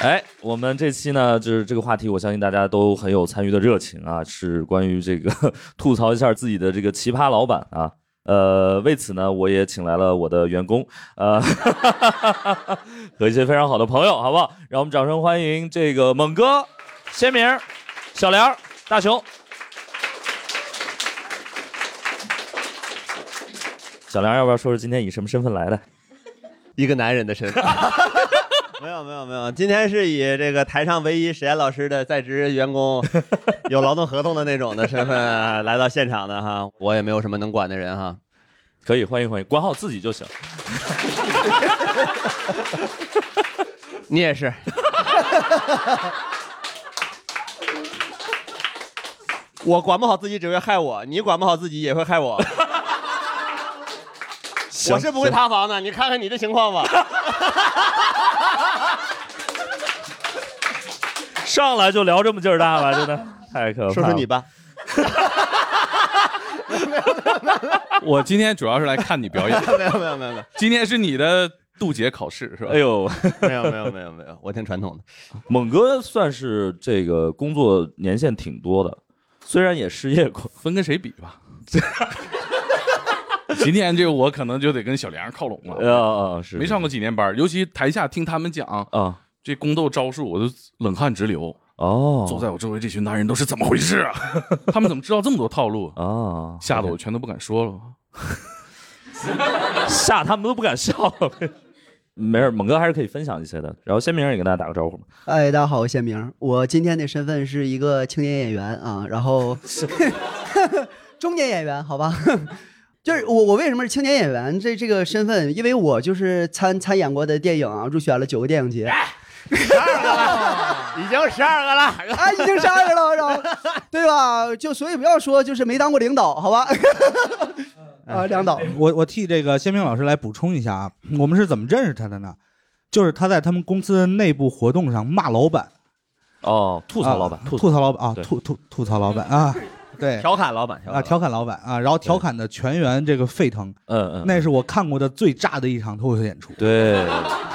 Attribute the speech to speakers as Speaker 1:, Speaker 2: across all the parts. Speaker 1: 哎，我们这期呢，就是这个话题，我相信大家都很有参与的热情啊， 是关于这个 吐槽一下自己的这个奇葩老板啊。呃，为此呢，我也请来了我的员工，呃， 和一些非常好的朋友，好不好？让我们掌声欢迎这个猛哥、鲜明、小梁、大熊。小梁，要不要说说今天以什么身份来的？
Speaker 2: 一个男人的身份。 没有没有没有，今天是以这个台上唯一实验老师的在职员工， 有劳动合同的那种的身份啊来到现场的哈，我也没有什么能管的人哈，
Speaker 1: 可以欢迎欢迎，管好自己就行。
Speaker 2: 你也是，我管不好自己只会害我，你管不好自己也会害我，我是不会塌房的，你看看你的情况 吧。
Speaker 1: 上来就聊这么劲儿大了，真的 太可怕了。
Speaker 2: 说说你吧，，
Speaker 3: 我今天主要是来看你 表演
Speaker 2: 没有没有没有没有
Speaker 3: 今天是你的渡劫考试是吧？
Speaker 1: 哎呦，
Speaker 2: 没有没有没有没有，我挺传统的。
Speaker 1: 猛哥算是这个工作年限挺多的，虽然也失业过，
Speaker 3: 分跟谁比吧？今天这个我可能就得跟小梁靠拢了，
Speaker 1: 呃，是
Speaker 3: 没上过几年班，尤其台下听他们讲
Speaker 1: 啊，
Speaker 3: 这宫斗招数，我都冷汗直流。
Speaker 1: 哦，
Speaker 3: 走在我周围这群男人都是怎么回 事啊？他们怎么知道这么多套路？
Speaker 1: 啊，
Speaker 3: 吓得我全都不敢说了。
Speaker 1: 吓他们都不敢笑了。没事，猛哥还是可以分享一些的。然后先明也跟大家打个招呼吧。
Speaker 4: 哎，大家好，我谢明。我今天的身份是一个青年演员啊，然后 中年演员，好吧。 就是我，我为什么是青年演员这这个身份？因为我就是参参演过的电影啊，入选了九个电影节
Speaker 2: 哎
Speaker 4: 啊，
Speaker 2: 已经十 二个了，
Speaker 4: 哎已经是二十了， 然后对吧？就所以不要说就是没当过领导，好吧？
Speaker 2: 嗯
Speaker 4: 啊，梁导，
Speaker 5: 我我替这个先明老师来补充一下啊，我们是怎么认识他的呢？就是他在他们公司内部活动上骂老板，
Speaker 1: 哦，吐槽老板，
Speaker 5: 啊
Speaker 1: 吐
Speaker 5: 吐槽老板啊，
Speaker 1: 对
Speaker 5: 吐吐吐槽老板啊，对
Speaker 2: 调侃老板
Speaker 5: 啊，调侃老板啊，然后调侃的全员这个沸腾，
Speaker 1: 嗯嗯，
Speaker 5: 那是我看过的最炸的一场脱口秀演出。
Speaker 1: 对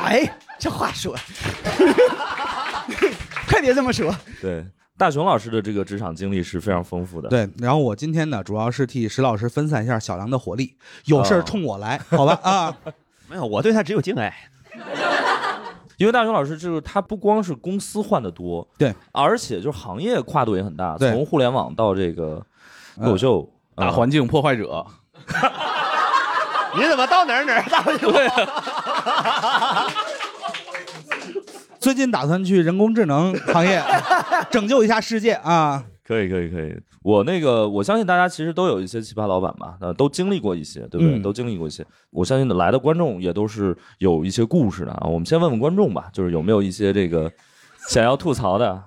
Speaker 4: 哎，这话说， 快别这么说，
Speaker 1: 对，大熊老师的这个职场经历是非常丰富的。，
Speaker 5: 对，然后我今天呢，主要是替石老师分散一下小梁的火力，有
Speaker 1: 哦
Speaker 5: 事儿冲我来，好吧 啊，
Speaker 2: 没有，我对他只有敬爱。
Speaker 1: 因为大熊老师就是他不光是公司换的多，
Speaker 5: 对，
Speaker 1: 而且就是行业跨度也很大，
Speaker 5: 对
Speaker 1: 从互联网到这个脱口秀。
Speaker 3: 呃
Speaker 1: 呃
Speaker 3: 大环境破坏者，
Speaker 2: 你怎么到哪儿哪儿大不了？
Speaker 5: 最近打算去人工智能行 业拯救一下世界啊，
Speaker 1: 可以可以可以，我那个我相信大家其实都有一些奇葩老板吧，呃，都经历过一些，对不对？
Speaker 5: 嗯
Speaker 1: 都经历过一些。我相信来的观众也都是有一些故事的啊。我们先问问观众吧，就是有没有一些这个想要吐槽的？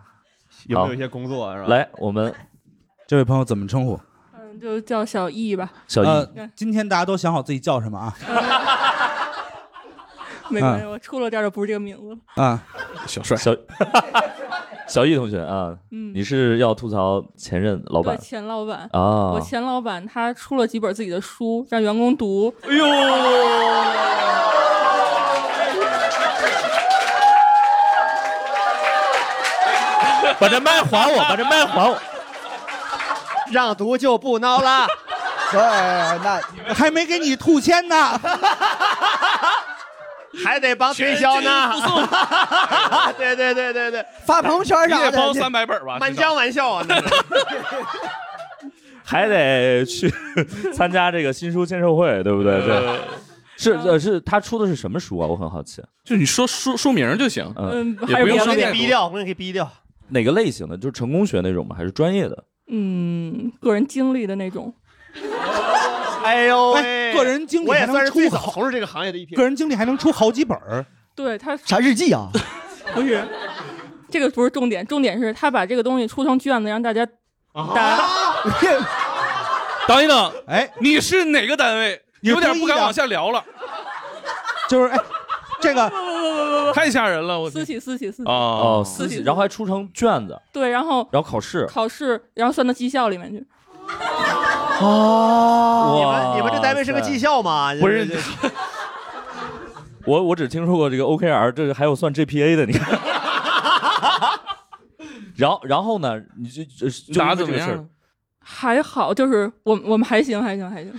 Speaker 2: 有没有一些工作啊是吧？
Speaker 1: 来，我们
Speaker 5: 这位朋友怎么称呼？
Speaker 6: 嗯，就叫小易吧，
Speaker 1: 小易、
Speaker 5: 呃，今天大家都想好自己叫什么啊？
Speaker 6: 没关系，我出了点就不是这个名字了。
Speaker 5: 啊，
Speaker 3: 小帅，
Speaker 1: 小小易同学啊，
Speaker 6: 嗯，
Speaker 1: 你是要吐槽前任 老
Speaker 6: 对
Speaker 1: 板
Speaker 6: 钱老板，
Speaker 1: 啊
Speaker 6: 我？钱老板他出了几本自己的书让员工读，
Speaker 1: 哎呦，把这麦还我，把这麦还我。
Speaker 2: 让读就不孬 了。
Speaker 4: 哎那
Speaker 5: 还没给你吐签呢。
Speaker 2: 还得帮推销呢。 对对对对对，
Speaker 4: 发朋友圈
Speaker 3: 你
Speaker 4: 啥
Speaker 3: 得
Speaker 4: 的
Speaker 3: 包，三百本吧？
Speaker 2: 满
Speaker 3: 至少
Speaker 2: 江玩笑啊！那是
Speaker 1: 还得去 参加这个新书签售会，对不对？对，是呃是，他出的是什么书啊？我很好奇。
Speaker 3: 就你说书书名就行。
Speaker 1: 嗯，
Speaker 6: 嗯，
Speaker 3: 也
Speaker 6: 还有
Speaker 3: 不用
Speaker 6: 别
Speaker 2: 我
Speaker 6: 的
Speaker 3: 说
Speaker 2: 给
Speaker 3: 那
Speaker 2: 你逼掉，我给你给逼掉。
Speaker 1: 哪个类型的？就是成功学那种吗？还是专业的？
Speaker 6: 嗯个人经历的那种，
Speaker 2: 哎呦
Speaker 5: 哎，
Speaker 2: 喂，
Speaker 5: 个人经理
Speaker 2: 我也
Speaker 5: 还
Speaker 2: 算
Speaker 5: 能
Speaker 2: 是
Speaker 5: 出
Speaker 2: 最早
Speaker 5: 好，
Speaker 2: 从事这个行业的一批
Speaker 5: 个。人经理还能出好几本儿
Speaker 6: 对他
Speaker 4: 啥日记啊？
Speaker 6: 不是这个不是重点，重点是他把这个东西出成卷子，让大家
Speaker 2: 啊
Speaker 3: 等一等，
Speaker 5: 哎，
Speaker 3: 你是哪个单位？有点不敢往下聊了，
Speaker 5: 就是哎，这个
Speaker 3: 太吓人了，我
Speaker 6: 私企私企私企
Speaker 1: 哦，
Speaker 3: 哦，
Speaker 1: 私
Speaker 6: 私
Speaker 1: 企，
Speaker 6: 企
Speaker 1: 然后还出成卷子，
Speaker 6: 对，然后
Speaker 1: 然后考试，
Speaker 6: 考试，然后算到绩效里面去。
Speaker 3: 哦
Speaker 2: 你
Speaker 1: 哇
Speaker 2: 们你们这单位是个
Speaker 1: 塞
Speaker 2: 技校吗？
Speaker 1: 不是
Speaker 2: 这这
Speaker 1: 我我只听说过这个 OKR，这还有算 GPA 的，你看。然后然后呢，你就就就
Speaker 3: 打
Speaker 1: 因为
Speaker 3: 怎么
Speaker 1: 这个事儿
Speaker 3: 样？啊
Speaker 6: 还好，就是我我们还行，还行，还行，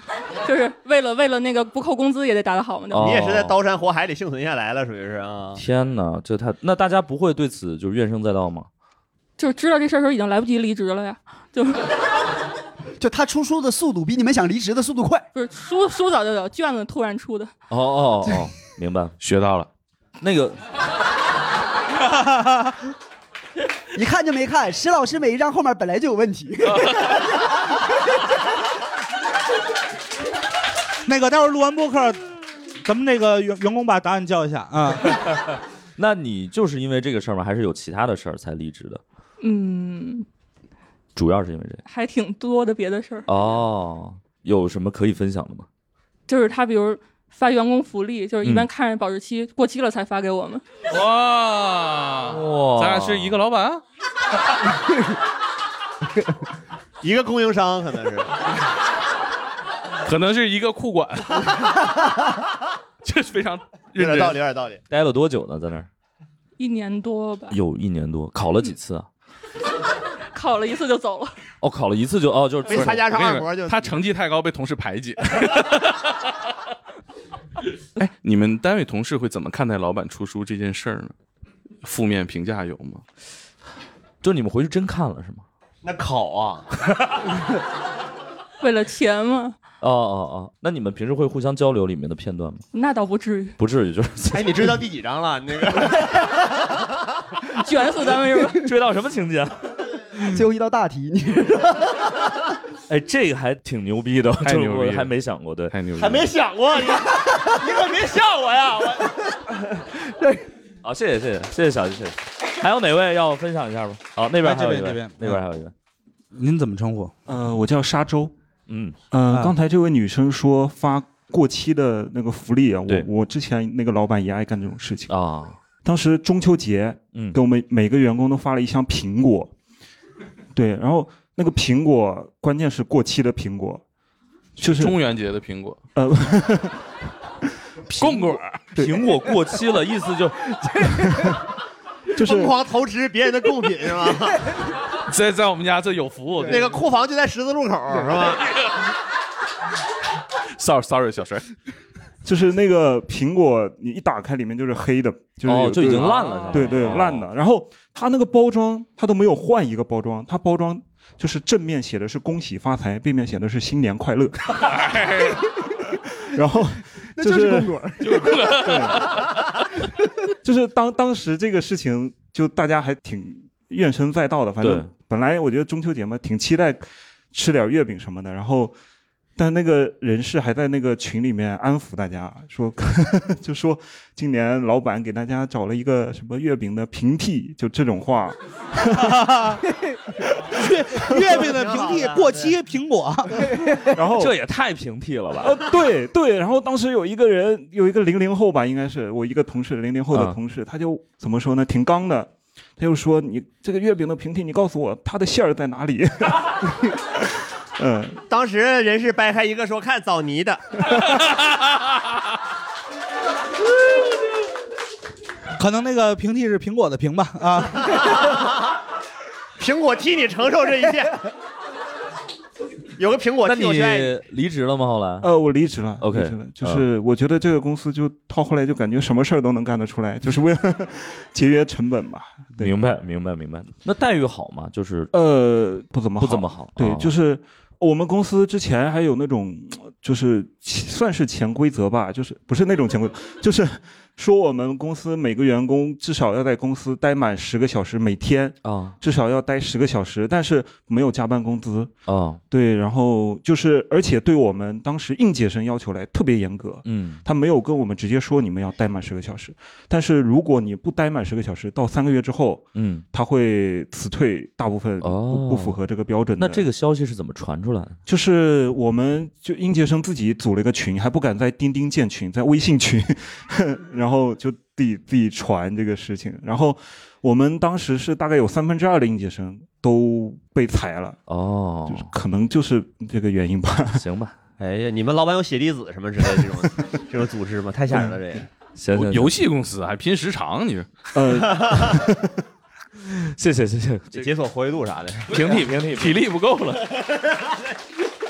Speaker 6: 就是为了为了那个不扣工资也得打得好嘛，对吧？
Speaker 1: 哦
Speaker 2: 你也是在刀山火海里幸存下来了，属于是 啊。
Speaker 1: 天哪，这太那大家不会对此就是怨声载道吗？
Speaker 6: 就是知道这事儿的时候已经来不及离职了呀，就
Speaker 4: 就他出书的速度比你们想离职的速度快。
Speaker 6: 不是书书早就有，卷子突然出的，
Speaker 1: 哦哦哦，明 白了。
Speaker 3: 学到了，
Speaker 1: 那个
Speaker 4: 一看就没看，石老师每一张后面本来就有问题。
Speaker 5: 那个待会儿录完播客，咱们那个员员工把答案叫一下啊。
Speaker 1: 那你就是因为这个事儿吗？还是有其他的事儿才离职的？
Speaker 6: 嗯，
Speaker 1: 主要是因为这个。
Speaker 6: 还挺多的别的事儿，
Speaker 1: 哦，有什么可以分享的吗？
Speaker 6: 就是他比如发员工福利，就是
Speaker 2: 嗯
Speaker 6: 一般看着保质期过期了才发给我们，
Speaker 3: 哇，
Speaker 1: 哇
Speaker 3: 咱俩是一个老板，啊
Speaker 2: 一个供应商可能是，
Speaker 3: 可能是一个库 管，这是非常
Speaker 2: 有
Speaker 3: 认真
Speaker 2: 点道理，有点道理。
Speaker 1: 待了多久呢？在那儿
Speaker 6: 一年多吧，
Speaker 1: 有一年多，考了几次啊？
Speaker 6: 考了一次就走了，
Speaker 1: 哦，考了一次就哦，就是哦
Speaker 2: 没参加上
Speaker 3: 我跟
Speaker 2: 二
Speaker 3: 你
Speaker 2: 模
Speaker 3: 说
Speaker 2: 就
Speaker 3: 他成绩太高被同事排 挤。哎，你们单位同事会怎么看待老板出书这件事儿呢？负面评价有吗？
Speaker 1: 就你们回去真看了是吗？
Speaker 2: 那考啊，
Speaker 6: 为了钱嘛，
Speaker 1: 哦哦哦，那你们平时会互相交流里面的片段吗？
Speaker 6: 那倒不至于，
Speaker 1: 不至于，就是
Speaker 2: 哎，你追到第几章了？那个
Speaker 6: 卷死咱们是吧？
Speaker 1: 追到什么情节了？
Speaker 4: 最后一道大题，你
Speaker 1: 哎，这个还挺牛逼的，
Speaker 3: 太牛逼了
Speaker 1: 就是我还没想过，对，
Speaker 3: 太牛逼了！
Speaker 2: 还没想过，你 你可别吓我呀！我
Speaker 1: 好、谢谢谢谢谢谢小吉，谢谢。还有哪位要分享一下吗？好，那边
Speaker 5: 哎
Speaker 1: 还有一
Speaker 5: 这边
Speaker 1: 位
Speaker 5: 这边
Speaker 1: 那边还有一位，
Speaker 5: 您怎么称呼？
Speaker 7: 呃，我叫沙洲。
Speaker 1: 嗯，
Speaker 7: 嗯、
Speaker 5: 啊
Speaker 7: 刚才这位女生说发过期的那个福利啊，
Speaker 1: 对
Speaker 7: 我我之前那个老板也爱干这种事情。
Speaker 1: 啊，
Speaker 7: 当时中秋节
Speaker 1: 嗯
Speaker 7: 给我们每个员工都发了一箱苹果，对，然后那个苹果关键是过期的苹果，就是
Speaker 3: 中元节的苹果，
Speaker 7: 呃，
Speaker 3: 棍棍儿，
Speaker 1: 苹果过期了，意思就
Speaker 7: 就是
Speaker 2: 疯狂投掷别人的贡品是吗？
Speaker 3: 在在我们家这有服务。
Speaker 2: 那个库房就在十字路口是 吧？
Speaker 3: sorry sorry 小帅，
Speaker 7: 就是那个苹果，你一打开里面就是黑的，就是有
Speaker 1: 哦，就已经
Speaker 7: 对
Speaker 1: 烂了，
Speaker 7: 对对
Speaker 1: 哦
Speaker 7: 烂的。然后它那个包装，它都没有换一个包装，它包装就是正面写的是“恭喜发财”，背面写的是“新年快 乐”。 然后
Speaker 4: 那
Speaker 7: 就
Speaker 4: 就是
Speaker 7: 是
Speaker 4: 公主。
Speaker 7: 就是当当时这个事情，就大家还挺怨声载道的。反
Speaker 1: 对
Speaker 7: 正本来我觉得中秋节嘛，挺期待吃点月饼什么的。然后，但那个人事还在那个群里面安抚大家，说 就说今年老板给大家找了一个什么月饼的平替，就这种话。
Speaker 5: 月饼的平
Speaker 2: 挺
Speaker 5: 替
Speaker 2: 好的
Speaker 5: 过期苹果，
Speaker 7: 然后
Speaker 1: 这也太平替了吧？
Speaker 7: 哦呃，对对，然后当时有一个人，有一个零零后吧，应该是我一个同事，零零后
Speaker 1: 啊
Speaker 7: 的同事，他就怎么说呢，挺刚的，他就说你这个月饼的平替，你告诉我它的馅儿在哪里？ 嗯，
Speaker 2: 当时人事掰开一个说看枣泥的，
Speaker 5: 可能那个平替是苹果的苹吧啊。
Speaker 2: 苹果替你承受这一 切。有个苹果
Speaker 1: 那
Speaker 2: 替我去爱
Speaker 1: 你离职了吗？后来？
Speaker 7: 呃，我离职了
Speaker 1: OK，嗯
Speaker 7: 离职了，就是我觉得这个公司就到后来就感觉什么事儿都能干得出来，就是为了 节约成本吧。对
Speaker 1: 明白，明白，明白。那待遇好吗？就是
Speaker 7: 呃，不怎么
Speaker 1: 不怎
Speaker 7: 好
Speaker 1: 么好。哦
Speaker 7: 对，就是是我们公司之前还有那种，就是其算是潜规则吧，就是不是那种潜规则，就是说我们公司每个员工至少要在公司待满十个小时，每天
Speaker 1: 啊，
Speaker 7: 至少要待十个小时，但是没有加班工资
Speaker 1: 啊。
Speaker 7: 对，然后就是，而且对我们当时应届生要求来特别严格，
Speaker 1: 嗯，
Speaker 7: 他没有跟我们直接说你们要待满十个小时，但是如果你不待满十个小时，到三个月之后，
Speaker 1: 嗯，
Speaker 7: 他会辞退大部分不、不符合这个标准的。
Speaker 1: 哦那这个消息是怎么传出来的？
Speaker 7: 就是我们就应届生自己组了一个群，还不敢在钉钉建群，在微信群， 然后就自己自己传这个事情。然后我们当时是大概有三分之二的应届生都被裁了，
Speaker 1: 哦，
Speaker 7: 可能就是这个原因吧。
Speaker 1: 行吧，
Speaker 2: 哎呀，你们老板有血滴子什么之类 的这种这种组织吗？太吓人了，这个。
Speaker 1: 行行行
Speaker 8: 嗯游戏公司还拼时长，你
Speaker 7: 呃，
Speaker 1: 谢谢谢谢，
Speaker 2: 解锁 活跃度啥的，
Speaker 1: 平替平替。
Speaker 8: 体力不够了，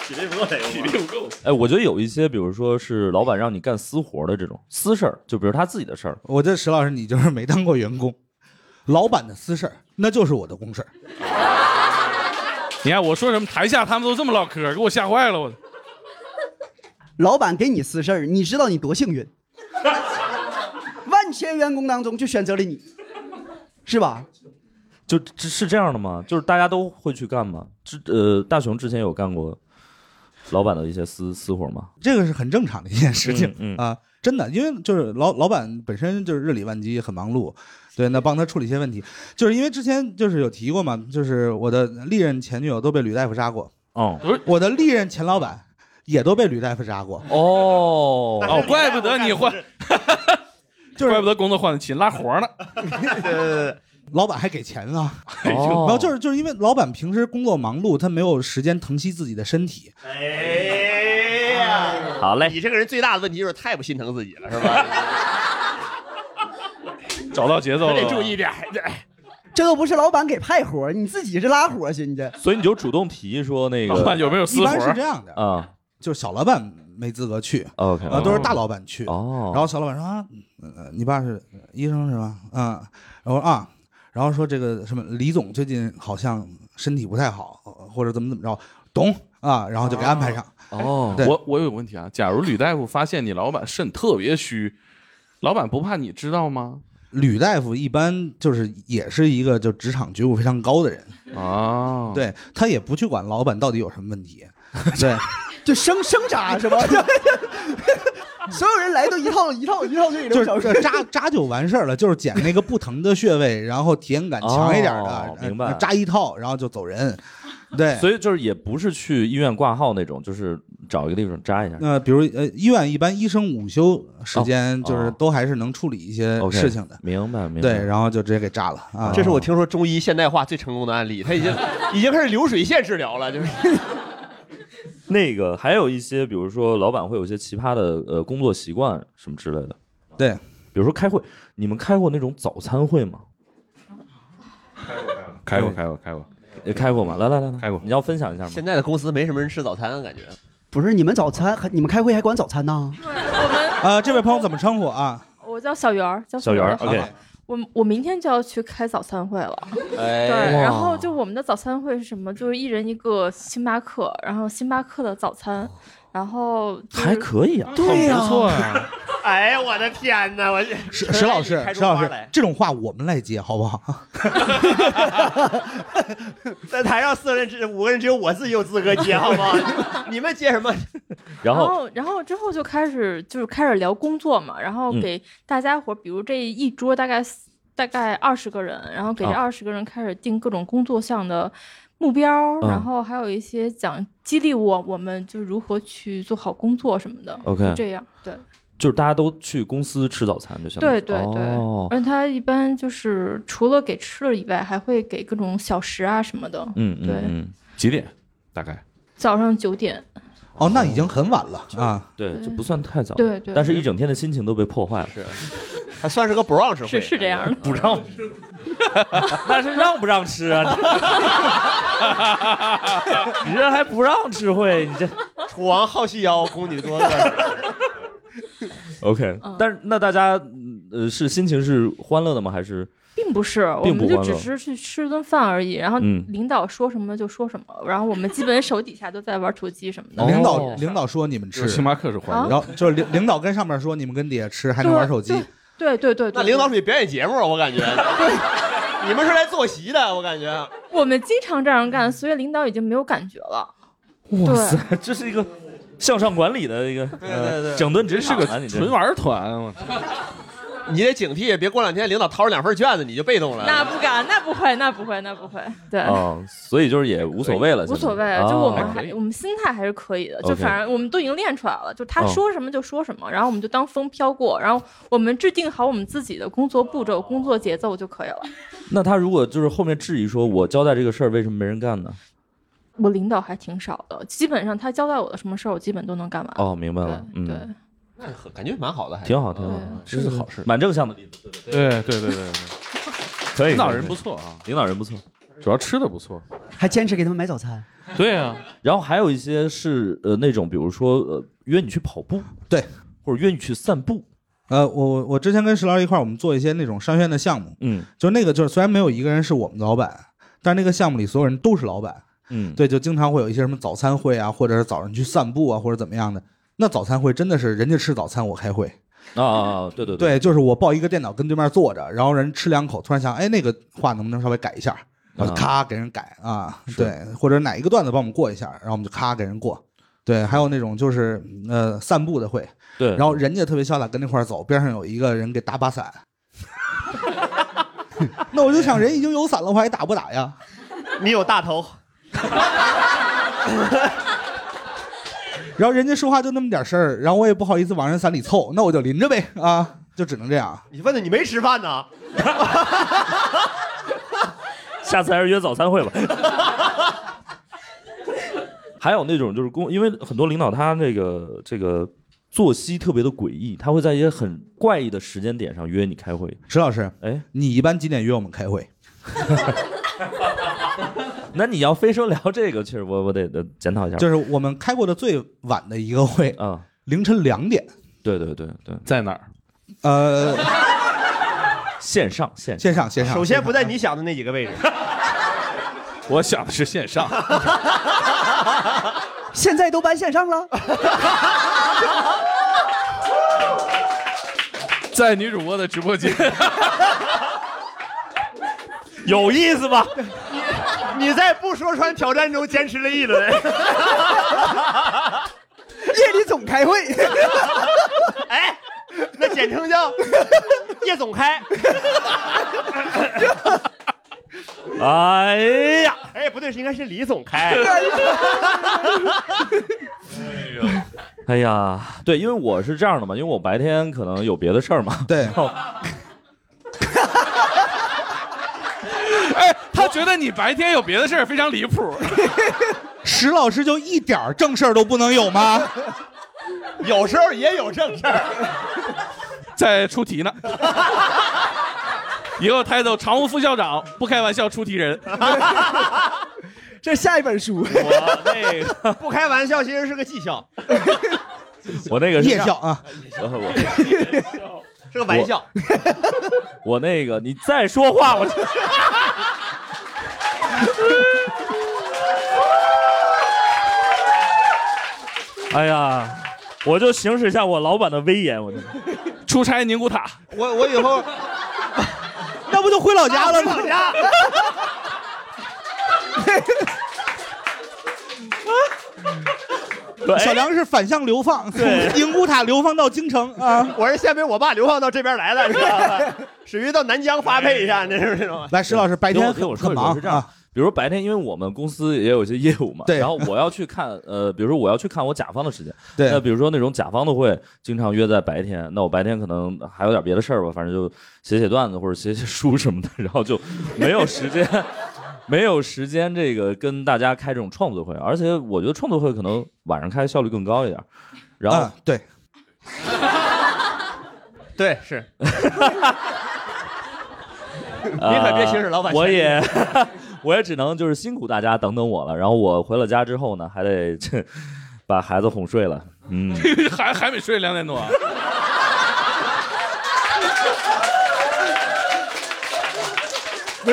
Speaker 2: 体力不够得用。
Speaker 8: 体力不够。
Speaker 1: 哎，我觉得有一些，比如说是老板让你干私活的这种私事儿，就比如他自己的事儿，
Speaker 5: 我这石老师，你就是没当过员工，老板的私事儿那就是我的公事儿。
Speaker 8: 你看我说什么，台下他们都这么唠嗑，给我吓坏了。我
Speaker 4: 老板给你私事儿，你知道你多幸运，万千员工当中就选择了你，是吧？
Speaker 1: 就这是这样的吗？就是大家都会去干吗？之呃，大雄之前有干过老板的一些私私活吗？
Speaker 5: 这个是很正常的一件事情、
Speaker 1: 嗯嗯
Speaker 5: 啊，真的，因为就是老老板本身就是日理万机，很忙碌，对，那帮他处理一些问题，就是因为之前就是有提过嘛，就是我的历任前女友都被吕大夫杀过，
Speaker 1: 哦
Speaker 5: 我的历任前老板也都被吕大夫杀过，
Speaker 1: 哦，
Speaker 8: 哦，怪不得你换，
Speaker 5: 就是
Speaker 8: 怪不得工作换的勤，拉活呢。
Speaker 5: 老板还给钱呢，
Speaker 3: 哎
Speaker 5: 然后
Speaker 1: 哦
Speaker 5: 就是就是因为老板平时工作忙碌，他没有时间疼惜自己的身体，
Speaker 2: 哎呀，
Speaker 1: 好嘞，
Speaker 2: 你这个人最大的问题就是太不心疼自己了，是吧？
Speaker 8: 找到节奏了，
Speaker 2: 得注意。点。
Speaker 4: 这都不是老板给派活儿，你自己是拉活儿去，你这
Speaker 1: 所以你就主动提说那
Speaker 8: 老板
Speaker 1: 个
Speaker 8: 有没有
Speaker 5: 一
Speaker 8: 私
Speaker 5: 般
Speaker 8: 活
Speaker 5: 是这样的，
Speaker 1: 啊
Speaker 5: 就是小老板没资格去
Speaker 1: ，OK，
Speaker 5: 啊，都是大老板去，
Speaker 1: 哦，
Speaker 5: 然后小老板说啊，呃你爸是医生是吧？嗯，然后啊，然后说这个什么李总最近好像身体不太好，呃或者怎么怎么着，懂啊，然后就给安排上。哎
Speaker 1: 哦，
Speaker 5: 对
Speaker 8: 我我有个问题啊，假如吕大夫发现你老板肾特别虚，老板不怕你知道吗？
Speaker 5: 吕大夫一般就是也是一个就职场觉悟非常高的人，
Speaker 8: 啊，，
Speaker 1: 哦
Speaker 5: 对他也不去管老板到底有什么问 题，对，
Speaker 4: 就生生 扎是吧？所有人来都一套一套一套这
Speaker 5: 就
Speaker 4: 种
Speaker 5: 是就
Speaker 4: 小
Speaker 5: 是扎扎就完事儿了，就是捡那个不疼的穴位，然后体验感强一点的，
Speaker 1: 哦
Speaker 5: 呃
Speaker 1: 明白
Speaker 5: 扎一套然后就走人，对，
Speaker 1: 所以就是也不是去医院挂号那种，就是找一个地方扎一下。
Speaker 5: 那比如呃，医院一般医生午休时间
Speaker 1: 哦
Speaker 5: 就是
Speaker 1: 哦
Speaker 5: 都还是能处理一些
Speaker 1: OK，
Speaker 5: 事情的，
Speaker 1: 明白明白。
Speaker 5: 对，然后就直接给炸了啊。
Speaker 2: 这是我听说中医现代化最成功的案例，他已经已经开始流水线治疗了，就是
Speaker 1: 那个还有一些，比如说老板会有一些奇葩的呃工作习惯什么之类的。
Speaker 5: 对，
Speaker 1: 比如说开会，你们开过那种早餐会吗？
Speaker 8: 开过开过开过，
Speaker 1: 也开过吗？来来来来，
Speaker 8: 开过
Speaker 1: 你要分享一下吗？
Speaker 2: 现在的公司没什么人吃早餐啊，感觉。
Speaker 4: 不是你们早餐，还你们开会还管早餐呢？
Speaker 9: 我们
Speaker 1: 啊
Speaker 5: 呃，这位朋友怎么称呼啊？
Speaker 9: 我叫小圆儿，叫
Speaker 1: 小圆儿
Speaker 9: 儿好了。
Speaker 1: ，OK，
Speaker 9: 我我明天就要去开早餐会了，对。
Speaker 2: 哎，
Speaker 9: 然后就我们的早餐会是什么？就是一人一个星巴克，然后星巴克的早餐，然后就是
Speaker 1: 还可以
Speaker 9: 嗯
Speaker 1: 啊。
Speaker 4: 对呀、
Speaker 8: 不错啊，
Speaker 2: 哎呀，我的天哪！我这
Speaker 5: 石啊 石老师
Speaker 2: 开，出
Speaker 5: 石老
Speaker 2: 花
Speaker 5: 师
Speaker 2: 来，
Speaker 5: 这种话我们来接好不
Speaker 1: 哦
Speaker 5: 好？
Speaker 2: 在台上四个人只五个人只有我自己有 资格接，好不好？ 你们接什么？
Speaker 1: 然
Speaker 9: 然
Speaker 1: 后
Speaker 9: 后，然后之后就开始就是开始聊工作嘛，然后
Speaker 1: 嗯
Speaker 9: 给大家伙儿，比如这一桌大概四大概二十个人，然后给这
Speaker 1: 啊
Speaker 9: 二十个人开始定各种工作项的目标，
Speaker 1: 嗯
Speaker 9: 然后还有一些讲激励我我们就如何去做好工作什么的。
Speaker 1: OK
Speaker 9: 就这样对，
Speaker 1: 就是大家都去公司吃早餐，就相当
Speaker 9: 对
Speaker 1: 于
Speaker 9: 对对
Speaker 1: 哦，
Speaker 9: 而且他一般就是除了给吃的以外，还会给各种小食啊什么的。
Speaker 1: 嗯嗯
Speaker 9: 对
Speaker 1: 嗯，
Speaker 8: 几点？大概
Speaker 9: 早上九点，
Speaker 5: 哦，那已经很晚了啊。
Speaker 1: 对，就不算太早。
Speaker 9: 对对
Speaker 1: 但是一整天的心情都被破坏了。
Speaker 2: 还算是个 brunch 会，
Speaker 9: 是是这 样的。
Speaker 1: 不让， 那是让不让吃啊？你这还不让吃会？你这
Speaker 2: 楚王好细腰，宫女多乐。
Speaker 1: OK？
Speaker 9: 嗯
Speaker 1: 但是那大家嗯呃是心情是欢乐的吗？还是
Speaker 9: 并不是，我
Speaker 1: 并不
Speaker 9: 们就
Speaker 1: 欢
Speaker 9: 只是
Speaker 1: 乐
Speaker 9: 去吃顿饭而已。然后
Speaker 1: 嗯
Speaker 9: 领导说什么就说什么，然后我们基本手底下都在玩手机什么的。
Speaker 1: 哦
Speaker 5: 领导领导说你们吃
Speaker 8: 是，星巴克是欢
Speaker 9: 啊
Speaker 5: 然后就是领领导跟上面说你们跟底下吃还能玩手机
Speaker 9: 对， 对对对对，
Speaker 2: 那领导属于表演节目，啊我感觉。 对，你们是来坐席的，我感觉。
Speaker 9: 我们经常这样干，所以领导已经没有感觉了。
Speaker 1: 哇塞，这是一个向上管理的一个，对
Speaker 2: 对对
Speaker 1: 整顿职
Speaker 2: 真是
Speaker 1: 场
Speaker 2: 个
Speaker 1: 啊你这
Speaker 2: 纯玩
Speaker 8: 儿团，
Speaker 2: 你得警惕，别过两天领导掏出两份卷子，你就被动了。
Speaker 9: 那不敢，那不会，那不会，那不会。对，
Speaker 1: 哦，所以就是也无所谓了，
Speaker 9: 无所谓，
Speaker 1: 现在
Speaker 9: 就我们
Speaker 1: 哦
Speaker 9: 还我们心态还是可以的，就
Speaker 1: OK
Speaker 9: 反正我们都已经练出来了，就他
Speaker 1: 哦
Speaker 9: 说什么就说什么，然后我们就当风飘过，然后我们制定好我们自己的工作步骤、工作节奏就可以了。
Speaker 1: 那他如果就是后面质疑说，我交代这个事儿为什么没人干呢？
Speaker 9: 我领导还挺少的，基本上他交代我的什么事儿，我基本都能干完。
Speaker 1: 哦，明白了，嗯，
Speaker 9: 对，
Speaker 2: 那感觉蛮好的，还
Speaker 1: 挺好，挺好，这是好事，蛮正向的例子，
Speaker 8: 嗯对对对对，
Speaker 1: 可以，
Speaker 8: 领导
Speaker 1: 可以
Speaker 8: 人不错啊，
Speaker 1: 领导人不错，
Speaker 8: 主要吃的不错，
Speaker 4: 还坚持给他们买早餐。
Speaker 8: 对啊，
Speaker 1: 然后还有一些是呃那种，比如说呃约你去跑步，
Speaker 5: 对，
Speaker 1: 或者约你去散步，
Speaker 5: 呃，我我我之前跟石老师一块儿，我们做一些那种商圈的项目，
Speaker 1: 嗯，
Speaker 5: 就那个就是虽然没有一个人是我们的老板，但是那个项目里所有人都是老板，
Speaker 1: 嗯，
Speaker 5: 对，就经常会有一些什么早餐会啊，或者是早上去散步啊，或者怎么样的。那早餐会真的是人家吃早餐，我开会。
Speaker 1: 啊啊，啊对对
Speaker 5: 对，就是我抱一个电脑跟对面坐着，然后人吃两口，突然想，哎，那个话能不能稍微改一下？然后就咔给人改啊，对，或者哪一个段子帮我们过一下，然后我们就咔给人过。对，还有那种就是呃散步的会，
Speaker 1: 对
Speaker 5: 然后人家特别潇洒跟那块儿走，边上有一个人给打把 伞，那我就想人已经有伞了，我还打不打呀？
Speaker 2: 你有大头，
Speaker 5: 然后人家说话就那么点事儿，然后我也不好意思往人伞里凑，那我就淋着呗啊，就只能这样。
Speaker 2: 你问的你没吃饭呢？
Speaker 1: 下次还是约早餐会吧。 还有那种就是工，因为很多领导他这个这个作息特别的诡异，他会在一些很怪异的时间点上约你开会。
Speaker 5: 石老师，
Speaker 1: 哎，
Speaker 5: 你一般几点约我们开会？
Speaker 1: 那你要非说聊这个，确实我我得得检讨一下。
Speaker 5: 就是我们开过的最晚的一个会，
Speaker 1: 啊，
Speaker 5: 凌晨两点，
Speaker 1: 对对对对，
Speaker 8: 在哪儿？
Speaker 5: 呃，
Speaker 1: 线上线上
Speaker 5: 线上线上。
Speaker 2: 首先
Speaker 5: 线
Speaker 2: 不在你想的那几个位置。
Speaker 8: 我想的是线上，
Speaker 4: 现在都搬线上了，
Speaker 8: 在女主播的直播 间，
Speaker 1: 有意思吧？
Speaker 2: 你在不说穿挑战中坚持了一轮。
Speaker 4: 夜里总开会。
Speaker 2: 哎，那简称叫夜总开。
Speaker 1: 哎呀，
Speaker 2: 哎，不对，是应该是李 总开。
Speaker 1: 哎呀，对，因为我是这样的嘛，因为我白天可能有别的事儿嘛。
Speaker 5: 对，
Speaker 8: 哎，他觉得你白天有别的事儿，非常离谱。
Speaker 5: 石老师就一点儿正事儿都不能有 吗？
Speaker 2: 有时候也有正事儿。
Speaker 8: 在出题 呢。以后抬走常务副校长，不开玩笑出题人。
Speaker 4: 这是下一本书，
Speaker 8: 啊
Speaker 2: 我那个不开玩笑，其实是个技校，
Speaker 1: 我那个是
Speaker 5: 夜校啊，
Speaker 1: 这样，我
Speaker 2: 是个玩笑。
Speaker 1: 我那个你再说话我就。哎呀，我就行使一下我老板的威严，我就
Speaker 8: 出差宁古塔，
Speaker 2: 我我以后
Speaker 5: 那不就回老家了吗？
Speaker 1: 对
Speaker 5: 小梁是反向流放，
Speaker 1: 对
Speaker 5: 从宁古塔流放到京城啊。
Speaker 2: 我是先被我爸流放到这边来的，是吧？属于到南疆发配一下，那是这种。
Speaker 5: 来，石老师白
Speaker 1: 听
Speaker 5: 天
Speaker 1: 我听我
Speaker 5: 很
Speaker 1: 说
Speaker 5: 很
Speaker 1: 一说
Speaker 5: 忙
Speaker 1: 是这样
Speaker 5: 啊，。
Speaker 1: 比如白天，因为我们公司也有一些业务嘛，
Speaker 5: 对
Speaker 1: 然后我要去看，呃，比如说我要去看我甲方的时间，
Speaker 5: 对
Speaker 1: 那比如说那种甲方的会经常约在白天，那我白天可能还有点别的事儿吧，反正就写写段子或者写写书什么的，然后就没有时间， 没有时间这个跟大家开这种创作会，而且我觉得创作会可能晚上开效率更高一点，然后
Speaker 5: 啊，对，
Speaker 2: 对， 是。你可别行使老板
Speaker 1: 呃我
Speaker 2: 权利
Speaker 1: 也 我也只能就是辛苦大家等等我了。然后我回了家之后呢，还得这把孩子哄睡了。嗯，
Speaker 8: 还还没睡两点多啊、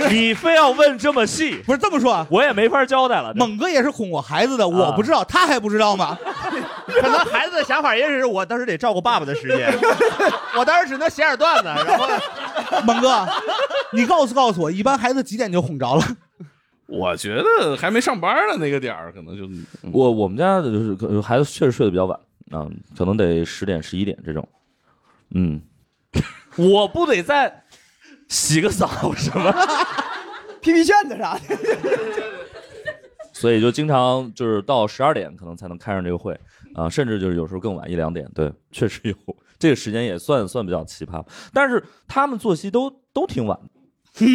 Speaker 1: 你非要问这么细，
Speaker 5: 不是这么说啊。
Speaker 1: 我也没法交代了。
Speaker 10: 啊
Speaker 5: 猛哥也是哄我孩子的，我不知道，他还不知道吗？
Speaker 2: 可能孩子的想法也是我当时得照顾爸爸的时间， 我当时只能写点段子，然 后
Speaker 5: 猛哥，你告诉告诉我，一般孩子几点就哄着了？
Speaker 3: 我觉得还没上班呢，那个点儿可能就
Speaker 1: 我我们家的就是可能孩子确实睡得比较晚啊、可能得十点十一点这种。嗯，我不得再洗个澡什么？
Speaker 4: 批批卷子啥的。
Speaker 1: 所以就经常就是到十二点可能才能开上这个会啊、甚至就是有时候更晚一两点。对，确实有这个时间也算算比较奇葩，但是他们作息都都挺晚的。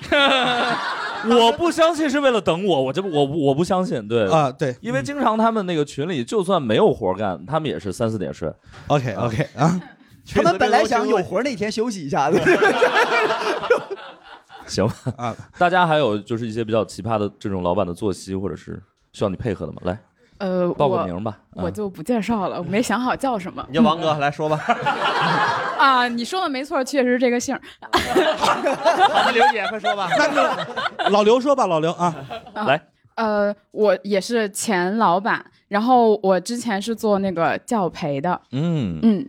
Speaker 1: 我不相信是为了等我，我这不我我不相信，对
Speaker 5: 啊对
Speaker 1: 因为经常他们那个群里就算没有活干，他们也是三四点睡。
Speaker 5: OK OK 啊，
Speaker 4: 他们本来想有哎活儿那天休息一下 的，
Speaker 1: 行吧
Speaker 5: 啊，
Speaker 1: 大家还有就是一些比较奇葩的这种老板的作息，或者是需要你配合的吗？来，
Speaker 10: 呃，
Speaker 1: 报个
Speaker 10: 我
Speaker 1: 名吧
Speaker 10: 我
Speaker 1: 嗯
Speaker 10: 就不介绍了，我没想好叫什么。
Speaker 2: 你叫王哥来说吧。
Speaker 10: 啊，你说的没错，确实是这个姓儿。
Speaker 2: 刘姐，快说吧。
Speaker 5: 老刘说吧，老刘啊，
Speaker 10: 啊
Speaker 1: 来，
Speaker 10: 呃，我也是前老板，然后我之前是做那个教培的，
Speaker 1: 嗯
Speaker 10: 嗯，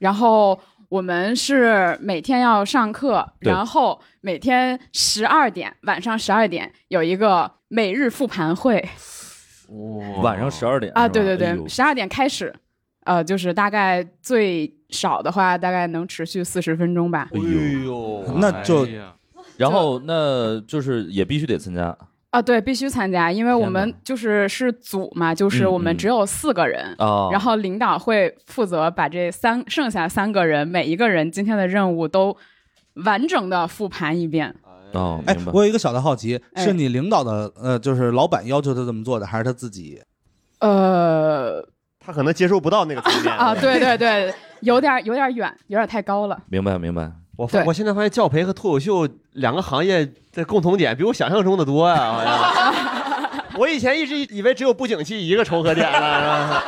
Speaker 10: 然后我们是每天要上课，
Speaker 1: 对
Speaker 10: 然后每天十二点晚上十二点有一个每日复盘会
Speaker 1: 晚上十二点
Speaker 10: 啊，
Speaker 1: 是吧
Speaker 10: 对对
Speaker 1: 哎
Speaker 10: 对，
Speaker 1: 呦
Speaker 10: 十二点开始，呃，就是大概最少的话，大概能持续四十分钟吧。
Speaker 1: 哎
Speaker 2: 哎呦
Speaker 1: 那就
Speaker 3: 哎呀
Speaker 1: 然后那就是也必须得参加
Speaker 10: 啊，对，必须参加，因为我
Speaker 1: 天哪
Speaker 10: 们就是是组嘛，就是我
Speaker 1: 嗯
Speaker 10: 们
Speaker 1: 嗯
Speaker 10: 只有四个人，
Speaker 1: 哦
Speaker 10: 然后领导会负责把这三剩下三个人每一个人今天的任务都完整的复盘一遍。
Speaker 1: 哦，
Speaker 5: 哎
Speaker 1: 明，白。
Speaker 5: 我有一个小的好奇，
Speaker 10: 哎
Speaker 5: 是你领导的呃，就是老板要求他这么做的，还是他自己？
Speaker 10: 呃，
Speaker 2: 他可能接受不到那个层面
Speaker 10: 啊，对对对，有点有点远，有点太高了。
Speaker 1: 明白明白，
Speaker 2: 我发
Speaker 10: 对
Speaker 2: 我现在发现教培和脱口秀两个行业的共同点比我想象中的多呀、好 像我以前一直以为只有不景气一个仇和点啊呢，是吧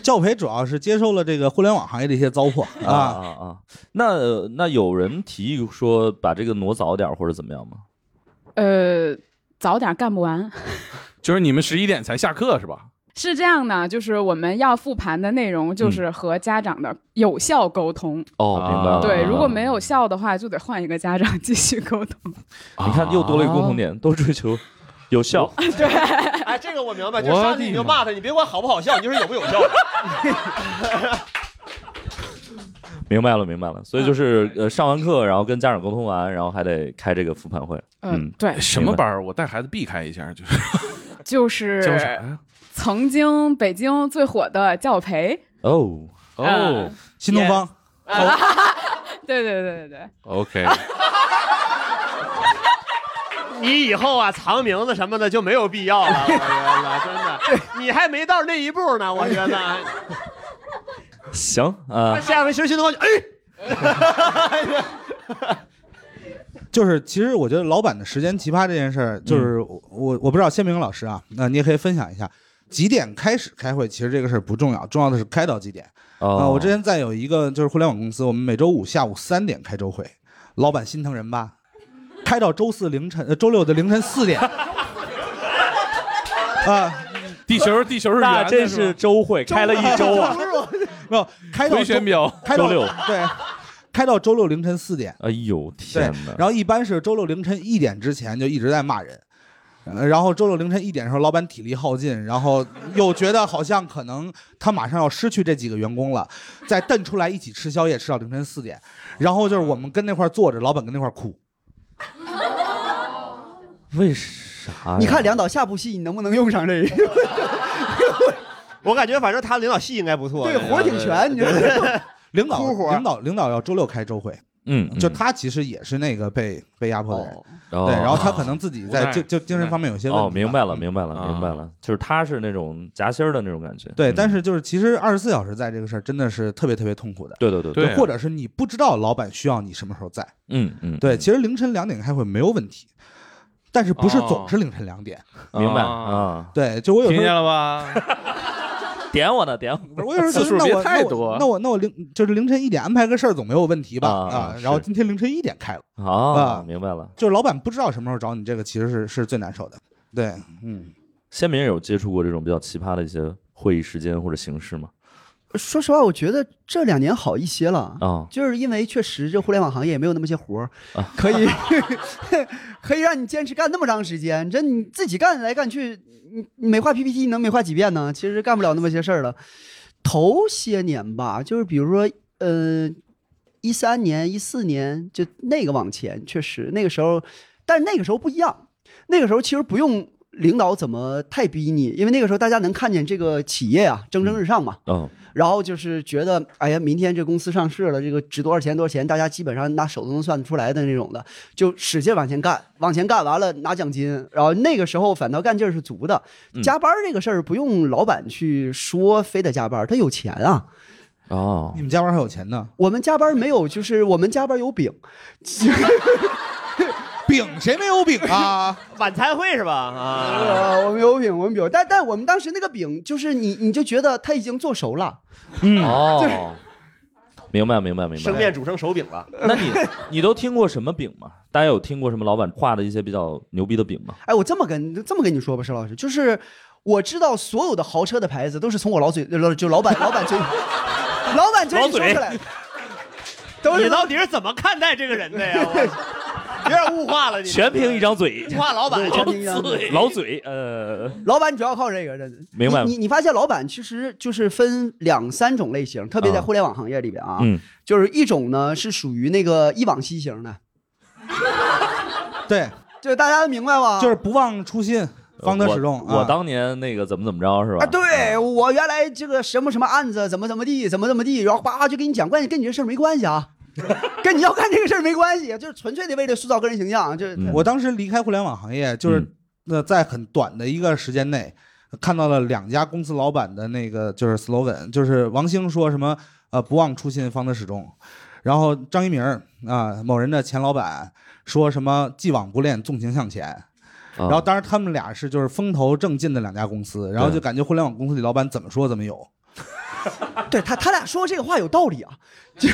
Speaker 5: 教培主要是接受了这个互联网行业的一些糟粕啊，
Speaker 1: 啊啊啊！那那有人提议说把这个挪早点儿或者怎么样吗？
Speaker 10: 呃，早点干不完。
Speaker 3: 就是你们十一点才下课是吧？
Speaker 10: 是这样的，就是我们要复盘的内容
Speaker 1: 嗯
Speaker 10: 就是和家长的有效沟通。
Speaker 1: 哦，
Speaker 3: 啊
Speaker 1: 明白了。
Speaker 10: 对，如果
Speaker 1: 啊
Speaker 10: 没有效的话，就得换一个家长继续沟通。
Speaker 1: 你看又多了一个共同点，都追求有
Speaker 3: 哦
Speaker 1: 效。
Speaker 2: 哎，这个我明白，就
Speaker 3: 我
Speaker 2: 上去
Speaker 3: 的
Speaker 2: 你就
Speaker 3: 妈
Speaker 2: 骂他，你别管好不好笑，你就是有不有 效。
Speaker 1: 明白了，明白了。所以就是
Speaker 3: 哎
Speaker 1: 呃，上完课，然后跟家长沟通完，然后还得开这个复盘会。嗯
Speaker 10: 嗯，对，
Speaker 3: 什么班儿？我带孩子避开一下，就是
Speaker 10: 就
Speaker 3: 教啥
Speaker 10: 是
Speaker 3: 呀？
Speaker 10: 曾经北京最火的教培。
Speaker 1: 哦，
Speaker 10: 呃
Speaker 3: 哦
Speaker 5: 新东方
Speaker 10: 对对对对对，
Speaker 3: ，OK，
Speaker 2: 你以后啊藏名字什么的就没有必要了，我 觉得真的，你还没到那一步呢，我觉得。
Speaker 1: 行啊，
Speaker 2: 下回学习的话，哎，哎
Speaker 5: 就是，其实我觉得老板的时间奇葩这件事儿，就是
Speaker 1: 嗯
Speaker 5: 我、我我不知道先明老师啊，那、你也可以分享一下，几点开始开会，其实这个事儿不重要，重要的是开到几点啊、
Speaker 1: 哦，
Speaker 5: 我之前在有一个就是互联网公司，我们每周五下午三点开周会，老板心疼人吧，开到周四凌晨，呃，周六的凌晨四点。啊，
Speaker 3: 地球地球是圆
Speaker 1: 那
Speaker 3: 的，
Speaker 1: 真
Speaker 3: 是
Speaker 1: 是
Speaker 3: 吧
Speaker 1: 周会开了一周啊！
Speaker 5: 没有开到
Speaker 3: 回旋镖
Speaker 5: 开到
Speaker 1: 周六
Speaker 5: 对，开到周六凌晨四点，
Speaker 1: 哎呦
Speaker 5: 对
Speaker 1: 天哪！，
Speaker 5: 然后一般是周六凌晨一点之前就一直在骂人，呃然后周六凌晨一点的时候，老板体力耗尽，然后又觉得好像可能他马上要失去这几个员工了，再瞪出来一起吃宵夜，吃到凌晨四点。然后就是我们跟那块儿坐着，老板跟那块儿哭。
Speaker 1: 为啥呀？
Speaker 4: 你看梁导下部戏，你能不能用上这个？
Speaker 2: 我感觉反正他领导戏应该不错，
Speaker 4: 对，活儿挺全，你知道吗？
Speaker 5: 领导
Speaker 4: 哭活
Speaker 5: 领导领导要周六开周会，
Speaker 1: 嗯，嗯，
Speaker 5: 就他其实也是那个被被压迫的人，
Speaker 1: 哦
Speaker 5: 对，然后他可能自己在
Speaker 3: 无奈
Speaker 5: 就就精神方面有些问题吧。
Speaker 1: 哦，明白了，
Speaker 5: 嗯
Speaker 1: 明白了，
Speaker 3: 啊
Speaker 1: 明白了，就是他是那种夹心儿的那种感觉。
Speaker 5: 对，
Speaker 1: 嗯
Speaker 5: 但是就是其实二十四小时在这个事儿真的是特别特别痛苦的，
Speaker 1: 对对对
Speaker 3: 对啊
Speaker 5: 或者是你不知道老板需要你什么时候在。
Speaker 1: 嗯嗯，
Speaker 5: 对，其实凌晨两点开会没有问题，但是不是
Speaker 3: 哦
Speaker 5: 总是凌晨两点？
Speaker 1: 明白
Speaker 3: 啊
Speaker 1: 啊。
Speaker 5: 对，就我有
Speaker 3: 听
Speaker 5: 时
Speaker 3: 见
Speaker 5: 候，
Speaker 3: 了吧？
Speaker 1: 点我呢，点我。
Speaker 5: 我有时候
Speaker 3: 次数
Speaker 5: 觉得那
Speaker 3: 别
Speaker 5: 我
Speaker 3: 太
Speaker 5: 那我
Speaker 3: 多
Speaker 5: 那我那我凌就是凌晨一点安排个事儿总没有问题吧？
Speaker 1: 啊
Speaker 5: 啊，
Speaker 1: 是
Speaker 5: 然后今天凌晨一点开了，
Speaker 1: 哦
Speaker 5: 啊，
Speaker 1: 明白了。
Speaker 5: 就是老板不知道什么时候找你，这个其实是是最难受的。对，嗯，
Speaker 1: 先民有接触过这种比较奇葩的一些会议时间或者形式吗？
Speaker 4: 说实话，我觉得这两年好一些了
Speaker 1: 啊
Speaker 4: 就是因为确实这互联网行业也没有那么些活儿、可以 可以让你坚持干那么长时间。这你自己干来干去，你你美化 PPT 能美化几遍呢？其实干不了那么些事儿了。头些年吧，就是比如说，呃，一三年、一四年，就那个往前，确实那个时候，但是那个时候不一样，那个时候其实不用领导怎么太逼你，因为那个时候大家能看见这个企业啊蒸蒸日上嘛，
Speaker 1: 嗯，
Speaker 4: 然后就是觉得，哎呀，明天这公司上市了，这个值多少钱多少钱，大家基本上拿手都能算得出来的那种的，就使劲往前干，往前干完了拿奖金，然后那个时候反倒干劲儿是足的。加班儿这个事儿不用老板去说，非得加班儿，他有钱啊。
Speaker 1: 哦，
Speaker 5: 你们加班还有钱呢？
Speaker 4: 我们加班没有，就是我们加班有饼，
Speaker 5: 饼谁没有饼啊？
Speaker 2: 晚餐会是吧？啊，
Speaker 4: 呃，我们有饼，我们有，但但我们当时那个饼，就是你你就觉得它已经做熟了，
Speaker 1: 嗯， 哦，明白明白明白。
Speaker 2: 生面煮成手饼了。
Speaker 1: 那你你都听过什么饼吗？大家有听过什么老板画的一些比较牛逼的饼吗？
Speaker 4: 哎，我这么跟这么跟你说吧，石老师，就是我知道所有的豪车的牌子都是从我老嘴老就老板老板嘴 老板嘴里说出来的，都
Speaker 2: 你
Speaker 4: 是
Speaker 2: 到底是怎么看待这个人的呀？我有点物化了你，
Speaker 1: 全凭一张嘴，
Speaker 2: 物化老板，
Speaker 4: 全凭一张嘴
Speaker 1: 老嘴，呃，
Speaker 4: 老板主要靠这个，真的。
Speaker 1: 明白
Speaker 4: 你你你发现老板其实就是分两三种类型，特别在
Speaker 1: 啊
Speaker 4: 互联网行业里边啊，
Speaker 1: 嗯
Speaker 4: 就是一种呢是属于那个一往昔型的，
Speaker 5: 对，
Speaker 4: 就大家明白吧？
Speaker 5: 就是不忘初心，方得始终。
Speaker 1: 我我
Speaker 5: 啊
Speaker 1: 当年那个怎么怎么着是吧？
Speaker 4: 啊，对我原来这个什么什么案子，怎么怎么地，怎么怎么地，然后叭就给你讲，关系跟你这事儿没关 系啊，跟你要干这个事儿没关系，就是纯粹的为了塑造个人形象，就是、
Speaker 1: 嗯
Speaker 5: 我当时离开互联网行业，就是
Speaker 1: 嗯
Speaker 5: 那在很短的一个时间内，看到了两家公司老板的那个就是 slogan，就是王兴说什么呃不忘初心方得始终，然后张一鸣啊、某人的前老板说什么既往不恋纵情向前。
Speaker 1: 啊
Speaker 5: 然后，当时他们俩是就是风头正劲的两家公司，然后就感觉互联网公司里老板怎么说怎么有。
Speaker 4: 对他他俩说这个话有道理啊， 就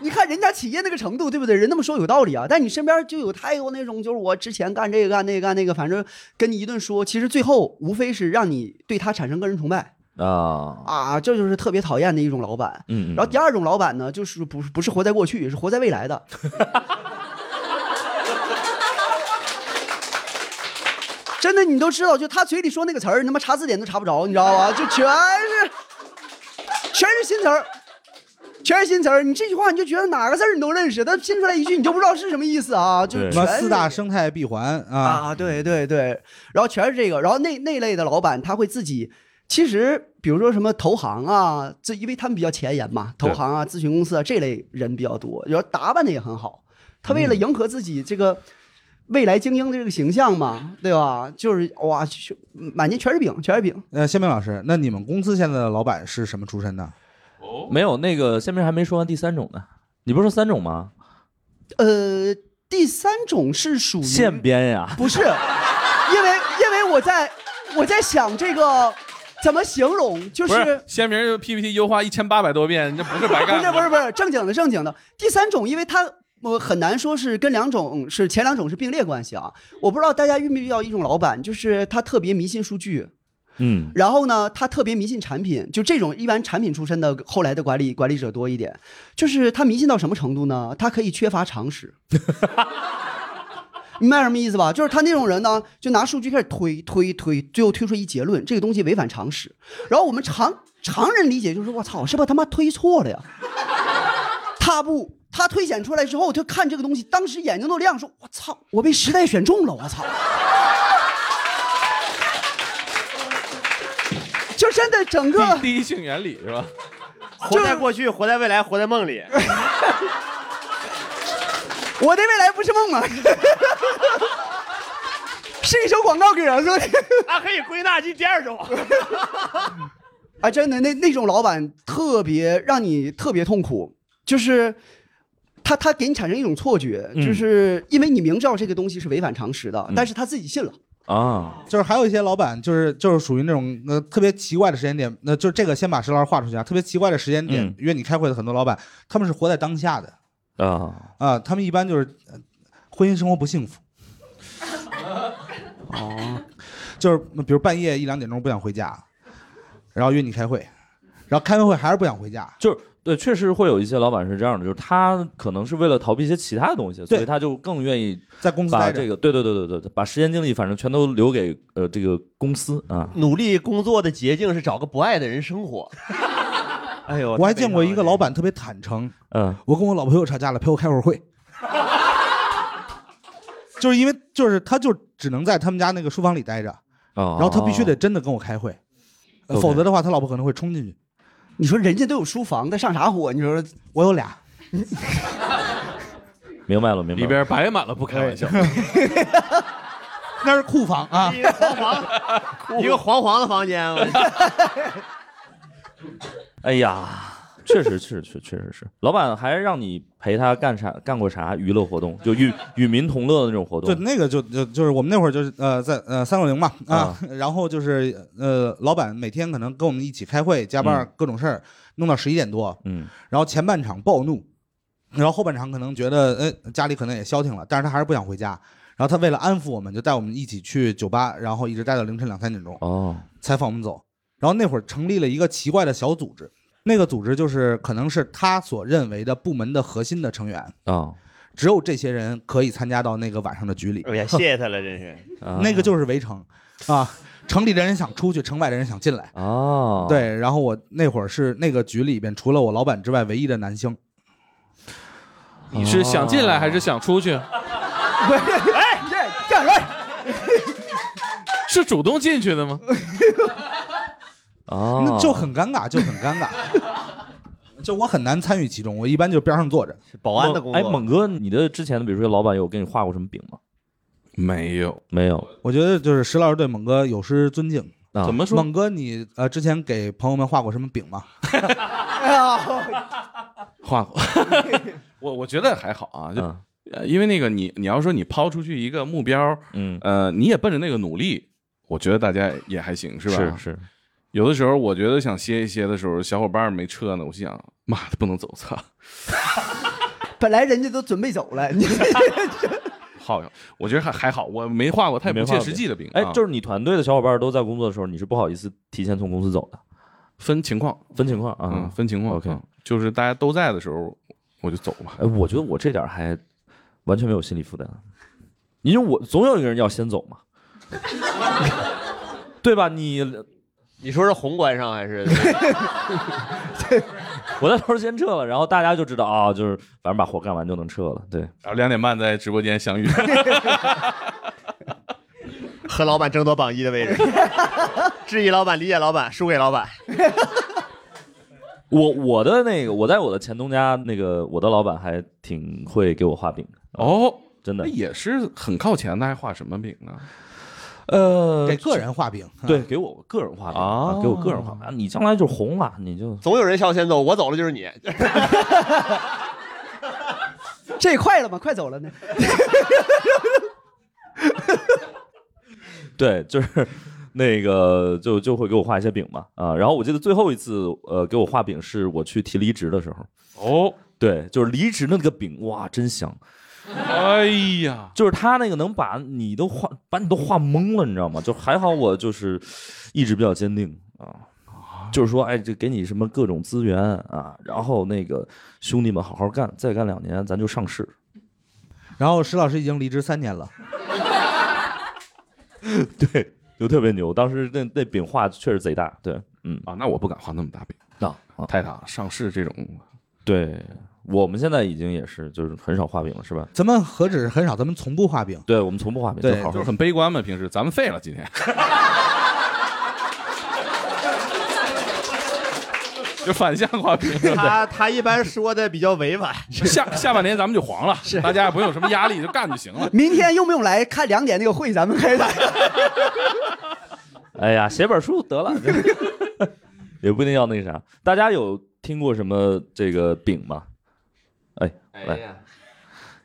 Speaker 4: 你看人家企业那个程度，对不对？人那么说有道理啊，但你身边就有太多那种，就是我之前干这个干那个干那个，反正跟你一顿说，其实最后无非是让你对他产生个人崇拜
Speaker 1: 啊，
Speaker 4: 啊，这就是特别讨厌的一种老板。
Speaker 1: 嗯，嗯
Speaker 4: 然后第二种老板呢，就是不是不是活在过去，是活在未来的。 真的，你都知道，就他嘴里说那个词儿，你他妈查字典都查不着，你知道吧？就全是全是新词儿，全是新词儿。你这句话你就觉得哪个字儿你都认识，但拼出来一句你就不知道是什么意思啊！就
Speaker 1: 对
Speaker 5: 什么
Speaker 4: 全是
Speaker 5: 四大生态闭环啊，
Speaker 4: 啊，对对对，然后全是这个，然后那那类的老板他会自己，其实比如说什么投行啊，这因为他们比较前沿嘛，投
Speaker 1: 对
Speaker 4: 行啊、咨询公司啊这类人比较多，然后打扮的也很好，他为了
Speaker 5: 嗯
Speaker 4: 迎合自己这个。未来精英的这个形象嘛，对吧？就是哇，就满街全是饼，全是饼。
Speaker 5: 呃，夏明老师，那你们公司现在的老板是什么出身呢？
Speaker 3: 哦
Speaker 1: 没有那个，下面还没说完第三种呢。你不是说三种吗？
Speaker 4: 呃，第三种是属于
Speaker 1: 现编呀，
Speaker 4: 不是，因为因为我在我在想这个怎么形容，就
Speaker 3: 不是鲜明儿 PPT 优化一千八百多遍，那不是白
Speaker 4: 不
Speaker 3: 干
Speaker 4: 是
Speaker 3: 的。
Speaker 4: 不是不是正经的正经的。第三种，因为它我很难说是跟两种是前两种是并列关系啊。我不知道大家遇没遇到一种老板，就是他特别迷信数据，
Speaker 1: 嗯，
Speaker 4: 然后呢，他特别迷信产品，就这种一般产品出身的后来的管理管理者多一点。就是他迷信到什么程度呢？他可以缺乏常识。 明白什么意思吧？就是他那种人呢，就拿数据开始推推推，最后推出一结论，这个东西违反常识。然后我们常常人理解就是我操，是不是他妈推错了呀？ 踏步，他推演出来之后，他看这个东西，当时眼睛都亮，说：“我操，我被时代选中 了，我操！”就真的整个
Speaker 3: 第一性原理是吧？
Speaker 2: 活在过去，活在未来，活在梦里。
Speaker 4: 我的未来不是梦吗？ 是一首广告歌啊 说的。
Speaker 2: 它可以归纳进第二 种。
Speaker 4: 啊，真的，那那种老板特别让你特别痛苦，就是他他给你产生一种错觉，就是因为你明知道这个东西是违反常识的，但是他自己信了。
Speaker 1: 啊，
Speaker 5: 就是还有一些老板，就是就是属于那种呃特别奇怪的时间点，那、就是这个先把石老师画出去啊，特别奇怪的时间点、
Speaker 1: 嗯
Speaker 5: 约你开会的很多老板，他们是活在当下的
Speaker 1: 啊，
Speaker 5: 啊、他们一般就是、呃婚姻生活不幸 福，哦，就是比如半夜一两点钟不想回家，然后约你开会，然后开完会还是不想回家，
Speaker 1: 就是对，确实会有一些老板是这样的，就是他可能是为了逃避一些其他的东西，所以他就更愿意
Speaker 5: 在公司
Speaker 1: 把
Speaker 5: 待着
Speaker 1: 这个对对对对对，把时间精力反正全都留给呃这个公司啊。
Speaker 2: 努力工作的捷径是找个不爱的人 生活。哎呦，
Speaker 5: 我还见过一个老板特别坦诚，
Speaker 1: 嗯，
Speaker 5: 我跟我老婆又吵架了，陪我开会儿 会。就是因为就是他就只能在他们家那个书房里待着，
Speaker 1: 然
Speaker 5: 然后他必须得真的跟我开会，呃
Speaker 4: OK
Speaker 5: 否则的话他老婆可能会冲进去。
Speaker 4: 你说人家都有书房的，上啥火？你说
Speaker 5: 我有俩，
Speaker 1: 明白了，明白了。
Speaker 3: 里边摆满了，不开玩笑。
Speaker 5: 哎那是库房啊，
Speaker 2: 一个黄黄的房间， 我
Speaker 1: 哎呀，确实确实确确实是，老板还让你陪他干啥干过啥娱乐活动，就与与民同乐的那种活动
Speaker 5: 对，。那个就就就是我们那会儿就是呃在呃三六零嘛啊， 然后就是呃老板每天可能跟我们一起开会加班
Speaker 1: 嗯
Speaker 5: 各种事儿，弄到十一点多，
Speaker 1: 嗯，
Speaker 5: 然后前半场暴怒，然后后半场可能觉得呃家里可能也消停了，但是他还是不想回家，然后他为了安抚我们，就带我们一起去酒吧，然后一直待到凌晨两三点钟
Speaker 1: 哦，
Speaker 5: 才放我们走。然后那会儿成立了一个奇怪的小组织，那个组织就是可能是他所认为的部门的核心的成员，
Speaker 1: 啊
Speaker 5: 只有这些人可以参加到那个晚上的局里。
Speaker 2: 哎呀，谢谢他了，真是。
Speaker 1: 啊
Speaker 5: 那个就是围城啊，城里的人想出去，城外的人想进来。
Speaker 1: 哦，
Speaker 5: 对，然后我那会儿是那个局里边除了我老板之外唯一的男性。
Speaker 3: 你是想进来还是想出去？
Speaker 4: 哎，这干什么？
Speaker 3: 是主动进去的吗？
Speaker 1: 哦
Speaker 5: 那就很尴尬，就很尴尬。 就我很难参与其中，我一般就边上坐着。
Speaker 2: 保
Speaker 1: 猛哎，猛哥，你的之前的，比如说老板有给你画过什么饼吗？
Speaker 5: 没有，
Speaker 1: 没有。
Speaker 5: 我觉得就是石老师对猛哥有失尊敬。
Speaker 1: 啊怎么说
Speaker 5: 猛哥你，呃之前给朋友们画过什么饼吗？
Speaker 4: 哎呀，
Speaker 8: 画过，我我觉得还好啊，就、
Speaker 3: 嗯
Speaker 8: 呃因为那个你你要说你抛出去一个目标，
Speaker 1: 嗯
Speaker 8: 呃，你也奔着那个努力，我觉得大家也还行，是吧？
Speaker 1: 是是。
Speaker 8: 有的时候我觉得想歇一歇的时候，小伙伴没撤呢，我心想，妈的不能走，操！
Speaker 4: 本来人家都准备走了， 你
Speaker 8: 好，我觉得还还好，我没画过太不切实际的饼。
Speaker 1: 哎
Speaker 8: 啊，
Speaker 1: 就是你团队的小伙伴都在工作的时候，你是不好意思提前从公司走的，
Speaker 8: 分情况，
Speaker 1: 分情况啊，
Speaker 8: 嗯，分情况。
Speaker 1: OK
Speaker 8: 嗯就是大家都在的时候，我就走吧。
Speaker 1: 哎，我觉得我这点儿还完全没有心理负担，因为我总有一个人要先走 嘛，对吧？你
Speaker 2: 你说是宏观上还 是？
Speaker 1: 我那头儿先撤了，然后大家就知道啊、就是反正把活干完就能撤了。对，
Speaker 8: 然后两点半在直播间相遇，
Speaker 2: 和老板争夺榜一的位置，质疑老板，理解老板，输给老板。
Speaker 1: 我我的那个我在我的前东家那个我的老板还挺会给我画饼的
Speaker 8: 哦，
Speaker 1: 真的
Speaker 8: 那也是很靠前的，还画什么饼呢？
Speaker 1: 呃，
Speaker 5: 给个人画饼，嗯
Speaker 1: 对，给我个人画饼
Speaker 8: 哦
Speaker 1: 啊，给我个人画饼啊，你将来就红了，你就
Speaker 2: 总有人要先走，我走了就是你。
Speaker 4: 这快了吗？快走了呢。
Speaker 1: 对，就是 那个就就会给我画一些饼嘛啊。然后我记得最后一次呃给我画饼是我去提离职的时候。
Speaker 3: 哦，
Speaker 1: 对，就是离职那个饼，哇，真香！
Speaker 3: 哎呀，
Speaker 1: 就是他那个能把你都画，把你都画懵了，你知道吗？就还好我就是意志比较坚定啊。就是说，哎，这给你什么各种资源啊，然后那个兄弟们好好干，再干两年咱就上市。
Speaker 5: 然后石老师已经离职三年了，
Speaker 1: 对，就特别牛。当时那那饼画确实贼大，对，嗯
Speaker 8: 啊，那我不敢画那么大饼，
Speaker 1: 那、啊
Speaker 8: 太大了上市这种
Speaker 1: 对我们现在已经也是，就是很少画饼了，是吧？
Speaker 5: 咱们何止很少，咱们从不画饼。
Speaker 1: 对，我们从不画饼，
Speaker 5: 对
Speaker 1: 就好
Speaker 8: 就是
Speaker 1: 好
Speaker 8: 很悲观嘛。平时咱们废了今天，就反向画饼。
Speaker 2: 他他一般说的比较委婉，
Speaker 8: 下下半年咱们就黄了，大家也不用有什么压力，就干就行了。
Speaker 4: 明天用不用来看两点那个会？咱们开始打。
Speaker 1: 哎呀，写本书得了， 也不一定要那啥。大家有听过什么这个饼吗？哎，来，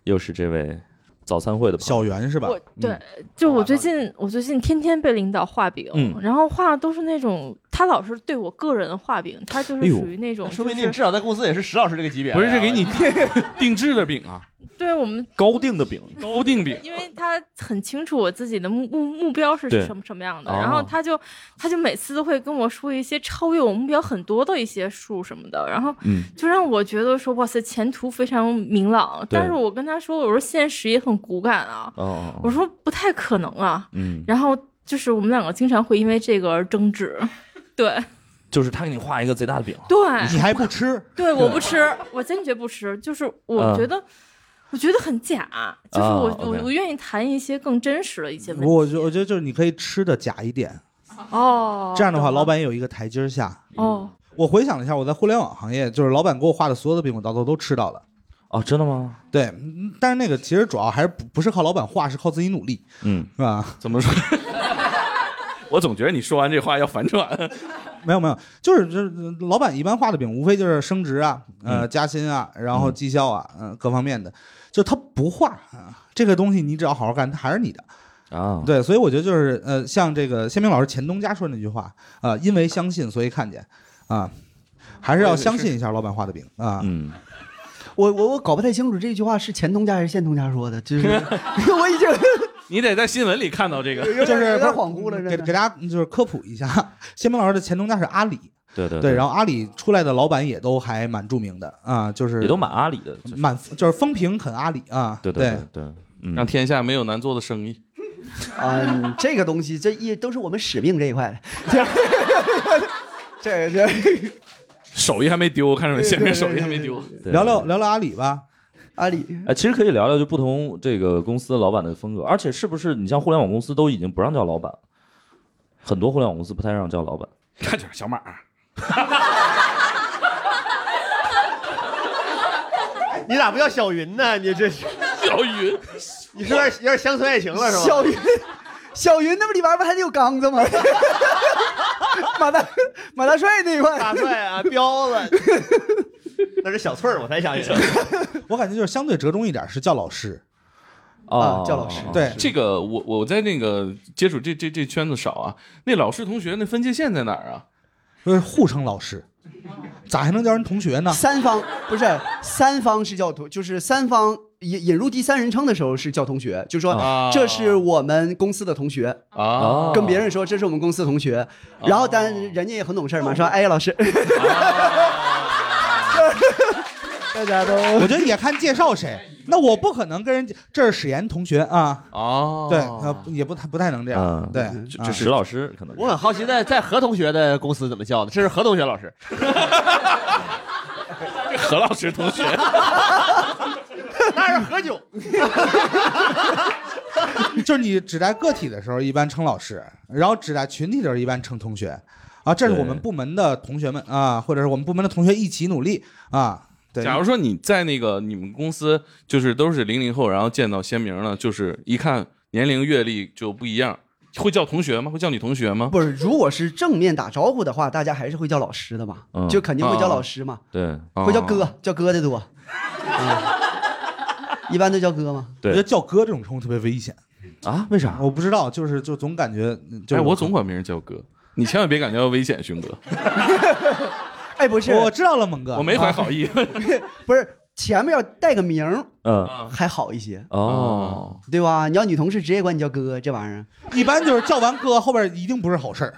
Speaker 1: 又是这位早餐会的朋友
Speaker 5: 小袁是吧？
Speaker 11: 我
Speaker 1: 嗯
Speaker 11: 对，就我最近我最近天天被领导画饼，
Speaker 1: 嗯
Speaker 11: 然后画的都是那种他老是对我个人画饼，他就是
Speaker 1: 哎呦
Speaker 11: 属于那种、
Speaker 2: 说明
Speaker 11: 就
Speaker 2: 你
Speaker 11: 是
Speaker 2: 至少在公司也是石老师这个级别。
Speaker 3: 不是，是给你定定制的饼啊。
Speaker 11: 对我们
Speaker 1: 高定的饼，
Speaker 3: 高定饼，
Speaker 11: 因为他很清楚我自己的目目目标是
Speaker 1: 对
Speaker 11: 什么什么样的，
Speaker 1: 哦
Speaker 11: 然后他就他就每次都会跟我说一些超越我目标很多的一些数什么的，然后
Speaker 1: 嗯
Speaker 11: 就让我觉得说哇塞前途非常明朗，
Speaker 1: 对
Speaker 11: 但是我跟他说我说现实也很骨感啊，
Speaker 1: 哦，
Speaker 11: 我说不太可能啊，
Speaker 1: 嗯，
Speaker 11: 然后就是我们两个经常会因为这个而争 执，对
Speaker 1: 就是他给你画一个贼大的饼，啊
Speaker 11: 对，
Speaker 5: 你还不吃？
Speaker 11: 对，我不吃，我坚决不吃。就是
Speaker 1: 啊
Speaker 11: 我觉得，我觉得很假，就是我、
Speaker 5: 啊
Speaker 11: 我
Speaker 5: 嗯 OK
Speaker 11: 我愿意谈一些更真实的一些问题。
Speaker 5: 我觉我觉得就是你可以吃的假一点，
Speaker 11: 哦，
Speaker 5: 这样的话
Speaker 11: 懂了
Speaker 5: 老板也有一个台阶儿下。
Speaker 11: 哦，
Speaker 5: 我回想了一下，我在互联网行业，就是老板给我画的所有的饼，我到头都吃到了。
Speaker 1: 哦，真的吗？
Speaker 5: 对，嗯但是那个其实主要还是不不是靠老板画，是靠自己努力，
Speaker 1: 嗯，
Speaker 5: 是吧？
Speaker 8: 怎么说？ 我总觉得你说完这话要反转。
Speaker 5: 没有没有，就是就是老板一般画的饼，无非就是升职啊，
Speaker 1: 嗯
Speaker 5: 呃，加薪啊，然后绩效啊，嗯、各方面的，就他不画啊，这个东西你只要好好干，它还是你的。
Speaker 1: 啊，
Speaker 5: 对，所以我觉得就是呃，像这个先明老师钱东家说那句话啊、呃因为相信所以看见啊、还是要相信一下老板画的饼啊。
Speaker 1: 嗯，
Speaker 4: 我我我搞不太清楚这句话是钱东家还是现东家说的，就是我已经
Speaker 3: 你得在新闻里看到这个，
Speaker 5: 就是
Speaker 4: 点恍惚了
Speaker 5: 嗯给给大家就是科普一下，先明老师的钱东家是阿里，
Speaker 1: 对对
Speaker 5: 对，然后阿里出来的老板也都还蛮著名的啊，就是
Speaker 1: 也都蛮阿里的，
Speaker 5: 满就是风评很阿里啊，
Speaker 1: 对
Speaker 5: 对
Speaker 1: 对对，
Speaker 8: 让天下没有难做的生 意。
Speaker 4: 啊、嗯这个东西这一都是我们使命这一块 的，这这
Speaker 8: 手艺还没丢，看出来先
Speaker 4: 对
Speaker 8: 生
Speaker 4: 对
Speaker 8: 手艺还没丢。
Speaker 5: 聊聊聊聊阿里吧，
Speaker 4: 阿里
Speaker 1: 哎，其实可以聊聊就不同这个公司老板的风格，而且是不是你像互联网公司都已经不让叫老板了，很多互联网公司不太让叫老板，
Speaker 8: 看就是小马，
Speaker 2: 你咋不叫小云呢？你这是
Speaker 8: 小云，
Speaker 2: 你是有点有点乡村爱情了是吧？
Speaker 4: 小云，小云那不里边不还得有刚子吗？ 马大马大帅那一块，
Speaker 2: 大帅啊，彪子，那是小翠儿，我才想起来。
Speaker 5: 我感觉就是相对折中一点是叫老师
Speaker 8: 哦，
Speaker 5: 叫老师，对，
Speaker 8: 这个我我在那个接触这这这圈子少啊，那老师同学那分界线在哪儿啊？
Speaker 5: 就是互称老师， 咋还能叫人同学呢？
Speaker 4: 三方不是三方是叫同，就是三方引引入第三人称的时候是叫同学，就说
Speaker 12: 啊
Speaker 4: 这是我们公司的同学
Speaker 8: 啊
Speaker 4: 跟别人说这是我们公司的同学，
Speaker 2: 啊
Speaker 4: 然后但人家也很懂事儿嘛，说哎老师，大家都
Speaker 5: 我觉得也看介绍谁。那我不可能跟人这是史岩同学啊，
Speaker 8: 哦
Speaker 5: 对，呃也不太不太能这样，
Speaker 1: 嗯
Speaker 5: 对，啊
Speaker 1: 史老师可能
Speaker 2: 我很好奇，在在何同学的公司怎么叫的？这是何同学老 师，
Speaker 8: 何老师同学，
Speaker 2: 那是何炅。
Speaker 5: 就是你只在个体的时候一般称老师，然后只在群体的时候一般称同学，啊，这是我们部门的同学们啊，或者是我们部门的同学一起努力啊，对，
Speaker 8: 假如说你在那个你们公司就是都是零零后，然后见到鲜明了，就是一看年龄阅历就不一样，会叫同学吗？会叫你同学吗？
Speaker 4: 不是，如果是正面打招呼的话，大家还是会叫老师的嘛，
Speaker 8: 嗯
Speaker 4: 就肯定会
Speaker 2: 啊
Speaker 4: 叫老师嘛，
Speaker 1: 对，
Speaker 8: 哦
Speaker 4: 会
Speaker 8: 啊
Speaker 4: 叫哥，叫哥的 多，嗯一般都叫哥吗？
Speaker 5: 我觉得叫哥这种称呼特别危险
Speaker 1: 啊，为啥？
Speaker 5: 我不知道，就是就总感觉，嗯就
Speaker 8: 哎，我总管别人叫哥，你千万别感觉到危险，熊哥，
Speaker 4: 哎，不是，
Speaker 5: 我知道了，猛哥，
Speaker 8: 我没怀好意。
Speaker 4: 不是前面要带个名儿
Speaker 1: 嗯，
Speaker 4: 还好一些，
Speaker 1: 哦，
Speaker 4: 对吧？你要女同事直接管你叫哥，这玩意儿
Speaker 5: 一般就是叫完哥后边一定不是好事儿。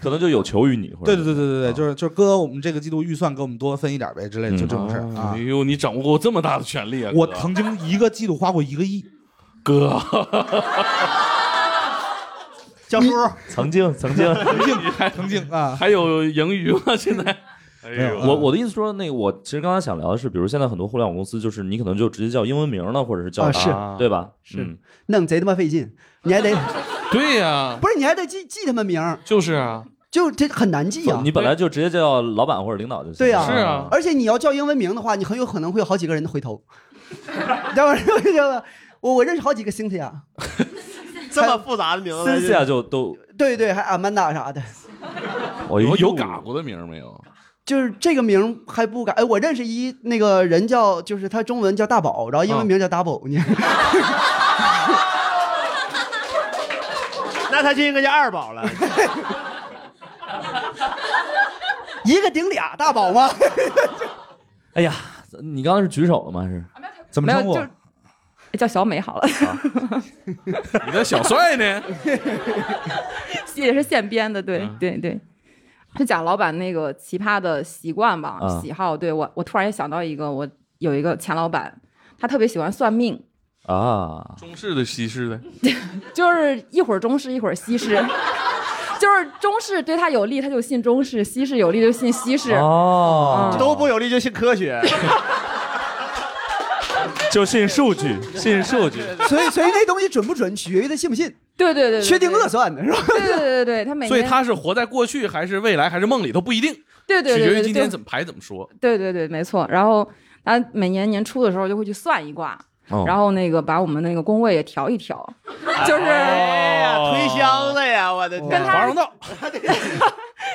Speaker 1: 可能就有求于你，或
Speaker 5: 对
Speaker 1: 者
Speaker 5: 对对对对对，
Speaker 8: 啊
Speaker 5: 就是就是哥，我们这个季度预算给我们多分一点呗之类的，就这种事儿啊
Speaker 8: 哎。呦，你掌握过这么大的权利啊！
Speaker 5: 我
Speaker 8: 哥
Speaker 5: 曾经一个季度花过一个亿，
Speaker 8: 哥，
Speaker 2: 教叔，
Speaker 1: 曾经曾经
Speaker 5: 曾 经曾经啊，
Speaker 8: 还有盈余吗？现在？哎
Speaker 1: 没有，
Speaker 8: 呦，
Speaker 1: 我我的意思说，那个我其实刚才想聊的是，比如现在很多互联网公司，就是你可能就直接叫英文名了，或者是叫
Speaker 4: 啊是
Speaker 1: 对吧？
Speaker 4: 是
Speaker 1: 嗯，
Speaker 4: 弄贼他妈费劲，你还得
Speaker 8: 对呀、
Speaker 4: 不是你还得记记他们名儿，
Speaker 8: 就是啊，
Speaker 4: 就这很难记啊。
Speaker 1: 你本来就直接叫老板或者领导就行。
Speaker 4: 对呀、
Speaker 1: 是啊，
Speaker 4: 而且你要叫英文名的话，你很有可能会有好几个人回 头，要不然我就觉得我我认识好几个啊 Cynthia，
Speaker 2: 这么复杂的名字，
Speaker 1: 森西亚就都
Speaker 4: 对对，还 Amanda 啥的，
Speaker 1: 我
Speaker 8: 哦有有嘎过的名儿没有？
Speaker 4: 就是这个名儿还不改。哎，我认识一那个人叫，就是他中文叫大宝，然后
Speaker 2: 嗯
Speaker 4: 英文名叫 Double，、你
Speaker 2: 那他就应该叫二 宝了。
Speaker 4: 一个顶俩大宝吗？
Speaker 1: 哎呀，你刚刚是举手了吗？还是怎
Speaker 12: 没有就？叫小美好了，
Speaker 8: 你的小帅呢？
Speaker 12: 也是现编的，对、对对。就讲老板那个奇葩的习惯吧，
Speaker 9: 啊
Speaker 12: 喜好。对我，我突然也想到一个，我有一个前老板，他特别喜欢算命，
Speaker 1: 啊，
Speaker 8: 中式的西式的，
Speaker 12: 就是一会儿中式一会儿西式， 就是中式对他有利他就信中式，西式有利就信西式。嗯
Speaker 2: 都 不有利就信科 学，
Speaker 8: 就信数 据，信数据。
Speaker 4: 所以所以那东西准不准，取决于他信不信。
Speaker 12: 对对对对
Speaker 4: 薛定谔算的是吧？
Speaker 12: 对对对对，他每
Speaker 8: 所以
Speaker 12: 天
Speaker 8: 他是活在过去，还是未来，还是梦里都不一定。
Speaker 12: 对对对对
Speaker 8: 取决于
Speaker 12: 对
Speaker 8: 今天
Speaker 12: 对
Speaker 8: 怎么排怎么说。
Speaker 12: 对对对，没错。然后他每年年初的时候就会去算一卦，
Speaker 8: 哦
Speaker 12: 然后那个把我们那个工位也调一调，就是、
Speaker 2: 哎推箱子呀，我的
Speaker 5: 哦
Speaker 2: 天，
Speaker 12: 跟他
Speaker 2: 华容
Speaker 8: 道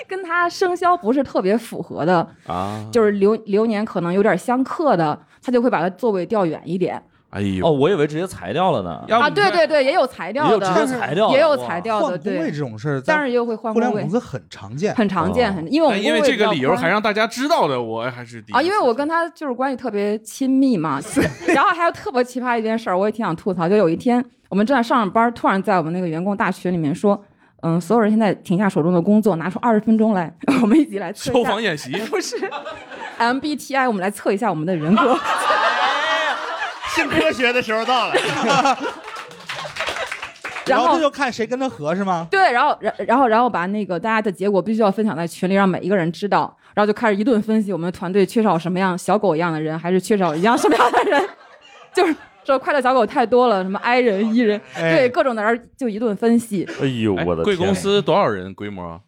Speaker 12: 跟他生肖不是特别符合的，
Speaker 8: 啊
Speaker 12: 就是流流年可能有点相克的，他就会把他座位调远一点。
Speaker 8: 哎呦，
Speaker 1: 哦，我以为直接裁掉了呢。
Speaker 12: 啊，对对对，也有裁掉的，
Speaker 5: 也有直接裁掉的
Speaker 12: 也有
Speaker 5: 哇
Speaker 12: 裁掉的，
Speaker 5: 换工
Speaker 12: 对
Speaker 5: 位这种事儿在
Speaker 12: 但是又会换
Speaker 5: 互
Speaker 12: 工
Speaker 5: 联
Speaker 12: 位
Speaker 5: 网公，司很常见，
Speaker 12: 很常见，很因为我们
Speaker 8: 哦但因为
Speaker 12: 工位
Speaker 8: 这个
Speaker 12: 比较
Speaker 8: 理由
Speaker 12: 宽
Speaker 8: 还让大家知道的，我还是第一
Speaker 12: 啊，因为我跟他就是关系特别亲密 嘛， 然后还有特别奇葩一件事儿，我也挺想吐槽。就有一天，我们正在上着班，突然在我们那个员工大群里面说，嗯，所有人现在停下手中的工作，拿出二十分钟来， 我们一起来测
Speaker 8: 受
Speaker 12: 一下
Speaker 8: 访演习
Speaker 12: 不是
Speaker 8: 哎
Speaker 12: MBTI，我们来测一下我们的人格。
Speaker 2: 信科学的时候 到了。
Speaker 12: 然
Speaker 5: 然
Speaker 12: 后
Speaker 5: 后这就看谁跟他合适吗？
Speaker 12: 对，然后然然后然后把那个大家的结果必须要分享在群里，让每一个人知道，然后就开始一顿分析我们团队缺少什么样小狗一样的人，还是缺少一样什么样的人， 就是说快乐小狗太多了，什么 I 人、E 人，
Speaker 8: 哎
Speaker 12: 对各种的人就一顿分析。
Speaker 1: 哎呦，
Speaker 8: 哎
Speaker 1: 我的
Speaker 8: 贵
Speaker 1: 天
Speaker 8: 公司多少人规模啊？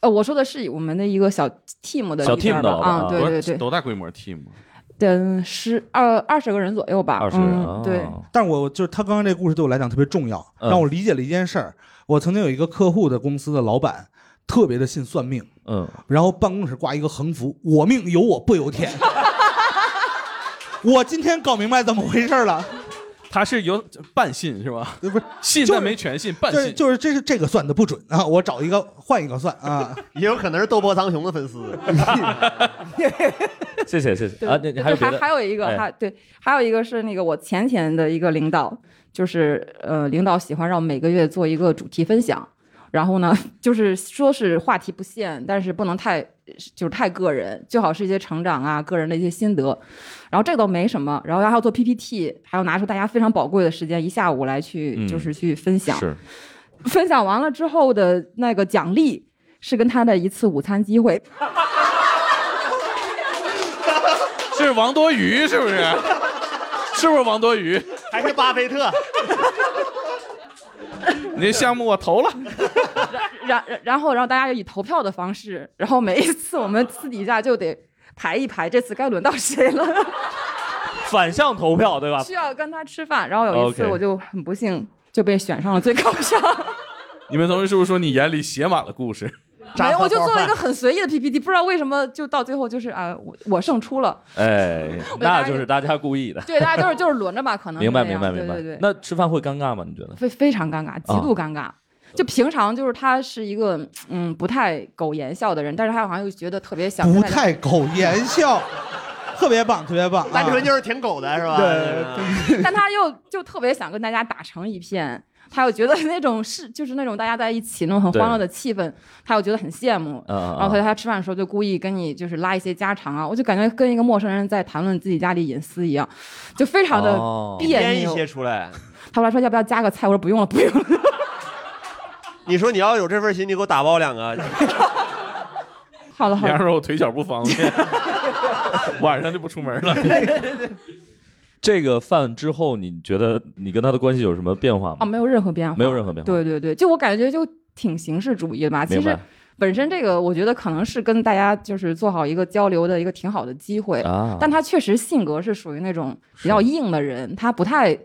Speaker 12: 呃，我说的是我们的一个小 team 的
Speaker 8: 小
Speaker 12: 里边
Speaker 8: team
Speaker 12: 吧
Speaker 8: 的
Speaker 12: 啊，对对对，
Speaker 8: 多大规模 team？啊
Speaker 12: 等十二二十个人左右吧，
Speaker 5: 20
Speaker 12: 嗯
Speaker 5: 人啊
Speaker 12: 对，
Speaker 5: 但我就是他刚刚这故事对我来讲特别重要，让我理解了一件事儿。我曾经有一个客户的公司的老板，特别的信算命，
Speaker 1: 嗯，
Speaker 5: 然后办公室挂一个横幅：“我命由我不由天。”我今天搞明白怎么回事儿了，
Speaker 8: 他是有半信是吧？
Speaker 5: 呃不是
Speaker 8: 信，但没全信，半
Speaker 5: 对，
Speaker 8: 信。
Speaker 5: 就是这是这个算的不准啊，我找一个换一个算啊，
Speaker 2: 也有可能是斗破苍穹的粉丝。
Speaker 1: 谢谢谢谢
Speaker 12: 对
Speaker 1: 啊，那你还有别
Speaker 12: 还
Speaker 1: 的？
Speaker 12: 还有一个，
Speaker 1: 哎
Speaker 12: 还对，还有一个是那个我前前的一个领导，就是呃，领导喜欢让每个月做一个主题分享，然后呢，就是说是话题不限，但是不能太就是太个人，最好是一些成长啊、个人的一些心得，然后这都没什么，然后还要做 PPT，还要拿出大家非常宝贵的时间一下午来去、
Speaker 9: 嗯
Speaker 12: 就是去分享，
Speaker 9: 是
Speaker 12: 分享完了之后的那个奖励是跟他的一次午餐机会。
Speaker 8: 是王多鱼是不是？是不是王多鱼？
Speaker 2: 还是巴菲特？
Speaker 8: 你这项目我啊投了。
Speaker 12: 然然然后，然后大家就以投票的方式，然后每一次我们私底下就得排一排，这次该轮到谁了，
Speaker 1: 反向投票 对吧
Speaker 12: 需？要跟他吃饭。然后有一次
Speaker 8: OK
Speaker 12: 我就很不幸就被选上了最高 票，
Speaker 8: 你们同事是不是说你眼里写满了故事？
Speaker 12: 没有，我就做了一个很随意的 PPT，不知道为什么就到最后就是啊，我我胜出了。
Speaker 1: 哎，那就是大家故意的。
Speaker 12: 对，大家就是就是轮着吧，可能是
Speaker 1: 明白
Speaker 12: 这
Speaker 1: 明
Speaker 12: 样
Speaker 1: 白明白
Speaker 12: 对对。对，
Speaker 1: 那哦吃饭会尴尬吗？你觉得？
Speaker 12: 非非常尴尬，极度尴尬。就平常就是他是一个嗯不太苟言笑的人，但是他好像又觉得特别想
Speaker 5: 不
Speaker 12: 跟大家
Speaker 5: 太苟言笑，特别棒，特别棒。啊
Speaker 2: 单纯就是是挺狗的是吧？
Speaker 5: 对
Speaker 12: 但他又就特别想跟大家打成一片，他又觉得那种是就是那种大家在一起那种很欢乐的气氛，他又觉得很羡慕。
Speaker 1: 嗯嗯
Speaker 12: 然后他他吃饭的时候就故意跟你就是拉一些家常啊，我就感觉跟一个陌生人在谈论自己家里隐私一样，就非常的
Speaker 1: 哦
Speaker 12: 别
Speaker 2: 编一
Speaker 12: 扭。
Speaker 2: 些出来。
Speaker 12: 他后来说要不要加个菜，我说不用了，不用了。
Speaker 2: 你说你要有这份心，你给我打包两个。
Speaker 12: 好了好
Speaker 8: 然
Speaker 12: 了，
Speaker 8: 后我腿脚不 方便，晚上就不出门了。
Speaker 1: 这个饭之后，你觉得你跟他的关系有什么变化
Speaker 12: 哦，
Speaker 1: 吗？
Speaker 12: 没有任何变化，
Speaker 1: 没有任何变化
Speaker 12: 对对对，就我感觉就挺形式主义的吧。其
Speaker 1: 明白
Speaker 12: 实本身这个，我觉得可能是跟大家就是做好一个交流的一个挺好的机会。
Speaker 1: 啊
Speaker 12: 但他确实性格是属于那种比较硬的人，他不太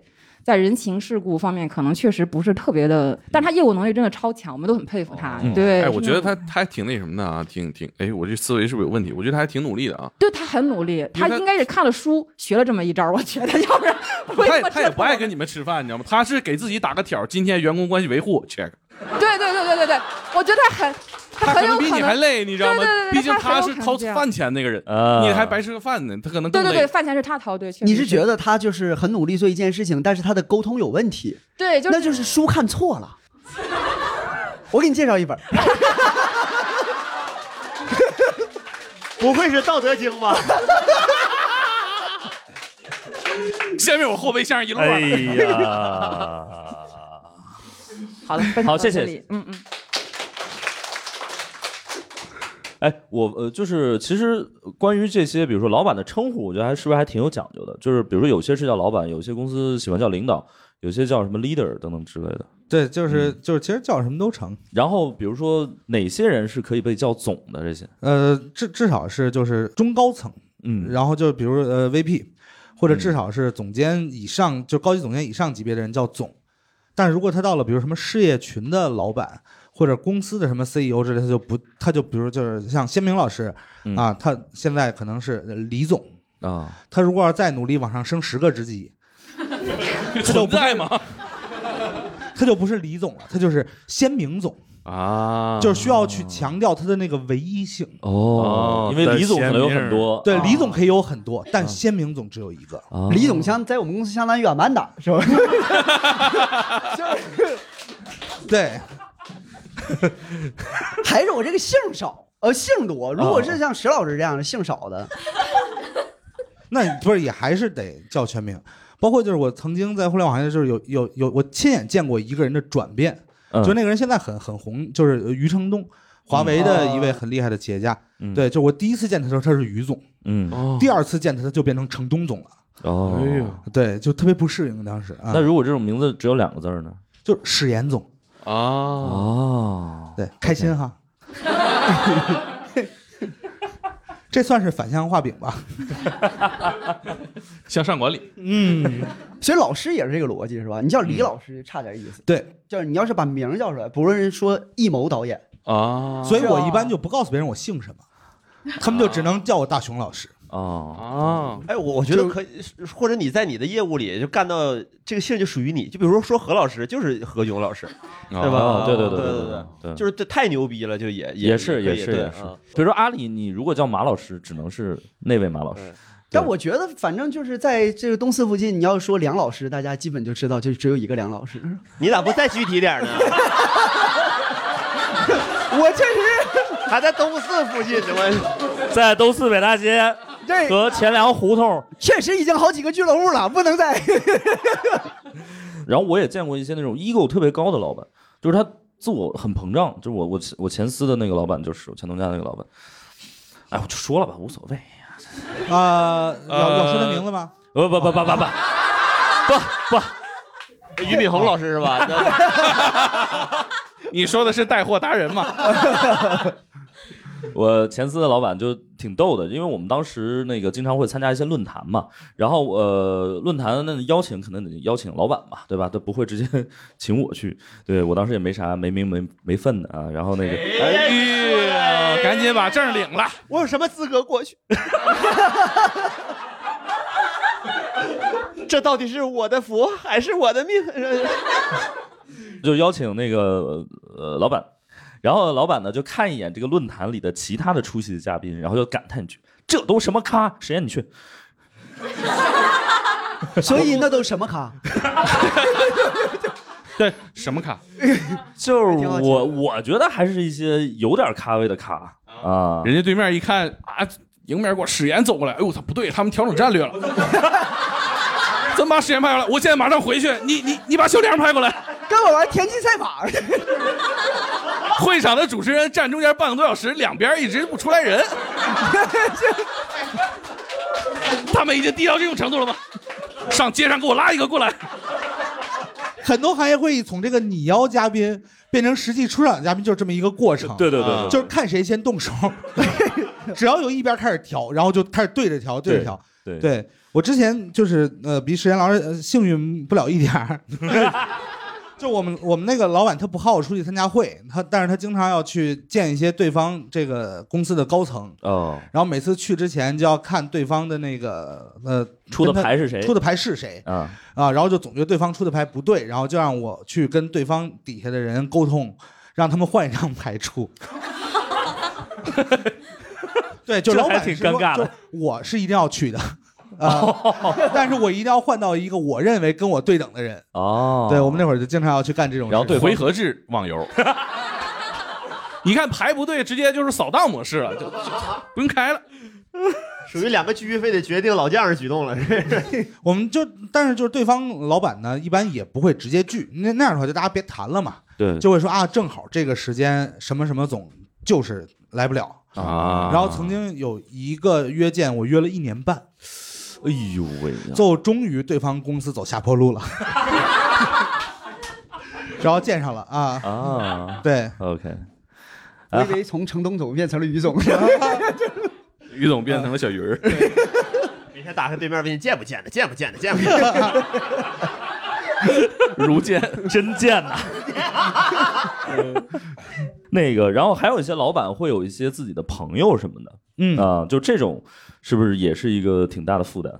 Speaker 12: 在人情世故方面可能确实不是特别的，但他业务能力真的超强，我们都很佩服他。
Speaker 1: 嗯
Speaker 12: 对，
Speaker 8: 哎，我
Speaker 12: 真
Speaker 8: 觉
Speaker 12: 的
Speaker 8: 得他他还挺那什么的啊，挺挺，哎，我这思维是不是有问题？我觉得他还挺努力的 啊。
Speaker 12: 对他很努力，他应该是看了书学了这么一招，我觉得，要不然不会
Speaker 8: 他
Speaker 12: 这
Speaker 8: 也
Speaker 12: 么
Speaker 8: 他也不爱跟你们吃饭，你知道吗？他是给自己打个挑儿，今天员工关系维护 check。
Speaker 12: 对对对对对对，我觉得他很，
Speaker 8: 他
Speaker 12: 很
Speaker 8: 可
Speaker 12: 有
Speaker 8: 能比
Speaker 12: 可
Speaker 8: 你
Speaker 12: 能
Speaker 8: 还累，你知道吗
Speaker 12: 对对对？
Speaker 8: 毕竟
Speaker 12: 他很
Speaker 8: 是
Speaker 12: 有可能
Speaker 8: 掏
Speaker 12: 这样
Speaker 8: 饭钱那个人，
Speaker 1: 啊
Speaker 8: 你还白吃个饭呢，他可能
Speaker 12: 对
Speaker 8: 更
Speaker 12: 对
Speaker 8: 累。
Speaker 12: 对，饭钱是他掏，对，确
Speaker 4: 你
Speaker 12: 实
Speaker 4: 是觉得他就是很努力做一件事情，但是他的沟通有问题，
Speaker 12: 对，就是
Speaker 4: 那就是书看错了。我给你介绍一本，
Speaker 2: 不愧是《道德经》吧？
Speaker 8: 下面我后备箱一摞。
Speaker 1: 哎 呀，
Speaker 12: 好了，分享
Speaker 1: 啊好
Speaker 12: 到
Speaker 1: 谢
Speaker 12: 这
Speaker 1: 谢
Speaker 12: 里嗯嗯。
Speaker 1: 哎，我呃，就是其实关于这些，比如说老板的称呼，我觉得还是不是还挺有讲究的。就是比如说有些是叫老板，有些公司喜欢叫领导，有些叫什么 leader 等等之类的。
Speaker 5: 对，就是就是，其实叫什么都成。
Speaker 1: 然后比如说哪些人是可以被叫总的这些？
Speaker 5: 呃，至至少是就是中高层，
Speaker 1: 嗯，
Speaker 5: 然后就比如呃 VP，或者
Speaker 8: 嗯
Speaker 5: 至少是总监以上，就高级总监以上级别的人叫总。但如果他到了比如什么事业群的老板或者公司的什么 CEO 之类，他就不他就比如就是像先明老师、
Speaker 8: 嗯
Speaker 5: 啊，他现在可能是李总
Speaker 1: 啊，
Speaker 5: 他如果要再努力往上升十个职级，
Speaker 8: 存在吗？
Speaker 5: 他就不是李总了，他就是先明总，
Speaker 8: 啊，
Speaker 5: 就是需要去强调他的那个唯一性。
Speaker 1: 哦因为李总可能有很多，啊
Speaker 5: 对，李总可以有很多，但先明总只有一个。
Speaker 4: 李总相在我们公司相当于远班的是吧？
Speaker 5: 对，
Speaker 4: 还是我这个姓儿少，呃，姓儿多。如果
Speaker 5: 哦
Speaker 4: 是像石老师这样的姓少的，
Speaker 5: 那不是也还是得叫全名？包括就是我曾经在互联网行业，就是有有有我亲眼见过一个人的转变，
Speaker 1: 嗯
Speaker 5: 就那个人现在很很红，就是余承东，华为的一位很厉害的企业家。对，就我第一次见他的时候他是余总，
Speaker 1: 嗯，
Speaker 5: 第二次见他他就变成程东总了。
Speaker 1: 哦，
Speaker 5: 哎呦对，就特别不适应当时啊。
Speaker 1: 那如果这种名字只有两个字儿呢？
Speaker 5: 就史岩总，
Speaker 8: 啊哦，
Speaker 5: 对，开心哈。 这算是反向画饼吧？
Speaker 8: 向上管理，
Speaker 5: 嗯，
Speaker 4: 所以老师也是这个逻辑是吧？你叫李老师差点意思，
Speaker 5: 对，
Speaker 4: 就是你要是把名儿叫出来，不论人说易谋导演，
Speaker 8: 啊
Speaker 5: 所以我一般就不告诉别人我姓什么，他们就只能叫我大熊老师。
Speaker 8: 哦
Speaker 2: 哎，我我觉得可以，或者你在你的业务里就干到这个姓就属于你，就比如说说何老师就是何炅老师，对吧
Speaker 1: 哦？对
Speaker 2: 对
Speaker 1: 对对对
Speaker 2: 对
Speaker 1: 对对
Speaker 2: 就是这太牛逼了，就也
Speaker 1: 也是
Speaker 2: 也
Speaker 1: 也
Speaker 2: 可以
Speaker 1: 是
Speaker 2: 对
Speaker 1: 也是
Speaker 2: 嗯。
Speaker 1: 比如说阿里，你如果叫马老师，只能是那位马老师。
Speaker 4: 但我觉得反正就是在这个东四附近，你要说梁老师，大家基本就知道就只有一个梁老师。
Speaker 2: 你咋不再具体点呢？
Speaker 4: 我确实
Speaker 2: 还在东四附近呢，我
Speaker 1: 在东四北大街
Speaker 4: 对
Speaker 1: 和钱粮胡同，
Speaker 4: 确实已经好几个俱乐部了，不能再
Speaker 1: 然后我也见过一些那种 ego 特别高的老板，就是他自我很膨胀，就是我我我前司的那个老板就是我前东家那个老板，哎，我就说了吧，无所谓。
Speaker 5: 啊，要要说他
Speaker 1: 呃
Speaker 5: 名字吗？
Speaker 1: 不不不不不不不
Speaker 2: 不，俞敏洪老师是吧？
Speaker 3: 你说的是带货达人吗？
Speaker 1: 我前司的老板就挺逗的，因为我们当时那个经常会参加一些论坛嘛，然后呃论坛那邀请可能得邀请老板嘛，对吧？他不会直接 请我去，对我当时也没啥没名没没分的啊，然后那个
Speaker 3: 哎呀，赶紧把证领了。
Speaker 2: 我有什么资格过去？这到底是我的福还是我的命？
Speaker 1: 就邀请那个呃老板，然后老板呢就看一眼这个论坛里的其他的出席的嘉宾，然后就感叹一句：“这都什么咖？谁让 你去
Speaker 4: 所以那都什么咖？
Speaker 3: 对，什么 卡？？”
Speaker 1: 就是我我觉得还是一些 有点咖位的咖啊，
Speaker 3: 人家对面一看啊，迎面给我史岩走过来，哎呦我操，不对，他们调整战略了， 真把史岩派过来，我现在马上回去，你你你把小梁派过来。
Speaker 4: 跟我玩田忌赛马，
Speaker 3: 会场的主持人站中间半个多小时，两边一直不出来人。 他们已经低到这种程度了吗？上街上给我拉一个过来。
Speaker 5: 很多行业会议从这个拟邀嘉宾变成实际出场嘉宾，就是这么一个过程。
Speaker 1: 对对对对对
Speaker 5: 就是看谁先动手， 只要有一边开始调，然后就开始对着调，对着调。
Speaker 1: 对
Speaker 5: 对我之前就是呃，比石岩老师呃幸运不了一点 儿。就我们我们那个老板他不好我出去参加会，他但是他经常要去见一些对方这个公司的高层，
Speaker 1: 哦，
Speaker 5: 然后每次去之前就要看对方的那个呃
Speaker 1: 出的
Speaker 5: 跟他
Speaker 1: 牌是谁
Speaker 5: 出的牌是谁
Speaker 1: 啊
Speaker 5: 啊，然后就总觉得对方出的牌不对，然后就让我去跟对方底下的人沟通，让他们换一张牌出。 对，就
Speaker 1: 这
Speaker 5: 老
Speaker 1: 还
Speaker 5: 板
Speaker 1: 挺
Speaker 5: 是说
Speaker 1: 尴尬的，哦
Speaker 5: 就我是一定要去的。啊，但是我一定要换到一个我认为跟我对等的人。
Speaker 1: 哦，
Speaker 5: 对，我们那会儿就经常要去干这种事，
Speaker 8: 然后对回合制网 游。你看牌不对，直接就是扫荡模式了，就就不用开了。
Speaker 2: 属于两个区非得决定老将是举动了。
Speaker 5: 我们就但是就是对方老板呢，一般也不会直接拒，那那样的话就大家别谈了嘛，
Speaker 1: 对
Speaker 5: 就会说啊，正好这个时间什么什么总就是来不了。
Speaker 1: 啊
Speaker 5: 然后曾经有一个约见，我约了一年半，
Speaker 1: 哎呦喂呀，
Speaker 5: 就终于对方公司走下坡路了， 然后见上了啊
Speaker 1: 啊，
Speaker 5: 对
Speaker 1: ，OK，
Speaker 4: 我以为从城东总变成了于总，
Speaker 8: 于总变成了小鱼儿，
Speaker 2: 明天打开对面 问你见不见的，见不见的，见不见 的。
Speaker 1: 如剑真剑呐、那个，然后还有一些老板会有一些自己的朋友什么的，
Speaker 5: 嗯
Speaker 1: 啊、就这种是不是也是一个挺大的负担？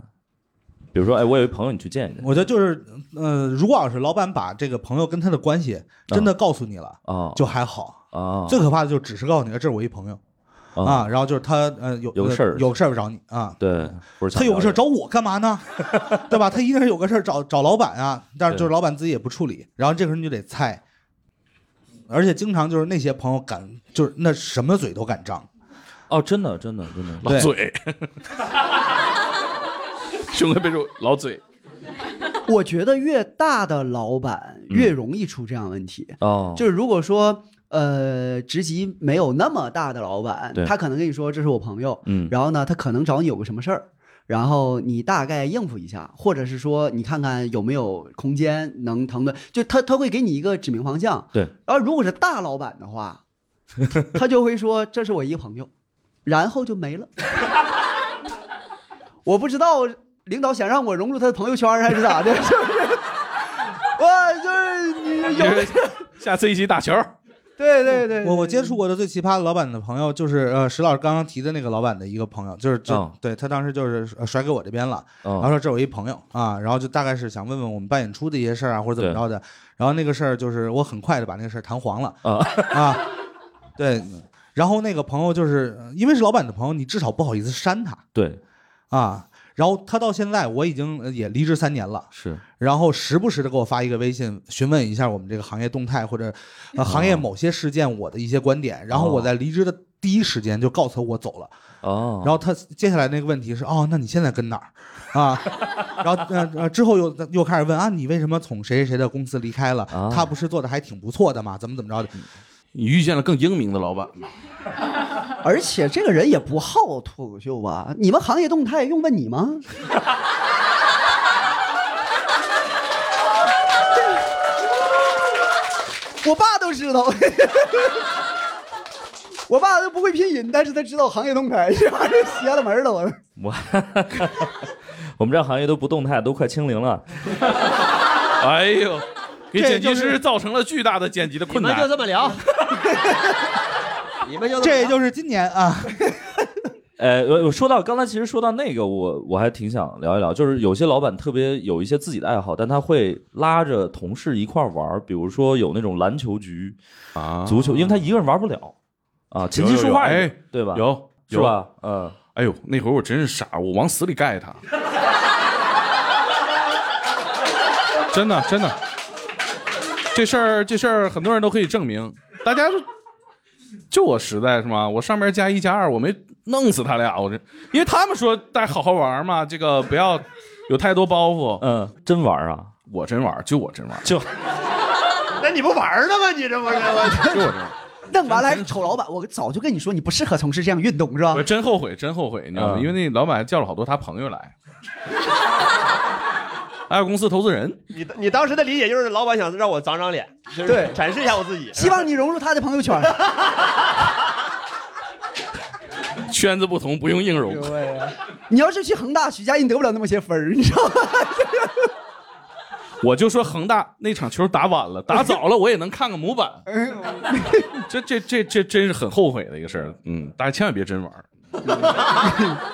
Speaker 1: 比如说，哎，我有一朋友，你去见一见
Speaker 5: 我觉得就是，呃，如果要是老板把这个朋友跟他的关系真的告诉你了，
Speaker 1: 啊，
Speaker 5: 就还好
Speaker 1: 啊，
Speaker 5: 最可怕的就只是告诉你，哎这是我一朋友
Speaker 1: 啊
Speaker 5: 啊，然后就是他呃有
Speaker 1: 有个事儿
Speaker 5: 呃有个事儿找你啊，
Speaker 1: 对，不是
Speaker 5: 他有个事儿
Speaker 1: 儿
Speaker 5: 找我干嘛呢？ 对吧？他一定是有个事儿找找老板啊，但是就是
Speaker 1: 对
Speaker 5: 老板自己也不处理，然后这个时候你就得猜，而且经常就是那些朋友敢就是那什么嘴都敢张，
Speaker 1: 哦，真的，真的，真的，
Speaker 8: 老嘴，胸口被住老嘴，
Speaker 4: 我觉得越大的老板越容易出这样的问题。
Speaker 1: 哦
Speaker 4: 就是如果说呃，职级没有那么大的老板
Speaker 1: 对，
Speaker 4: 他可能跟你说这是我朋友，
Speaker 1: 嗯
Speaker 4: 然后呢，他可能找你有个什么事儿。然后你大概应付一下，或者是说你看看有没有空间能腾的，就他他会给你一个指明方向。
Speaker 1: 对，
Speaker 4: 然后如果是大老板的话，他就会说这是我一个朋友，然后就没了。 我不知道领导想让我融入他的朋友圈还是咋的， 是不是？哇，就是你有
Speaker 8: 下次一起打球。
Speaker 4: 对对对，
Speaker 5: 我我接触过的最奇葩的老板的朋友，就是呃石老师刚刚提的那个老板的一个朋友，就是就、
Speaker 1: 嗯
Speaker 5: 对他当时就是呃甩给我这边了，
Speaker 1: 嗯
Speaker 5: 然后说这有一朋友啊，然后就大概是想问问我们办演出的一些事儿啊或者怎么着的，然后那个事儿就是我很快的把那个事儿谈黄了
Speaker 1: 啊
Speaker 5: 啊，对，然后那个朋友就是呃因为是老板的朋友，你至少不好意思删他
Speaker 1: 对，
Speaker 5: 啊，然后他到现在我已经呃也离职三年了，
Speaker 1: 是
Speaker 5: 然后时不时的给我发一个微信，询问一下我们这个行业动态或者、呃、行
Speaker 8: 哦
Speaker 5: 业某些事件我的一些观点，然后我在离职的第一时间就告诉他我走了。
Speaker 1: 哦，
Speaker 5: 然后他接下来那个问题是哦，那你现在跟哪儿啊？ 然后呃呃之后又又开始问啊，你为什么从谁谁谁的公司离开了？他不是做的还挺不错的嘛？怎么怎么着的？
Speaker 8: 啊嗯你遇见了更英明的老板吗？
Speaker 4: 而且这个人也不好脱口秀吧？你们行业动态用问你吗？ 我爸都知道， 我爸都不会拼音，但是他知道行业动态， 这玩意儿邪了门了。我
Speaker 1: 我我们这行业都不动态，都快清零 了。
Speaker 8: 哎呦，给
Speaker 1: 这
Speaker 8: 剪辑
Speaker 1: 就是
Speaker 8: 师造成了巨大的剪辑的困
Speaker 2: 你
Speaker 8: 难。
Speaker 2: 们就这么聊， 你们就
Speaker 5: 这就是今年啊，
Speaker 1: 呃，我我说到刚才，其实说到那个，我我还挺想聊一聊，就是有些老板特别有一些自己的爱好，但他会拉着同事一块儿玩儿，比如说有那种篮球局、
Speaker 8: 啊
Speaker 1: 足球，因为他一个人玩不了啊，琴棋
Speaker 8: 有有
Speaker 1: 书
Speaker 8: 有
Speaker 1: 画也
Speaker 8: 哎，
Speaker 1: 对吧？
Speaker 8: 有，
Speaker 1: 是吧？
Speaker 8: 嗯，哎呦，那会儿我真是傻，我往死里盖他， 真的真的，这事儿这事儿很多人都可以证明，大家就就我实在是吗？我上边加一加二，我没弄死他俩，我这因为他们说大家好好玩嘛，这个不要有太多包袱，
Speaker 1: 嗯，真玩啊，
Speaker 8: 我真玩，就我真玩，
Speaker 1: 就
Speaker 2: 那你不玩呢吗？你这不是
Speaker 8: 就我
Speaker 2: 我
Speaker 8: 这样。
Speaker 4: 弄完了还瞅老板，我早就跟你说你不适合从事这样运动是吧
Speaker 8: 我？真后悔，真后悔，你知道吗？
Speaker 1: 嗯
Speaker 8: 因为那老板叫了好多他朋友来， 还有公司投资人。
Speaker 2: 你你当时的理解就是老板想让我长长脸，就是
Speaker 4: 对
Speaker 2: 展示一下我自己。
Speaker 4: 希望你融入他的朋友圈。
Speaker 8: 圈子不同，不用硬融。
Speaker 4: 你要是去恒大，许家印得不了那么些分儿，你知道吗？
Speaker 8: 我就说恒大那场球打晚了，打早了我也能看个模板。这这这这真是很后悔的一个事儿。嗯，大家千万别真玩儿。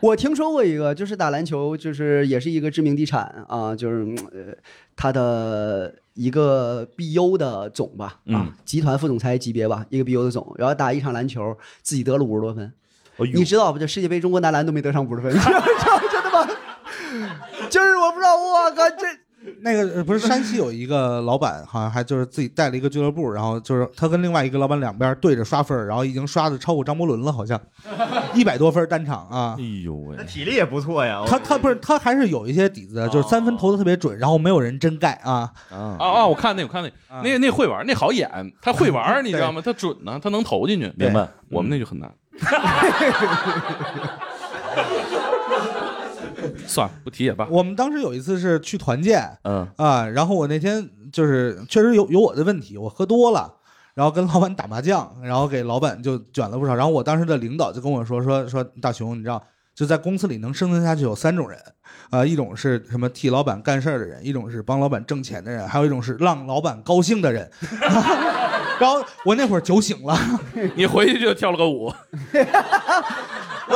Speaker 4: 我听说过一个，就是打篮球，就是也是一个知名地产啊，就是嗯呃，他的一个 BU 的总吧，啊
Speaker 1: 嗯，
Speaker 4: 集团副总裁级别吧，一个 BU 的总，然后打一场篮球，自己得了五十多分。
Speaker 1: 哎呦
Speaker 4: 你知道不？这世界杯中国男篮都没得上五十分， 真的吗？就是我不知道，我靠，这
Speaker 5: 那个呃不是山西有一个老板，好像还就是自己带了一个俱乐部，然后就是他跟另外一个老板两边对着刷分儿，然后已经刷的超过张伯伦了，好像一百多分儿单场啊。
Speaker 1: 哎呦喂，
Speaker 2: 体力也不错呀。
Speaker 5: 他他不是他还是有一些底子的，就是三
Speaker 2: 哦
Speaker 5: 分投的特别准，然后没有人真盖啊。
Speaker 1: 啊
Speaker 8: 啊！我看那，我看那，那那会玩，那好演，他会玩，你知道吗？他准呢，他能投进去。
Speaker 1: 明白？
Speaker 8: 我们那就很难。算了，不提也罢。
Speaker 5: 我们当时有一次是去团建，
Speaker 1: 嗯
Speaker 5: 啊，然后我那天就是确实有有我的问题，我喝多了，然后跟老板打麻将，然后给老板就卷了不少。然后我当时的领导就跟我说说说大熊，你知道就在公司里能生存下去有三种人，啊、一种是什么替老板干事儿的人，一种是帮老板挣钱的人，还有一种是让老板高兴的人。 然后我那会儿酒醒了，
Speaker 8: 你回去就跳了个舞，
Speaker 5: 我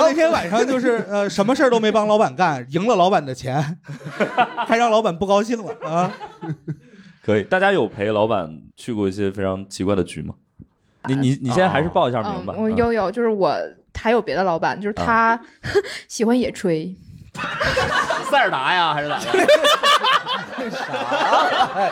Speaker 5: 那天晚上就是呃，什么事儿都没帮老板干，赢了老板的钱，还让老板不高兴了啊！
Speaker 1: 可以。大家有陪老板去过一些非常奇怪的局吗？你你
Speaker 8: 哎
Speaker 1: 你现在
Speaker 8: 啊
Speaker 1: 还是报一下名吧。
Speaker 11: 我
Speaker 1: 嗯
Speaker 11: 悠悠就是我还有别的老板，就是他、 喜欢野炊，
Speaker 2: 塞尔达呀，还是咋的？啊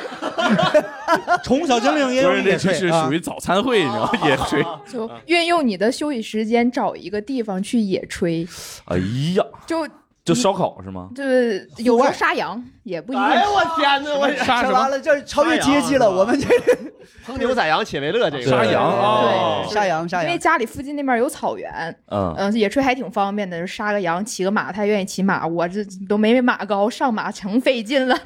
Speaker 5: 宠物小精灵也
Speaker 8: 不
Speaker 5: 有
Speaker 8: 是
Speaker 5: 野
Speaker 8: 那就
Speaker 5: 炊
Speaker 8: 是
Speaker 5: 啊哦
Speaker 8: 属于早餐会，你知道吗？野炊。
Speaker 11: 就运用你的休息时间找一个地方去野炊，
Speaker 1: 哎呀，
Speaker 11: 就
Speaker 1: 就烧烤是吗？
Speaker 11: 就是有时候杀羊也不一定。
Speaker 2: 哎呦我天哪！我
Speaker 4: 完了，这超越
Speaker 1: 啊
Speaker 4: 阶级了，我 们这
Speaker 2: 烹牛宰羊且为乐，这个
Speaker 1: 杀羊哦
Speaker 11: 对
Speaker 4: 杀羊杀
Speaker 11: 因
Speaker 4: 羊
Speaker 11: 为，家里附近那边有草原，
Speaker 1: 嗯
Speaker 11: 嗯，野炊还挺方便的，杀个羊，骑个马，他愿意骑马，我这都没马高，上马成费劲了。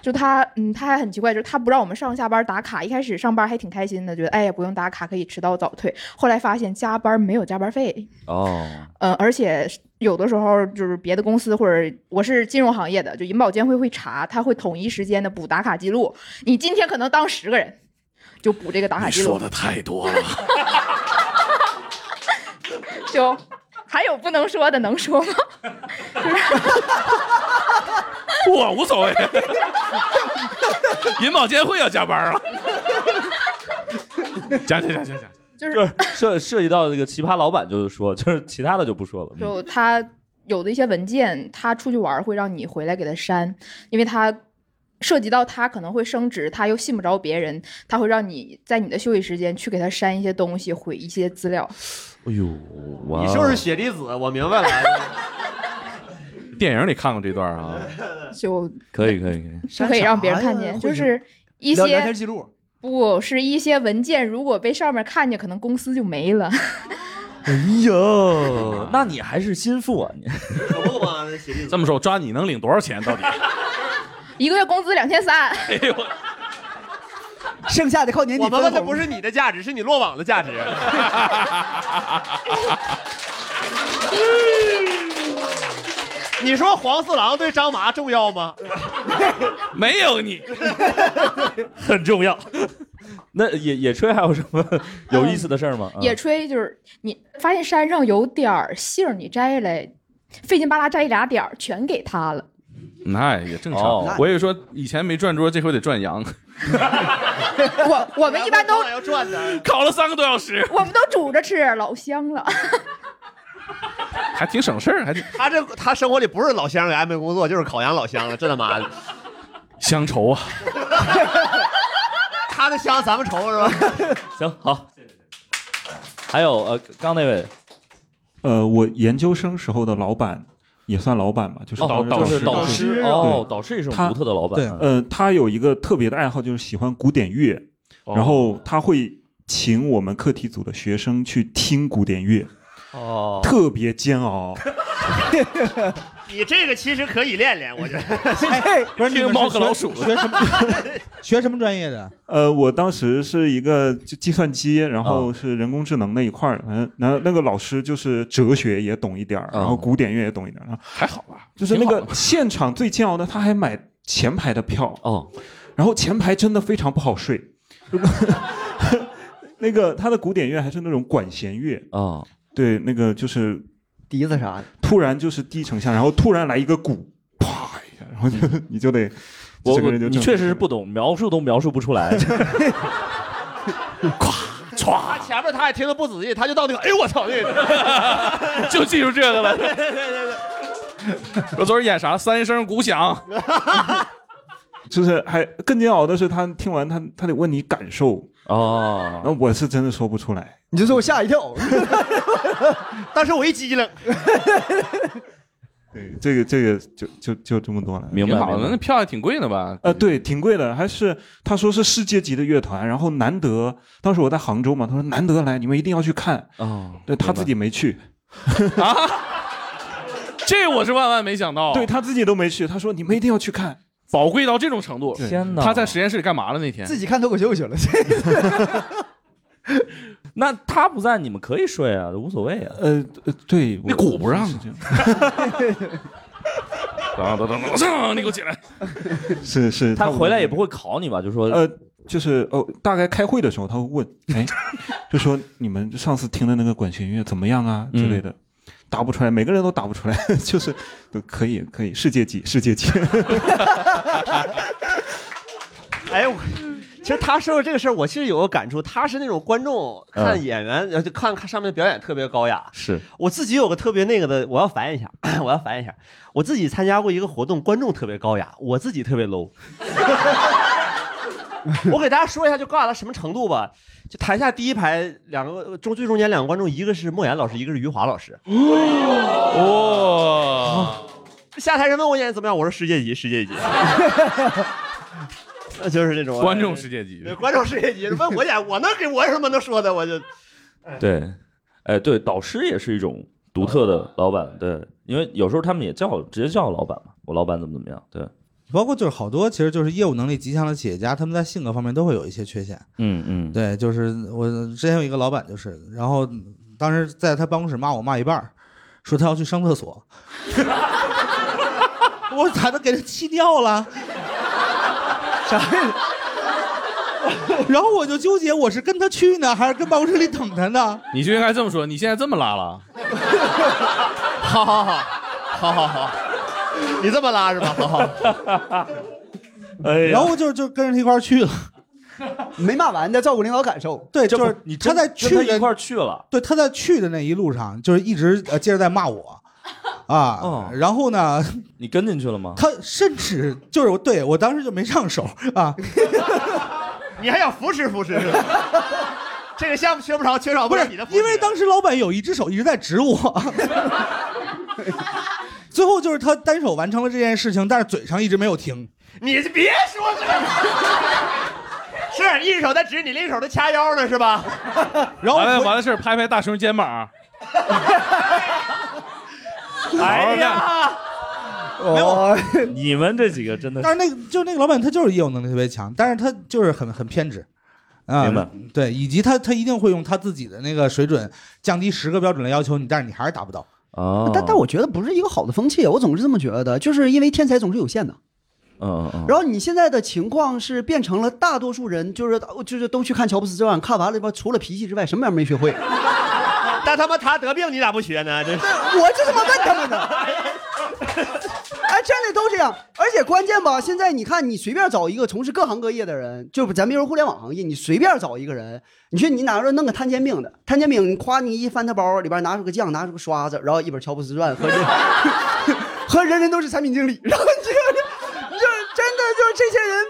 Speaker 11: 就他，嗯，他还很奇怪，就是他不让我们上下班打卡。一开始上班还挺开心的，觉得哎呀不用打卡，可以迟到早退。后来发现加班没有加班费，
Speaker 1: 哦，
Speaker 11: 嗯，而且有的时候就是别的公司或者我是金融行业的，就银保监会会查，他会统一时间的补打卡记录。你今天可能当十个人，就补这个打卡
Speaker 8: 你
Speaker 11: 记录。
Speaker 8: 说的太多了，
Speaker 11: 就还有不能说的，能说吗？
Speaker 8: 我无所谓。 银保监会要加班 啊！加加加加加！
Speaker 1: 就是涉涉及到这个奇葩老板，就是说，就是其他的就不说了。嗯
Speaker 11: 就他有的一些文件，他出去玩儿会让你回来给他删，因为他涉及到他可能会升职，他又信不着别人，他会让你在你的休息时间去给他删一些东西，毁一些资料。
Speaker 1: 哎呦，哇
Speaker 2: 你是不是血滴子？我明白了，
Speaker 8: 电影里看过这段啊，
Speaker 11: 就
Speaker 1: 可以可以可以。
Speaker 11: 不可以让别人看见，就是一些
Speaker 4: 聊天记录。
Speaker 11: 不是一些文件，如果被上面看见，可能公司就没了。
Speaker 1: 哎呦，那你还是心腹啊你。
Speaker 2: 可不嘛，那血滴子。
Speaker 8: 这么说，我抓你能领多少 钱？到底？
Speaker 11: 一个月工资两千三，
Speaker 8: 哎呦，
Speaker 4: 剩下的靠年底
Speaker 2: 我们问的
Speaker 4: 分红
Speaker 2: 不是你的价值，是你落网的价值。 你说黄四郎对张麻重要吗？
Speaker 8: 没有你，
Speaker 1: 很重要。那野野炊还有什么有意思的事儿
Speaker 8: 嗯
Speaker 1: 吗？啊
Speaker 11: 野炊就是你发现山上有点儿杏儿，你摘下来，费劲巴拉摘一俩点儿，全给他了。
Speaker 8: 那也正
Speaker 1: 哦
Speaker 8: 常。我也说以前没转桌，这回得转羊，
Speaker 11: 我我们一般都
Speaker 2: 要赚的，
Speaker 8: 烤了三个多小时，
Speaker 11: 我们都煮着吃，老香了。
Speaker 8: 还挺省事儿，还挺
Speaker 2: 他这他生活里不是老乡给安排工作，就是烤羊老乡了，这他妈的，
Speaker 8: 乡愁啊。
Speaker 2: 他的香咱们愁是吧？
Speaker 1: 行好。还有呃，刚那位
Speaker 7: 呃，我研究生时候的老板也算老板吧，就是导、
Speaker 1: 哦
Speaker 7: 导
Speaker 1: 就是
Speaker 7: 师
Speaker 1: 导师哦，导师也是种独特的老板。
Speaker 5: 对
Speaker 1: 嗯
Speaker 7: 呃，他有一个特别的爱好，就是喜欢古典乐，
Speaker 1: 哦
Speaker 7: 然后他会请我们课题组的学生去听古典乐，
Speaker 1: 哦，
Speaker 7: 特别煎 熬。
Speaker 2: 你这个其实可以练练，我觉得。哎
Speaker 5: 不是你们
Speaker 8: 听
Speaker 5: 是
Speaker 8: 猫和
Speaker 5: 学
Speaker 8: 老鼠
Speaker 5: 学 什么学什么专业的？
Speaker 7: 呃，我当时是一个就计算机，然后是人工智能那一块儿，嗯，然后那个老师就是哲学也懂一点儿，然后古典乐也懂一点儿，然后
Speaker 8: 还好吧，
Speaker 7: 就是那
Speaker 8: 挺
Speaker 7: 个
Speaker 8: 好的
Speaker 7: 现场最煎熬的，他还买前排的票
Speaker 1: 哦，
Speaker 7: 然后前排真的非常不好睡。 如果那个他的古典乐还是那种管弦乐，
Speaker 1: 哦，
Speaker 7: 对，那个就是
Speaker 4: 笛子啥的，
Speaker 7: 突然就是低沉下，然后突然来一个鼓，啪一下，然后就你就得
Speaker 1: 我
Speaker 7: 这个
Speaker 1: 我
Speaker 7: 人就
Speaker 1: 你
Speaker 7: 正
Speaker 1: 确实是不懂，描述都描述不出来。
Speaker 2: 歘，前面他也听得不仔细，他就到那个，哎呦我操，那 个
Speaker 3: 就记住这个了
Speaker 2: 对 对对对。
Speaker 3: 我昨儿演啥？三声鼓响。
Speaker 7: 就是还更煎熬的是，他听完他他得问你感受
Speaker 1: 哦，
Speaker 7: 那我是真的说不出来。
Speaker 4: 你就说我吓一跳，
Speaker 2: 当时我一激灵，
Speaker 7: 对， 这个这个就就就这么多了。
Speaker 3: 明白挺好的明白那票还挺贵的吧？
Speaker 7: 呃，对，挺贵的，还是他说是世界级的乐团，然后难得，当时我在杭州嘛，他说难得来，你们一定要去看。
Speaker 1: 哦，
Speaker 7: 对他自己没去，
Speaker 3: 啊这我是万万没想到，
Speaker 7: 对他自己都没去，他说你们一定要去 看，
Speaker 3: 宝贵到这种程度。
Speaker 7: 对天
Speaker 3: 哪！他在实验室里干嘛了那天？
Speaker 4: 自己看脱口秀去了。
Speaker 1: 那他不在，你们可以睡啊，无所谓啊。
Speaker 7: 呃，对，
Speaker 1: 那鼓不让
Speaker 7: 啊。
Speaker 3: 等等等，上，嗯你给我起来。
Speaker 7: 是是，
Speaker 1: 他回来也不
Speaker 7: 会
Speaker 1: 考你吧？就说
Speaker 7: 呃，就是哦，大概开会的时候他会问，哎， 就说你们上次听的那个管弦乐怎么样啊
Speaker 1: 嗯
Speaker 7: 之类的，答不出来，每个人都答不出来， 就是都可以可以，世界级世界级。
Speaker 2: 哎我。其实他说的这个事儿，我其实有个感触，他是那种观众
Speaker 1: 嗯
Speaker 2: 看演员，呃就看看上面的表演特别高雅。
Speaker 1: 是
Speaker 2: 我自己有个特别那个的，我要烦一下， 我要烦一下。我自己参加过一个活动，观众特别高雅，我自己特别 low。我给大家说一下，就高雅到什么程度吧。就台下第一排两个中最中间两个观众，一个是莫言老师，一个是余华老师。
Speaker 3: 哎哦，
Speaker 2: 下台人问我演得怎么样，我说世界级，世界级。 那就是这种
Speaker 3: 观众世界级。
Speaker 2: 对观众世界级，问我演，我能给我有什么能说的？我就
Speaker 1: 对，哎，对，导师也是一种独特
Speaker 3: 嗯
Speaker 1: 的老板，对，因为有时候他们也叫直接叫老板嘛，我老板怎么怎么样，对，
Speaker 5: 包括就是好多其实就是业务能力极强的企业家，他们在性格方面都会有一些缺陷。
Speaker 1: 嗯嗯，
Speaker 5: 对，就是我之前有一个老板，就是，然后当时在他办公室骂我骂一半儿，说他要去上厕所， 我咋能给他气尿了？啥呀？ 然后我就纠结，我是跟他去呢，还是跟办公室里等他呢？
Speaker 3: 你就应该这么说，你现在这么拉了，
Speaker 2: 好好好，好好好，你这么拉是吧？好好。
Speaker 1: 哎
Speaker 5: 然后就就跟着他一块儿去了，
Speaker 4: 没骂完的，照顾领导感受。
Speaker 5: 对，就是他在去的
Speaker 1: 块去了，
Speaker 5: 对，他在去的那一路上，就是一直呃接着在骂我，啊，然后呢，
Speaker 1: 哦你跟进去了吗？
Speaker 5: 他甚至就是我对我当时就没上手 啊，
Speaker 2: 你还想扶持扶持？ 这个项目缺不着，缺少
Speaker 5: 不
Speaker 2: 了
Speaker 5: 是
Speaker 2: 你的扶持。
Speaker 5: 因为当时老板有一只手一直在指 我，最后就是他单手完成了这件事情，但是嘴上一直没有停。
Speaker 2: 你别说这个，是一只手在指你，另一手在掐腰呢，是 吧？
Speaker 5: 然
Speaker 3: 后完了完了事儿拍拍大熊肩膀，
Speaker 2: 哎呀，
Speaker 5: 没有，
Speaker 1: 你们这几个真的
Speaker 5: 但是那个就那个老板他就是业务能力特别强，但是他就是很很偏执。啊、
Speaker 1: 明白
Speaker 5: 对，以及他他一定会用他自己的那个水准降低十个标准来要求你，但是你还是达不到。
Speaker 1: 哦
Speaker 4: 但但我觉得不是一个好的风气，我总是这么觉得，就是因为天才总是有限的。
Speaker 1: 嗯嗯，
Speaker 4: 然后你现在的情况是变成了大多数人就是就是都去看乔布斯这玩意儿，看完了吧，除了脾气之外什么也没学会。
Speaker 2: 但他妈他得病，你咋不学呢？这是
Speaker 4: 我就这么问他们 的。哎，真的都这样，而且关键吧，现在你看，你随便找一个从事各行各业的人，就不咱别说互联网行业，你随便找一个人，你去你哪说弄个摊煎饼的，摊煎饼，你夸你一翻他包里边拿出个酱，拿出个刷子，然后一本《乔布斯传》和这和人人都是产品经理， 然后你就你就真的就是这些人，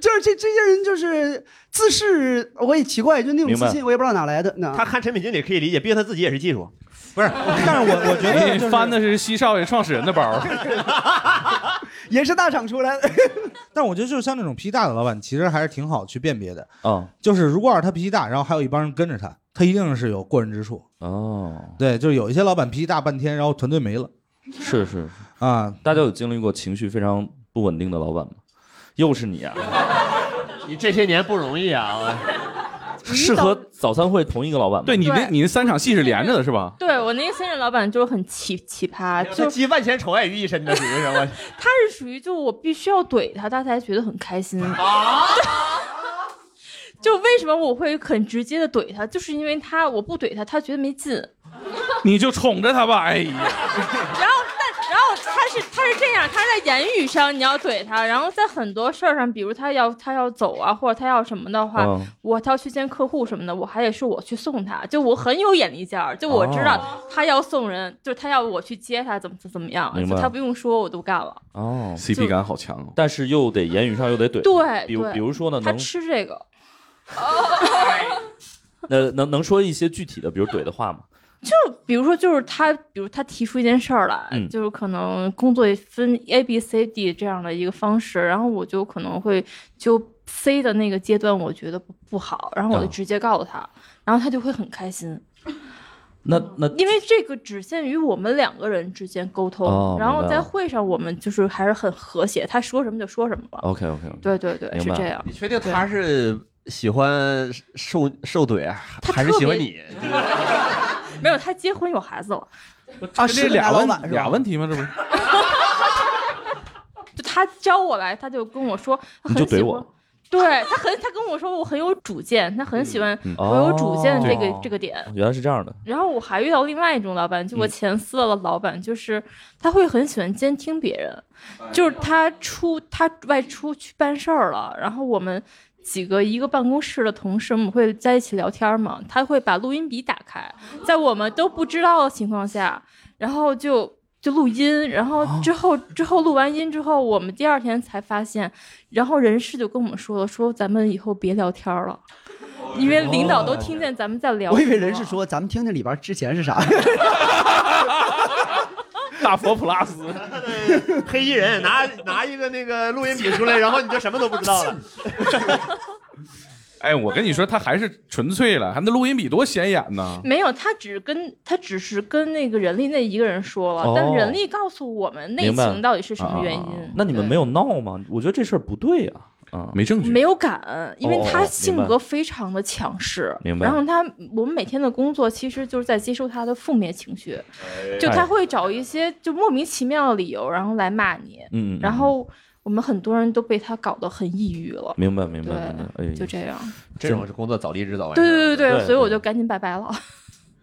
Speaker 4: 就是这这些人就是自视，我也奇怪，就那种
Speaker 2: 明白
Speaker 4: 自信，我也不知道哪来的呢。
Speaker 2: 他看产品经理可以理解，毕竟他自己也是技术。
Speaker 5: 不是，但是我我觉得
Speaker 3: 你翻的是西少爷创始人的包，
Speaker 4: 也是大厂出来的。
Speaker 5: 但我觉得就是像那种脾气大的老板，其实还是挺好去辨别的。
Speaker 1: 嗯，
Speaker 5: 就是如果要是他脾气大，然后还有一帮人跟着他，他一定是有过人之处。
Speaker 1: 哦，
Speaker 5: 对，就是有一些老板脾气大半天，然后团队没了。
Speaker 3: 嗯
Speaker 1: 是是
Speaker 5: 啊，
Speaker 1: 大家有经历过情绪非常不稳定的老板吗？又是你啊，
Speaker 2: 你这些年不容易啊！
Speaker 1: 适合早餐会同一个老板吗？
Speaker 3: 对你那
Speaker 1: 那
Speaker 3: 对你那三场戏是连着的是吧？
Speaker 9: 对我那个新人老板就很奇奇葩，
Speaker 2: 这
Speaker 9: 就
Speaker 2: 集万千宠爱于一身的，属于什么？
Speaker 9: 他是属于就我必须要怼他，他才觉得很开心。
Speaker 2: 啊
Speaker 9: 就为什么我会很直接的怼他，就是因为他我不怼他，他觉得没劲。
Speaker 3: 你就宠着他吧，哎呀，
Speaker 9: 然后但然后他是他是这样，他在言语上你要怼他，然后在很多事儿上，比如他要他要走啊，或者他要什么的话，
Speaker 13: 嗯
Speaker 9: 我他要去见客户什么的，我还得是我去送他，就我很有眼力见儿，就我知道
Speaker 1: 哦
Speaker 9: 他要送人，就他要我去接他，怎么怎么样，
Speaker 1: 明白
Speaker 9: 就他不用说我都干了。
Speaker 1: 哦
Speaker 9: CP 感
Speaker 1: 好强哦，但是又得言语上又得怼，
Speaker 9: 对，
Speaker 1: 比如
Speaker 9: 对
Speaker 1: 比如说呢，
Speaker 9: 他
Speaker 1: 能
Speaker 9: 吃这个，
Speaker 1: 呃能能说一些具体的，比如怼的话吗？
Speaker 9: 就比如说，就是他，比如他提出一件事儿来，
Speaker 1: 嗯
Speaker 9: 就是可能工作分 A、B、C、D 这样的一个方式，然后我就可能会就 C 的那个阶段，我觉得不不好，然后我就
Speaker 1: 啊
Speaker 9: 直接告诉他，然后他就会很开心，
Speaker 1: 那那
Speaker 9: 因为这个只限于我们两个人之间沟通，
Speaker 1: 哦
Speaker 9: 然后
Speaker 1: 明白
Speaker 9: 在
Speaker 1: 了
Speaker 9: 会上我们就是还是很和谐，他说什么就说什么了。
Speaker 1: OK OK OK，
Speaker 9: 对对对，
Speaker 2: 明
Speaker 9: 是
Speaker 2: 白
Speaker 9: 这样。
Speaker 2: 你确定他是喜欢受受怼啊，
Speaker 9: 他
Speaker 2: 还是
Speaker 9: 特
Speaker 2: 喜 欢
Speaker 9: 别
Speaker 2: 你？
Speaker 9: 没有，他结婚有孩 子了。
Speaker 8: 啊
Speaker 9: 是
Speaker 8: 这俩
Speaker 9: 个大老板是吧
Speaker 8: 问俩问题吗？这不是
Speaker 9: 就他教我来，他就跟我说， 他
Speaker 8: 你
Speaker 9: 很
Speaker 8: 就怼
Speaker 9: 喜
Speaker 8: 我
Speaker 9: 欢。对他很，他跟我说我很有主见，他很喜欢
Speaker 1: 嗯
Speaker 9: 我有主见这个、
Speaker 1: 哦
Speaker 9: 这个点。
Speaker 1: 原来是这样的，
Speaker 9: 然后我还遇到另外一种老板，就我
Speaker 1: 嗯
Speaker 9: 前司的老板，就是他会很喜欢监听别人，就是他出他外出去办事儿了，然后我们几个一个办公室的同事，我们会在一起聊天嘛，他会把录音笔打开，在我们都不知道的情况下，然后就。就录音，然后
Speaker 4: 哦
Speaker 9: 之后之后录完音之后，我们第二天才发现，然后人事就跟我们说了，说咱们以后别聊天了，因为领导都听见咱们在聊。
Speaker 4: 哦我以为人是说咱们听听里边之前是啥，
Speaker 8: 大佛普拉斯，
Speaker 2: 黑衣人拿拿一个那个录音笔出来，然后你就什么都不知 道了。
Speaker 8: 哎，我跟你说，他还是纯粹了，还那录音笔多显眼 呢。
Speaker 9: 没有，他只跟他只是跟那个人力那一个人说了，
Speaker 1: 哦
Speaker 9: 但人力告诉我们内
Speaker 1: 明白
Speaker 9: 情到底是什么原因，
Speaker 1: 啊啊啊那你们没有闹吗？我觉得这事儿不对呀，啊，
Speaker 8: 没证
Speaker 9: 没有敢，因为
Speaker 1: 哦哦
Speaker 9: 他
Speaker 1: 明
Speaker 9: 性
Speaker 1: 白
Speaker 9: 格非常的强势。
Speaker 1: 明白
Speaker 9: 然后他，我们每天的工作其实就是在接收他的负面情绪，就
Speaker 1: 哎
Speaker 9: 他会找一些就莫名其妙的理由，然后来骂你。
Speaker 1: 嗯嗯嗯
Speaker 9: 然后我们很多人都被他搞得很抑郁了。
Speaker 1: 明白明白
Speaker 9: 对
Speaker 1: 明白，哎
Speaker 9: 就这样。
Speaker 2: 这种是工作早离职早完事
Speaker 9: 对
Speaker 2: 儿。
Speaker 9: 对对
Speaker 1: 对对
Speaker 9: 所以我就赶紧拜拜了。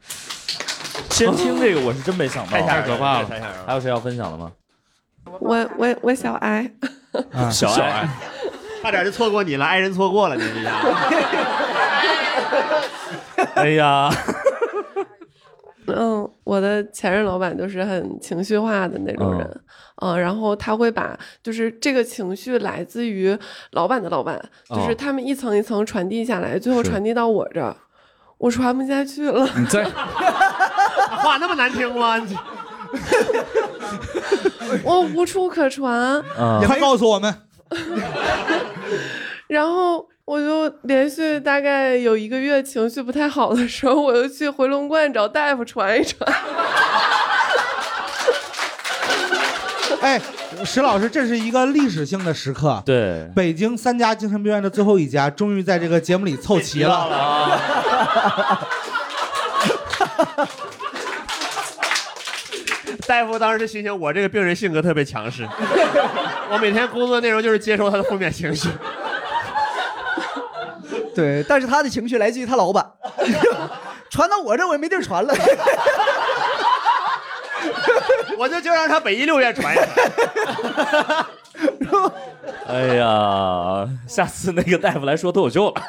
Speaker 1: 先听这个，我是真没想到，
Speaker 2: 太吓人了
Speaker 1: 可怕了
Speaker 2: 太吓人。了
Speaker 1: 还有谁要分享的吗？
Speaker 14: 我我我小哀，
Speaker 1: 小
Speaker 2: 啊小
Speaker 1: 爱，
Speaker 2: 差点就错过你了，爱人错过了，你这下。
Speaker 1: 哎呀，
Speaker 14: 嗯，我的前任老板就是很情绪化的那种人，嗯、然后他会把就是这个情绪来自于老板的老板，就是
Speaker 8: 哦
Speaker 14: 他们一层一层传递下来，最后
Speaker 8: 是
Speaker 14: 传递到我这儿，我传不下去了。
Speaker 8: 你在
Speaker 2: 话那么难听吗？
Speaker 14: 我无处可传，
Speaker 5: 啊快告诉我们，
Speaker 14: 然后我就连续大概有一个月情绪不太好的时候，我就去回龙观找大夫传一传。
Speaker 5: 哎，石老师，这是一个历史性的时刻。啊
Speaker 1: 对，
Speaker 5: 北京三家精神病院的最后一家，终于在这个节目里凑齐了。
Speaker 2: 大夫当时心想，我这个病人性格特别强势，我每天工作内容就是接收他的负面情绪。
Speaker 4: 对，但是他的情绪来自于他老板， 传到我这我也没地儿传了。
Speaker 2: 我就就让他北医六院传一 传。
Speaker 1: 哎呀，下次那个大夫来说脱口秀了。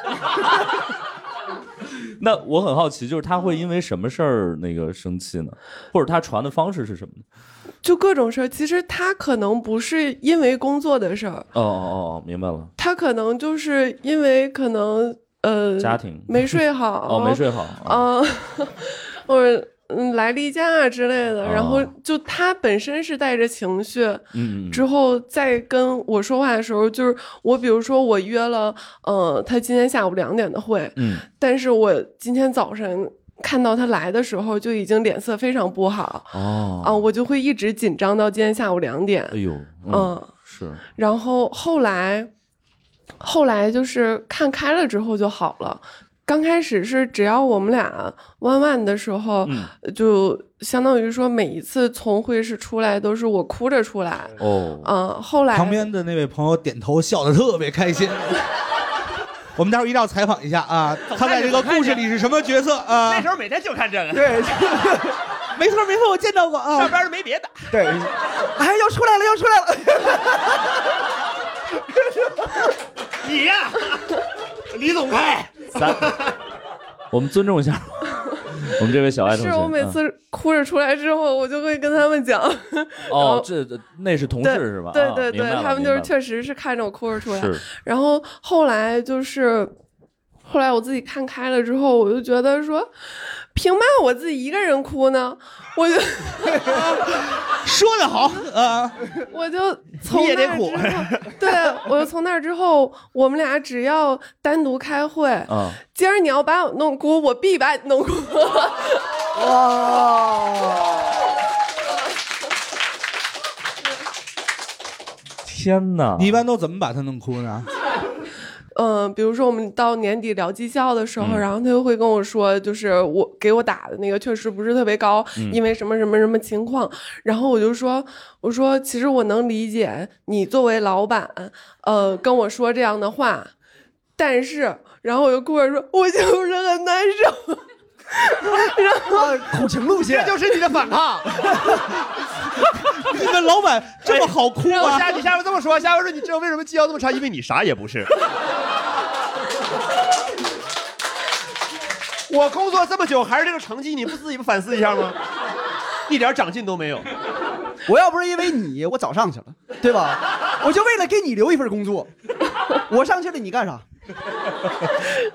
Speaker 1: 那我很好奇，就是他会因为什么事儿那个生气呢？或者他传的方式是什么呢？
Speaker 14: 就各种事儿，其实他可能不是因为工作的事儿，
Speaker 1: 哦哦哦哦，明白了。
Speaker 14: 他可能就是因为可能呃
Speaker 1: 家庭
Speaker 14: 没睡好，
Speaker 1: 哦，没睡好。
Speaker 14: 啊，或者嗯来例假啊之类的，
Speaker 1: 哦
Speaker 14: 然后就他本身是带着情绪，
Speaker 1: 嗯，
Speaker 14: 之后再跟我说话的时候，就是我比如说我约了呃他今天下午两点的会，
Speaker 1: 嗯，
Speaker 14: 但是我今天早晨看到他来的时候就已经脸色非常不好。
Speaker 1: 哦，
Speaker 14: 啊，我就会一直紧张到今天下午两点。
Speaker 1: 哎呦，
Speaker 14: 嗯
Speaker 1: 是
Speaker 14: 然后后来，后来就是看开了之后就好了。刚开始是只要我们俩弯弯的时候，就相当于说每一次从会室出来都是我哭着出来。
Speaker 1: 哦，
Speaker 14: 嗯，后来
Speaker 5: 旁边的那位朋友点头，笑得特别开心。 我们待会儿一定要采访一下啊，他在这个故事里是什么角色啊？
Speaker 2: 那时候每天就看这个。
Speaker 4: 对，
Speaker 13: 没错没错，我见到过 啊。
Speaker 2: 上边儿没别的，
Speaker 13: 对，哎，要出来了，要出来了。
Speaker 2: 你呀，李总开，
Speaker 1: 咱我们尊重一下，我们这位小爱同
Speaker 14: 是
Speaker 1: 学。
Speaker 14: 我每
Speaker 1: 啊
Speaker 14: 次哭着出来之后，我就会跟他们讲，
Speaker 1: 哦，这那是同
Speaker 14: 对
Speaker 1: 事是吧？
Speaker 14: 对
Speaker 1: 啊
Speaker 14: 对
Speaker 1: 明白
Speaker 14: 对，
Speaker 1: 了
Speaker 14: 他们就是
Speaker 1: 明白了
Speaker 14: 确实是看着我哭着出来
Speaker 1: 是。
Speaker 14: 然后后来就是，后来我自己看开了之后，我就觉得说，凭嘛我自己一个人哭呢？我就
Speaker 13: 说的好，呃，
Speaker 14: 我就从
Speaker 13: 你也得
Speaker 14: 那
Speaker 13: 苦
Speaker 14: 之后，对我从那之后，我们俩只要单独开会，
Speaker 1: 啊，
Speaker 14: 今儿你要把我弄哭，我必把你弄哭。 哇！
Speaker 1: 天哪！
Speaker 5: 你一般都怎么把他弄哭呢？
Speaker 14: 嗯，比如说我们到年底聊绩效的时候，
Speaker 5: 嗯
Speaker 14: 然后他就会跟我说，就是我给我打的那个确实不是特别高，
Speaker 15: 嗯
Speaker 14: 因为什么什么什么情况。然后我就说，我说其实我能理解你作为老板，呃，跟我说这样的话，但是，然后我就哭着说，我就是很难受。 然后
Speaker 13: 呃苦情路线，
Speaker 14: 这就是你的反抗。
Speaker 13: 你们老板这么好哭啊
Speaker 14: 吗
Speaker 2: 哎下你下回这么说，下回说你知道为什么绩效这么差？因为你啥也不是。我工作这么久还是这个成绩，你不自己不反思一下吗？一点长进都没有。
Speaker 13: 我要不是因为你，我早上去了，对吧？我就为了给你留一份工作，我上去了，你干啥？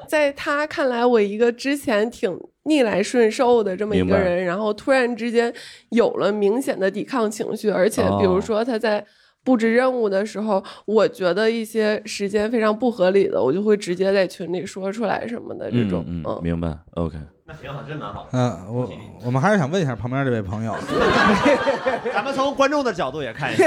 Speaker 14: 在他看来，我一个之前挺逆来顺受的这么一
Speaker 13: 明
Speaker 14: 个
Speaker 13: 白
Speaker 14: 人，然后突然之间有了明显的抵抗情绪，而且
Speaker 13: 哦
Speaker 14: 比如说他在布置任务的时候，我觉得一些时间非常不合理的，我就会直接在群里说出来什么的这种。
Speaker 1: 嗯嗯，明白。OK，
Speaker 2: 那挺好，真蛮好。
Speaker 5: 嗯、我我们还是想问一下旁边这位 朋友，
Speaker 2: 咱们从观众的角度也 看一下，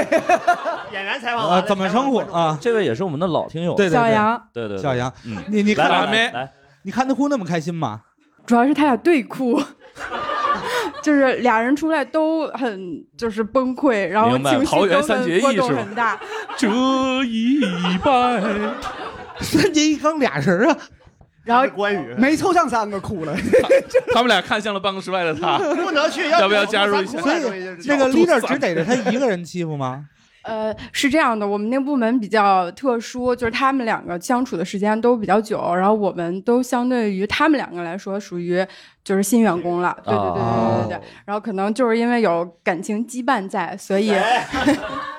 Speaker 2: 演员采访
Speaker 5: 啊，
Speaker 2: 完了
Speaker 5: 怎么称呼啊？
Speaker 1: 这位也是我们的老听友
Speaker 5: 对对对
Speaker 16: 小杨
Speaker 1: 对对，
Speaker 5: 小杨
Speaker 1: 嗯，
Speaker 5: 你你看
Speaker 1: 来
Speaker 5: 他
Speaker 1: 来来来，
Speaker 5: 你看他哭那么开心吗？
Speaker 16: 主要是他俩 对哭，就是俩人出来都很就是崩溃，然后
Speaker 3: 明白
Speaker 16: 情绪
Speaker 3: 桃园
Speaker 16: 都
Speaker 3: 三结
Speaker 16: 很
Speaker 3: 义
Speaker 16: 波动
Speaker 3: 是吧
Speaker 16: 很大。
Speaker 3: 这一拜，
Speaker 5: 三结义刚俩人啊，
Speaker 16: 然后
Speaker 2: 关羽
Speaker 13: 没凑上三个哭了，
Speaker 3: 他们俩看 向了办公室外的他，
Speaker 2: 不能去
Speaker 3: 要不要加入一下？
Speaker 5: 所以那个 leader 只逮着他一个人欺负吗？
Speaker 16: 呃，是这样的，我们那个部门比较特殊，就是他们两个相处的时间都比较久，然后我们都相对于他们两个来说属于就是新员工
Speaker 3: 啊
Speaker 16: 了，对对对对对对
Speaker 3: 哦
Speaker 16: 对。然后可能就是因为有感情羁绊在，所以、
Speaker 3: 哎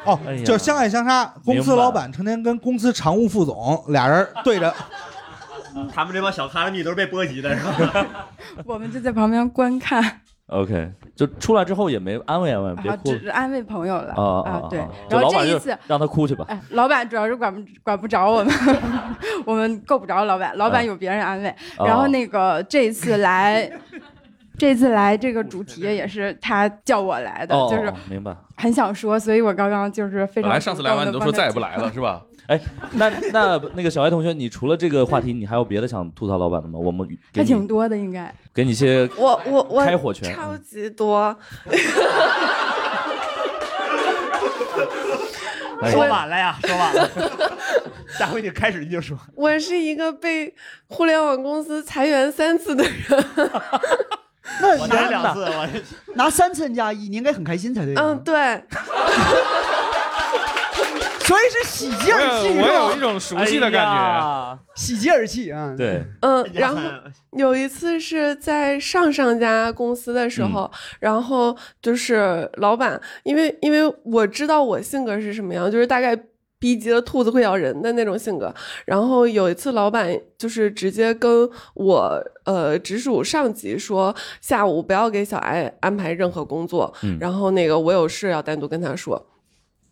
Speaker 5: 哦
Speaker 1: 哎
Speaker 16: 呀，
Speaker 5: 就是相爱相杀，公司
Speaker 2: 明白
Speaker 5: 老板成天跟公司常务副总俩人对着，
Speaker 2: 嗯他们这帮小卡拉米都是被波及的，是吧？
Speaker 16: 我们就在旁边观看，
Speaker 1: OK，就出来之后也没安慰安慰，别
Speaker 16: 然后
Speaker 1: 哭
Speaker 16: 啊只是安慰朋友了
Speaker 1: 啊啊
Speaker 16: 啊，对
Speaker 1: 啊。就
Speaker 16: 然后
Speaker 1: 老
Speaker 16: 这
Speaker 1: 板
Speaker 16: 一
Speaker 1: 就
Speaker 16: 次，
Speaker 1: 让他哭去吧。
Speaker 16: 哎，老板主要是管不管不着我们， 我们够不着老板，老板
Speaker 1: 嗯
Speaker 16: 有别人安慰。
Speaker 1: 哦
Speaker 16: 然后那个这一次来， 这次来这个主题也是他叫我来的，
Speaker 1: 哦，
Speaker 16: 就是
Speaker 1: 哦明白。
Speaker 16: 很想说，所以我刚刚就是非
Speaker 1: 本
Speaker 16: 常
Speaker 1: 来
Speaker 16: 主
Speaker 1: 上次
Speaker 16: 动
Speaker 1: 来完
Speaker 16: 地
Speaker 1: 你都
Speaker 16: 帮
Speaker 1: 说
Speaker 16: 他
Speaker 1: 再也
Speaker 16: 解
Speaker 1: 不来
Speaker 16: 释
Speaker 1: 了是吧？哎，那那那个小爱同学，你除了这个话题，你还有别的想吐槽老板的吗？我们给
Speaker 16: 还挺
Speaker 1: 你
Speaker 16: 多的应该。
Speaker 1: 给你一些
Speaker 14: 我我我
Speaker 1: 开火权
Speaker 14: 超级多。
Speaker 1: 哎呀
Speaker 2: 说晚了呀，说 晚了。下回你开始你就说。
Speaker 14: 我是一个被互联网公司裁员三次的人。
Speaker 13: 那
Speaker 14: 我
Speaker 2: 拿两次我
Speaker 13: 拿三次 N 加一，你应该很开心才对。啊
Speaker 14: 嗯，对。
Speaker 13: 所以是喜极而泣，
Speaker 14: 我
Speaker 13: 是吧
Speaker 14: 我有一种
Speaker 8: 熟悉的感觉哎
Speaker 1: 啊
Speaker 8: 呀，
Speaker 13: 喜极而泣啊。
Speaker 1: 对，
Speaker 14: 嗯，然 后有一次是在上上家公司的时候，然后就是老板，因为因为我知道我性格是什么样，就是大概逼急了兔子会咬人的那种性格。然后有一次，老板就是直接跟我呃直属上级说，下午不要给小艾安排任何工作，
Speaker 15: 嗯
Speaker 14: 然后那个我有事要单独跟他说。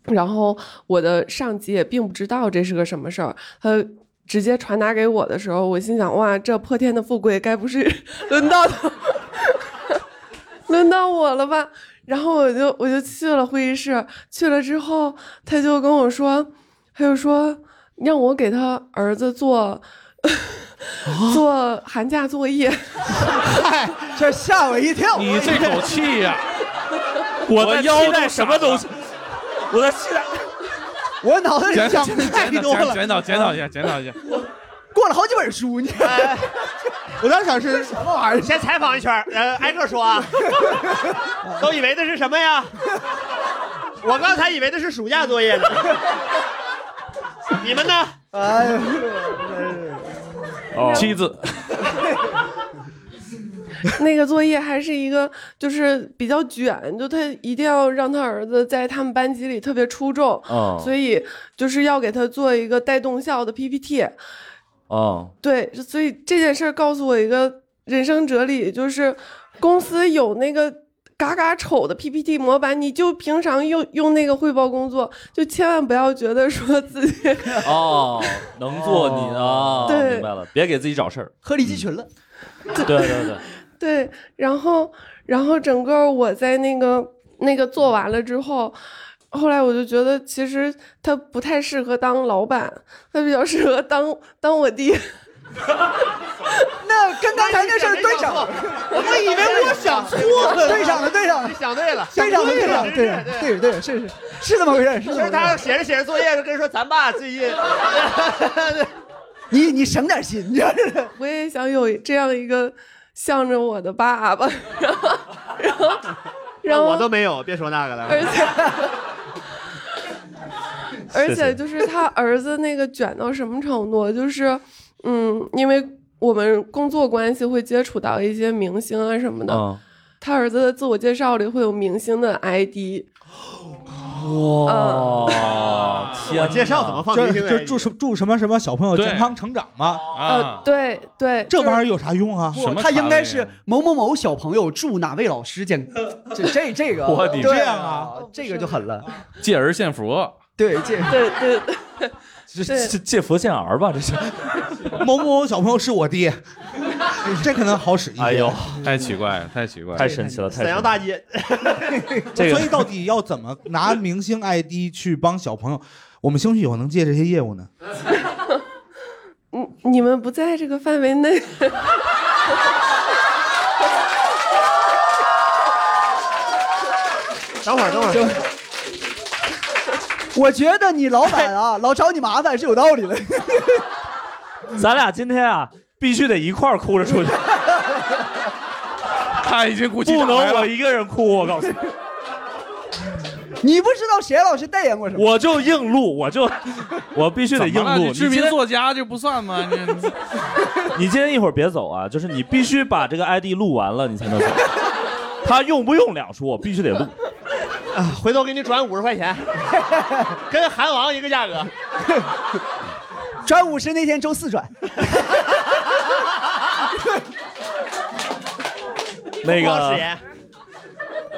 Speaker 14: 然后我的上级也并不知道这是个什么事儿，他直接传达给我的时候，我心想：哇，这破天的富贵，该不是 轮到他 轮到我了吧？然后我就我就去了会议室，去了之后，他就跟我说，他就说让我给他儿子做 做寒假作业。嗨，
Speaker 13: 这吓我一跳！
Speaker 3: 你这口气 呀、
Speaker 13: 我
Speaker 3: 的
Speaker 13: 腰
Speaker 3: 期待什么东西？我的期待，
Speaker 13: 我脑袋里
Speaker 3: 检
Speaker 13: 想太多了。
Speaker 3: 检检讨检讨一下，检讨一下。
Speaker 13: 过了好几本书，你看。
Speaker 5: 哎我当时想是
Speaker 2: 什么玩意儿？先采访一圈儿，呃，挨个说啊。都以为的是什么呀？我刚才以为的是暑假作业呢。你们呢？
Speaker 13: 哎呦，
Speaker 1: 哦，妻子，
Speaker 14: 那个作业还是一个就是比较卷，就他一定要让他儿子在他们班级里特别出众，
Speaker 1: 哦
Speaker 14: 所以就是要给他做一个带动效的 PPT。
Speaker 1: 哦，
Speaker 14: 对，所以这件事儿告诉我一个人生哲理，就是公司有那个嘎嘎丑的 PPT 模板，你就平常用用那个汇报工作，就千万不要觉得说自己
Speaker 1: 哦，能做你啊，
Speaker 14: 哦对
Speaker 1: 明白了，别给自己找 事儿。
Speaker 14: 合理集群了。
Speaker 1: 对对对，
Speaker 14: 对，然后然后整个我在那个那个做完了之后，后来我就觉得其实他不太适合当老板，他比较适合当当我爹。
Speaker 13: 那跟刚才那事儿对上了，
Speaker 2: 我都以为我想错了
Speaker 13: 对上了，对上了，
Speaker 2: 你想对了
Speaker 13: 对上了，
Speaker 2: 想对
Speaker 13: 对上
Speaker 2: 了
Speaker 13: 了，对上了，对了，对了，是是是这么回事儿，是这
Speaker 2: 其
Speaker 13: 么回事
Speaker 2: 实
Speaker 13: 儿
Speaker 2: 他写着写着作业，就跟说咱爸最近，
Speaker 13: 你你省点心，你知道是
Speaker 14: 我也想有这样一个向着我的爸爸，然后然后然后
Speaker 2: 我都没有，别说那个了。
Speaker 14: 而且而
Speaker 2: 谢谢
Speaker 14: 且就是他儿子那个卷到什么程度，就是嗯，因为我们工作关系会接触到一些明星啊什么的，
Speaker 1: 嗯，
Speaker 14: 他儿子的自我介绍里会有明星的 ID，嗯
Speaker 1: 哇，天哪！
Speaker 5: 我介绍怎么放明星的 ID？
Speaker 1: 祝
Speaker 5: 什祝什么什么小朋友健康成长吗？
Speaker 13: 啊
Speaker 14: 对对，
Speaker 5: 哦这玩意儿有啥用啊？
Speaker 13: 不，他应该是某某某小朋友祝哪位老师健， 这这这个，
Speaker 8: 我的
Speaker 13: 对
Speaker 8: 妈这样
Speaker 13: 啊，这个就狠了，
Speaker 8: 借儿献佛，
Speaker 13: 对借
Speaker 14: 对对对，
Speaker 1: 这这借佛献儿吧，这是。
Speaker 5: 某某某小朋友是我爹，这可能好使一些。哎呦，
Speaker 8: 太奇怪了，太奇怪了，
Speaker 1: 太神奇了太
Speaker 2: 沈阳 大街，
Speaker 1: 这个
Speaker 5: 所以到底要怎么拿明星 ID 去帮小朋友？我们兴许以后能接这些业务呢？
Speaker 14: 嗯，你们不在这个范围内。
Speaker 2: 等会儿等会
Speaker 13: 儿。 我觉得你老板啊，老找你麻烦是有道理的。
Speaker 1: 咱俩今天啊，必须得一块儿哭着出去。
Speaker 8: 他已经
Speaker 13: 哭泣
Speaker 1: 不
Speaker 13: 上来
Speaker 1: 能
Speaker 13: 了
Speaker 1: 我一个人哭，我告诉你，
Speaker 13: 你不知道谁老师代言过什么？
Speaker 1: 我就硬录，我就
Speaker 2: 啊
Speaker 1: 我必须得硬
Speaker 8: 怎么了
Speaker 1: 录。
Speaker 8: 你知
Speaker 1: 今
Speaker 8: 名
Speaker 1: 天
Speaker 8: 作家这不算吗？你
Speaker 1: 你今天一会儿别走啊，就是你必须把这个 ID 录完了，你才能走。他用不用两说，我必须得录。
Speaker 2: 回头给你转五十块钱，跟韩王一个价格。
Speaker 13: 转五十那天周四转，
Speaker 1: 那
Speaker 2: 光
Speaker 1: 个
Speaker 2: 史，炎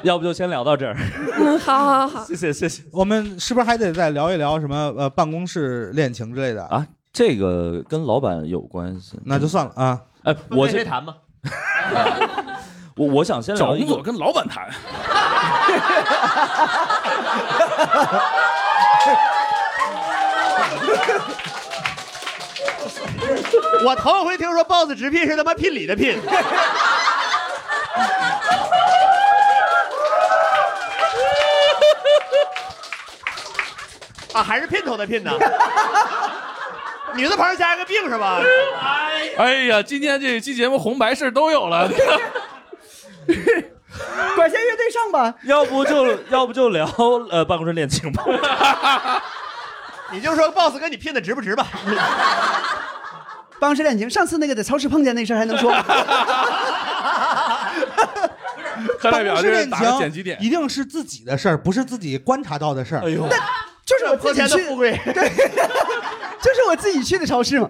Speaker 1: 要不就先聊到这儿。
Speaker 14: 嗯，好好好，
Speaker 1: 谢谢谢谢。
Speaker 5: 我们是不是还得再聊一聊什么呃办公室恋情之类的
Speaker 1: 啊？
Speaker 5: 这个
Speaker 1: 呃，跟老板有关系，
Speaker 5: 那就算了啊。
Speaker 1: 哎，我
Speaker 2: 跟谁
Speaker 1: 这
Speaker 2: 谈吧？
Speaker 1: 我我想先
Speaker 8: 找
Speaker 1: 聊一
Speaker 8: 工
Speaker 1: 个
Speaker 8: 作跟老板谈，
Speaker 2: 我头一回听说 boss 直聘是他妈聘礼的聘。 啊，还是姘头的姘呢？ 女字旁加一个病是吧？
Speaker 8: 哎呀，今天这期节目红白事都有了，
Speaker 13: 管弦乐队上吧。
Speaker 1: 要不就要不就聊呃办公室恋情 吧。
Speaker 2: 你就说 boss 跟你聘的值不 值吧。
Speaker 13: 办公室恋情，上次那个在超市碰见那事儿还能 说吗？
Speaker 8: 课
Speaker 5: 办
Speaker 8: 代表
Speaker 5: 公
Speaker 8: 就
Speaker 5: 室
Speaker 8: 是
Speaker 5: 恋
Speaker 8: 打个剪辑
Speaker 5: 情
Speaker 8: 点，
Speaker 5: 一定是自己的事儿，不是自己观察到的事儿。哎呦，
Speaker 13: 就是我自己
Speaker 2: 这泼天
Speaker 13: 去
Speaker 2: 的富贵，
Speaker 13: 对，就是我自己去的超市嘛。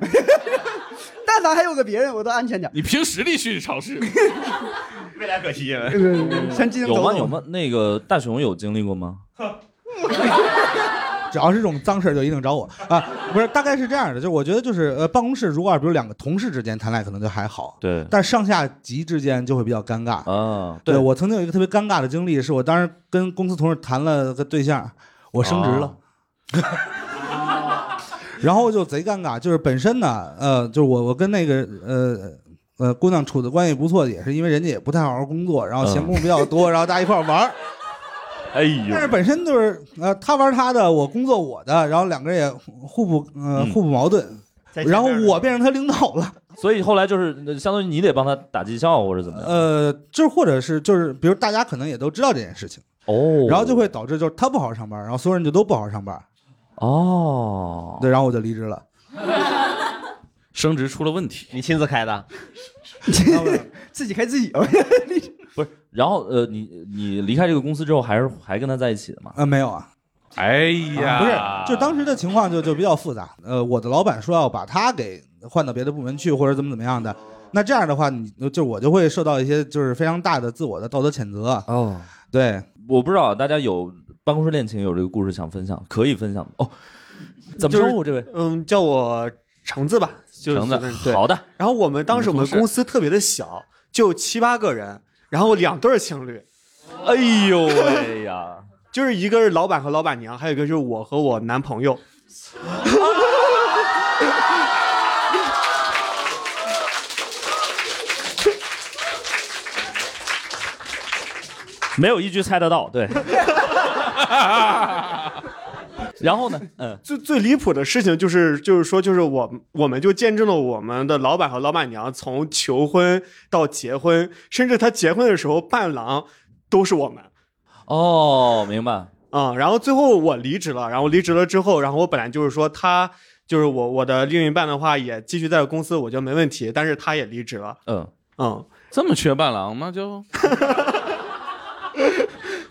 Speaker 13: 但凡还有个别人，我都安全点儿。
Speaker 8: 你凭实力去 超市，
Speaker 2: 未来可期。
Speaker 13: 像技能
Speaker 1: 有
Speaker 13: 走
Speaker 1: 吗
Speaker 13: 走
Speaker 1: 有吗？那个大熊有经历过吗？
Speaker 5: 只要是这种脏事儿就一定找我啊！不是，大概是这样的，就是我觉得就是呃，办公室如果比如两个同事之间谈恋爱可能就还好，
Speaker 1: 对
Speaker 5: 但上下级之间就会比较尴尬
Speaker 1: 啊。
Speaker 5: 对我曾经有一个特别尴尬的经历，是我当时跟公司同事谈了个对象，我升职
Speaker 1: 啊哦
Speaker 5: 了。然后就贼尴尬，就是本身呢，呃，就是我我跟那个呃呃姑娘处的关系不错，也是因为人家也不太好好工作，
Speaker 1: 嗯
Speaker 5: 然后闲工夫比较多，然后大家一块儿玩儿。
Speaker 1: 哎呦
Speaker 5: 但是本身就是呃，他玩他的，我工作我的，然后两个人也互不呃
Speaker 1: 嗯
Speaker 5: 互不矛盾，
Speaker 1: 在前
Speaker 5: 然后
Speaker 1: 面
Speaker 5: 我变成他领导了，
Speaker 1: 所以后来就是呃相当于你得帮他打绩效或者怎么样。
Speaker 5: 呃，就是或者是就是，比如大家可能也都知道这件事情，
Speaker 1: 哦，
Speaker 5: 然后就会导致就是他不好好上班，然后所有人就都不好好上班，
Speaker 1: 哦，
Speaker 5: 对，然后我就离职了。
Speaker 8: 升职出了问题，
Speaker 7: 你亲自开的，
Speaker 4: 自己开自
Speaker 13: 哦
Speaker 4: 己。
Speaker 1: 不是，然后呃，你你离开这个公司之后，还是还跟他在一起的吗？
Speaker 5: 啊、没有啊。
Speaker 8: 哎
Speaker 5: 啊不是，就当时的情况就就比较复杂。呃，我的老板说要把他给换到别的部门去，或者怎么怎么样的。那这样的话，你就我就会受到一些就是非常大的自我的道德谴责。
Speaker 1: 哦，
Speaker 5: 对，
Speaker 1: 我不知道大家有办公室恋情有这个故事想分享，可以分享吗哦。怎么
Speaker 2: 就是
Speaker 1: 称呼这位？
Speaker 2: 嗯，叫我橙子吧，就是
Speaker 1: 橙子
Speaker 2: 对
Speaker 1: 好的。
Speaker 2: 然后我们当时我们公司特别的小，就七八个人，然后两对儿情侣。
Speaker 1: 哎呦喂呀！
Speaker 2: 就是一个是老板和老板娘，还有一个就是我和我男朋友。
Speaker 1: 啊没有一句猜得到，对。 然后呢？嗯，
Speaker 2: 最最离谱的事情就是，就是说，就是我我们就见证了我们的老板和老板娘从求婚到结婚，甚至他结婚的时候伴郎都是我们。
Speaker 1: 哦，明白。
Speaker 2: 啊、然后最后我离职了，然后离职了之后，然后我本来就是说他就是我我的另一半的话也继续在公司，我觉得没问题，但是他也离职了。
Speaker 1: 嗯
Speaker 2: 嗯，
Speaker 8: 这么缺伴郎吗？就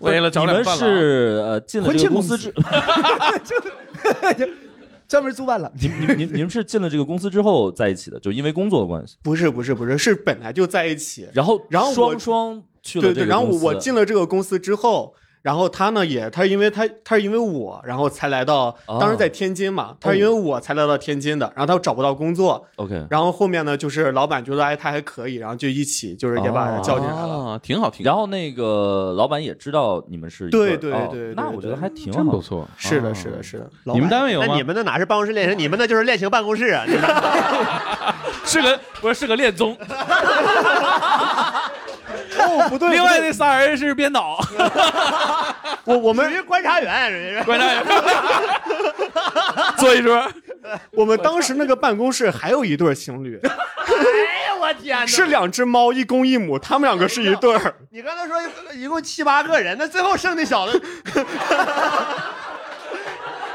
Speaker 1: 不是
Speaker 8: 为了啊找
Speaker 1: 你
Speaker 8: 两
Speaker 1: 们
Speaker 8: 伴郎
Speaker 1: 是呃进了这个公 司之，
Speaker 4: 专门租伴郎。
Speaker 1: 你们你们你们是进了这个公司之后在一起的，就因为工作的关系。
Speaker 2: 不是不是不是，是本来就在一起，
Speaker 1: 然后
Speaker 2: 然后
Speaker 1: 双双去了
Speaker 2: 对
Speaker 1: 这
Speaker 2: 对，
Speaker 1: 个
Speaker 2: 然后
Speaker 1: 公
Speaker 2: 我
Speaker 1: 司
Speaker 2: 我进了这个公司之后。然后他呢也，他是因为他他是因为我，然后才来到，当时在天津嘛，他是因为我才来到天津的，然后他找不到工作，
Speaker 1: OK，
Speaker 2: 然后后面呢就是老板觉得哎他还可以，然后就一起就是也把他叫进来了。
Speaker 1: 了，哦挺好听。然后那个老板也知道你们是一
Speaker 2: 对
Speaker 1: 对哦
Speaker 2: 对对对
Speaker 1: 那
Speaker 2: 对
Speaker 1: 我觉得还挺好，哦
Speaker 2: 真不
Speaker 8: 错
Speaker 2: 是的是的是的
Speaker 1: 你们单位有
Speaker 7: 那
Speaker 1: 吗
Speaker 7: 你们那哪是办公室恋情，你们那就是恋情办公室啊！你们
Speaker 8: 是个不是是个恋综？
Speaker 2: 哦，不对，
Speaker 8: 另外那仨人是编导，
Speaker 2: 我我们
Speaker 7: 是观察员，人家是
Speaker 8: 观察员。
Speaker 2: 坐一桌。我们当时那个办公室还有一对情 侣，
Speaker 1: 啊
Speaker 7: 哎呀，我天哪！
Speaker 2: 是两只猫，一公一母，他们两个是一对儿。
Speaker 7: 你刚才说一共七八个人，那最后剩那小子，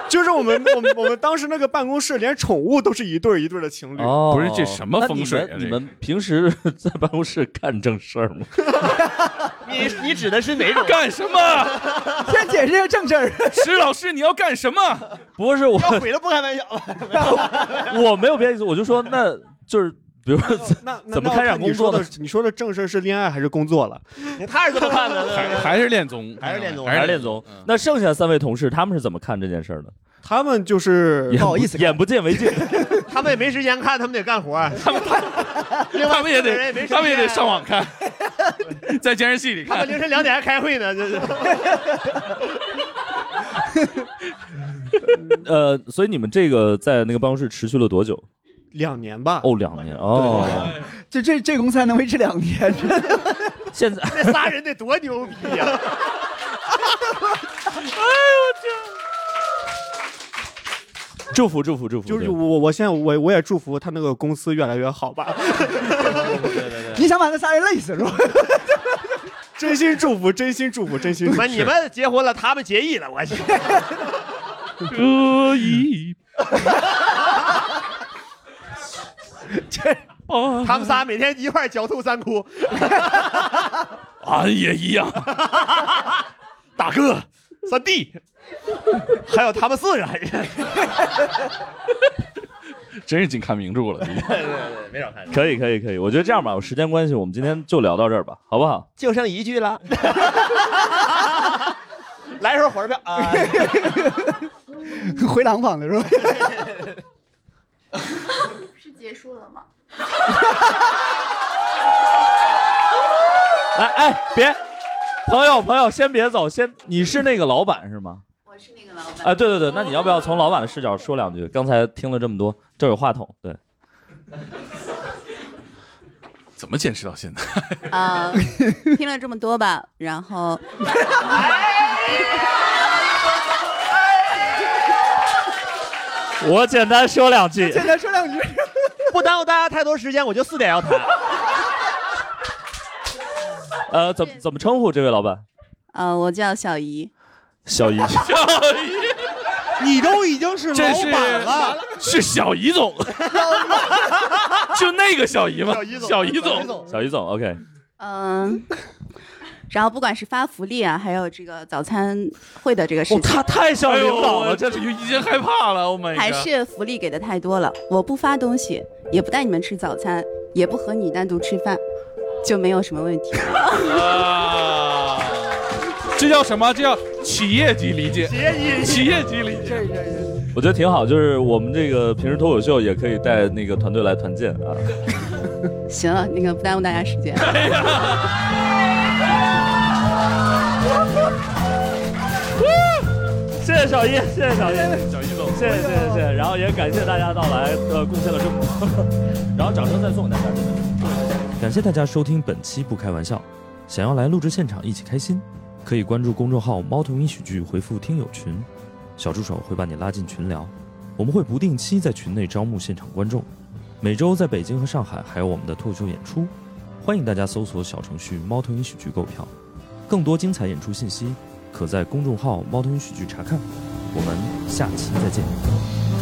Speaker 2: 就是我们我们我们当时那个办公室连宠物都是一对儿一对儿的情侣。
Speaker 1: 哦，那
Speaker 2: 那
Speaker 1: 你们
Speaker 2: 你
Speaker 1: 你
Speaker 2: 们
Speaker 1: 们平时 在办公室干正事儿吗？
Speaker 7: 你你指的是哪种？
Speaker 8: 干 什么？
Speaker 4: 先解释这个正事儿。
Speaker 8: 石老师，你要干什么？
Speaker 1: 不是我，
Speaker 7: 要毁了不开 玩笑了。
Speaker 1: 我没有别的意思，我就说那就是比如说
Speaker 2: 那那
Speaker 1: 怎么开展工作
Speaker 2: 那我看你？
Speaker 1: 呢
Speaker 2: 说的你说的正事儿是恋爱还是工作了？
Speaker 7: 他是这么看的，
Speaker 8: 还还是恋综，还是
Speaker 7: 恋
Speaker 1: 还是恋综？那剩下三位同事他们是怎么看这件事儿的？
Speaker 2: 他们就是
Speaker 1: 不好意思，眼不 见为净。
Speaker 7: 他们也没时间看，他们得干活儿。他们另外
Speaker 8: 他们也
Speaker 7: 四个人没
Speaker 8: 得，
Speaker 7: 时
Speaker 8: 他们也得
Speaker 7: 间
Speaker 8: 上网 看，在监视器里
Speaker 7: 他
Speaker 8: 看
Speaker 7: 们。凌晨两点还开会呢，这是。
Speaker 1: 呃，所以你们这个在那个办公室持续了多久？
Speaker 2: 两年吧。
Speaker 1: 哦，两年哦。
Speaker 4: 这这这公司还能维持两天？
Speaker 1: 现在
Speaker 7: 那仨人得多牛逼呀、 哎
Speaker 1: 祝福祝福祝福！
Speaker 2: 就是我我现在我我也祝福他那个公司越来越 好吧。
Speaker 4: 你想把那仨人累死是 吧？
Speaker 2: 真心祝福，真心祝福，真心
Speaker 7: 我
Speaker 2: 祝
Speaker 7: 天！们
Speaker 2: 福。
Speaker 7: 你们结婚了，他们结义了， 我去。
Speaker 8: 可以。
Speaker 7: 这
Speaker 1: 哦
Speaker 7: 他们仨每天一块儿狡兔三窟。
Speaker 1: 啊
Speaker 8: 俺也一 样，
Speaker 7: 大哥，三弟，还有他们 四个，还是
Speaker 8: 真是仅看名著了。
Speaker 7: 对对，没少看。
Speaker 1: 可以可以可以，我觉得这样吧，我时间关系，我们今天就聊到这儿吧，好不好？
Speaker 7: 就剩一句了。 来时候火车 票啊！
Speaker 4: 回廊坊的是吧？
Speaker 17: 是结束了 吗？
Speaker 1: 来，哎，别，朋友朋友，先别走，先，你是那个老板是吗？
Speaker 17: 我是那个老板。
Speaker 1: 哎，对对对，那你要不要从老板的视角说两句？刚才听了这么多，这儿有话筒， 对，
Speaker 8: 怎么坚持到现在？
Speaker 18: 啊、听了这么多吧，然后，
Speaker 1: 我简单说两句
Speaker 4: 简单说两句。
Speaker 2: 不耽误大家太多时间，我就四点要谈。
Speaker 1: 呃，怎么怎么称呼这位老板？
Speaker 18: 呃，我叫小姨，
Speaker 1: 小姨，
Speaker 5: 你都已经 是
Speaker 3: 这
Speaker 5: 老
Speaker 3: 是
Speaker 5: 板了，
Speaker 3: 是小姨总， 就那个小姨吗？小姨总，
Speaker 1: 小姨总，OK。
Speaker 18: 嗯、然后不管是发福利啊，还有这个早餐会的这个事情，
Speaker 3: 哦
Speaker 1: 他太
Speaker 5: 哎
Speaker 1: 像
Speaker 3: 领
Speaker 8: 哎
Speaker 1: 导
Speaker 3: 了，这就已经害怕了。Oh my god！
Speaker 18: 还是福利给的太多了。我不发东西，也不带你们吃早餐，也不和你单独吃饭，就没有什么问题。
Speaker 3: 啊，这叫什么？这叫企业级理解，企
Speaker 2: 业 级
Speaker 3: 企业级理解。
Speaker 1: 我觉得挺好，就是我们这个平时脱口秀也可以带那个团队来团建啊。
Speaker 18: 行了，那个不耽误大家时间。
Speaker 1: 谢谢小一，谢谢小一，小一总，谢谢谢谢谢谢，然后也感谢大家到来，呃，贡献了这么多， 然后掌声再送给大家。 感谢大家收听本期《不开玩笑》，想要来录制现场一起开心，可以关注公众号“猫头鹰喜剧”，回复“听友群”，小助手会把你拉进群聊。我们会不定期在群内招募现场观众，每周在北京和上海还有我们的脱口秀演出，欢迎大家搜索小程序“猫头鹰喜剧”购票。更多精彩演出信息，可在公众号“猫头鹰喜剧”查看。我们下期再见。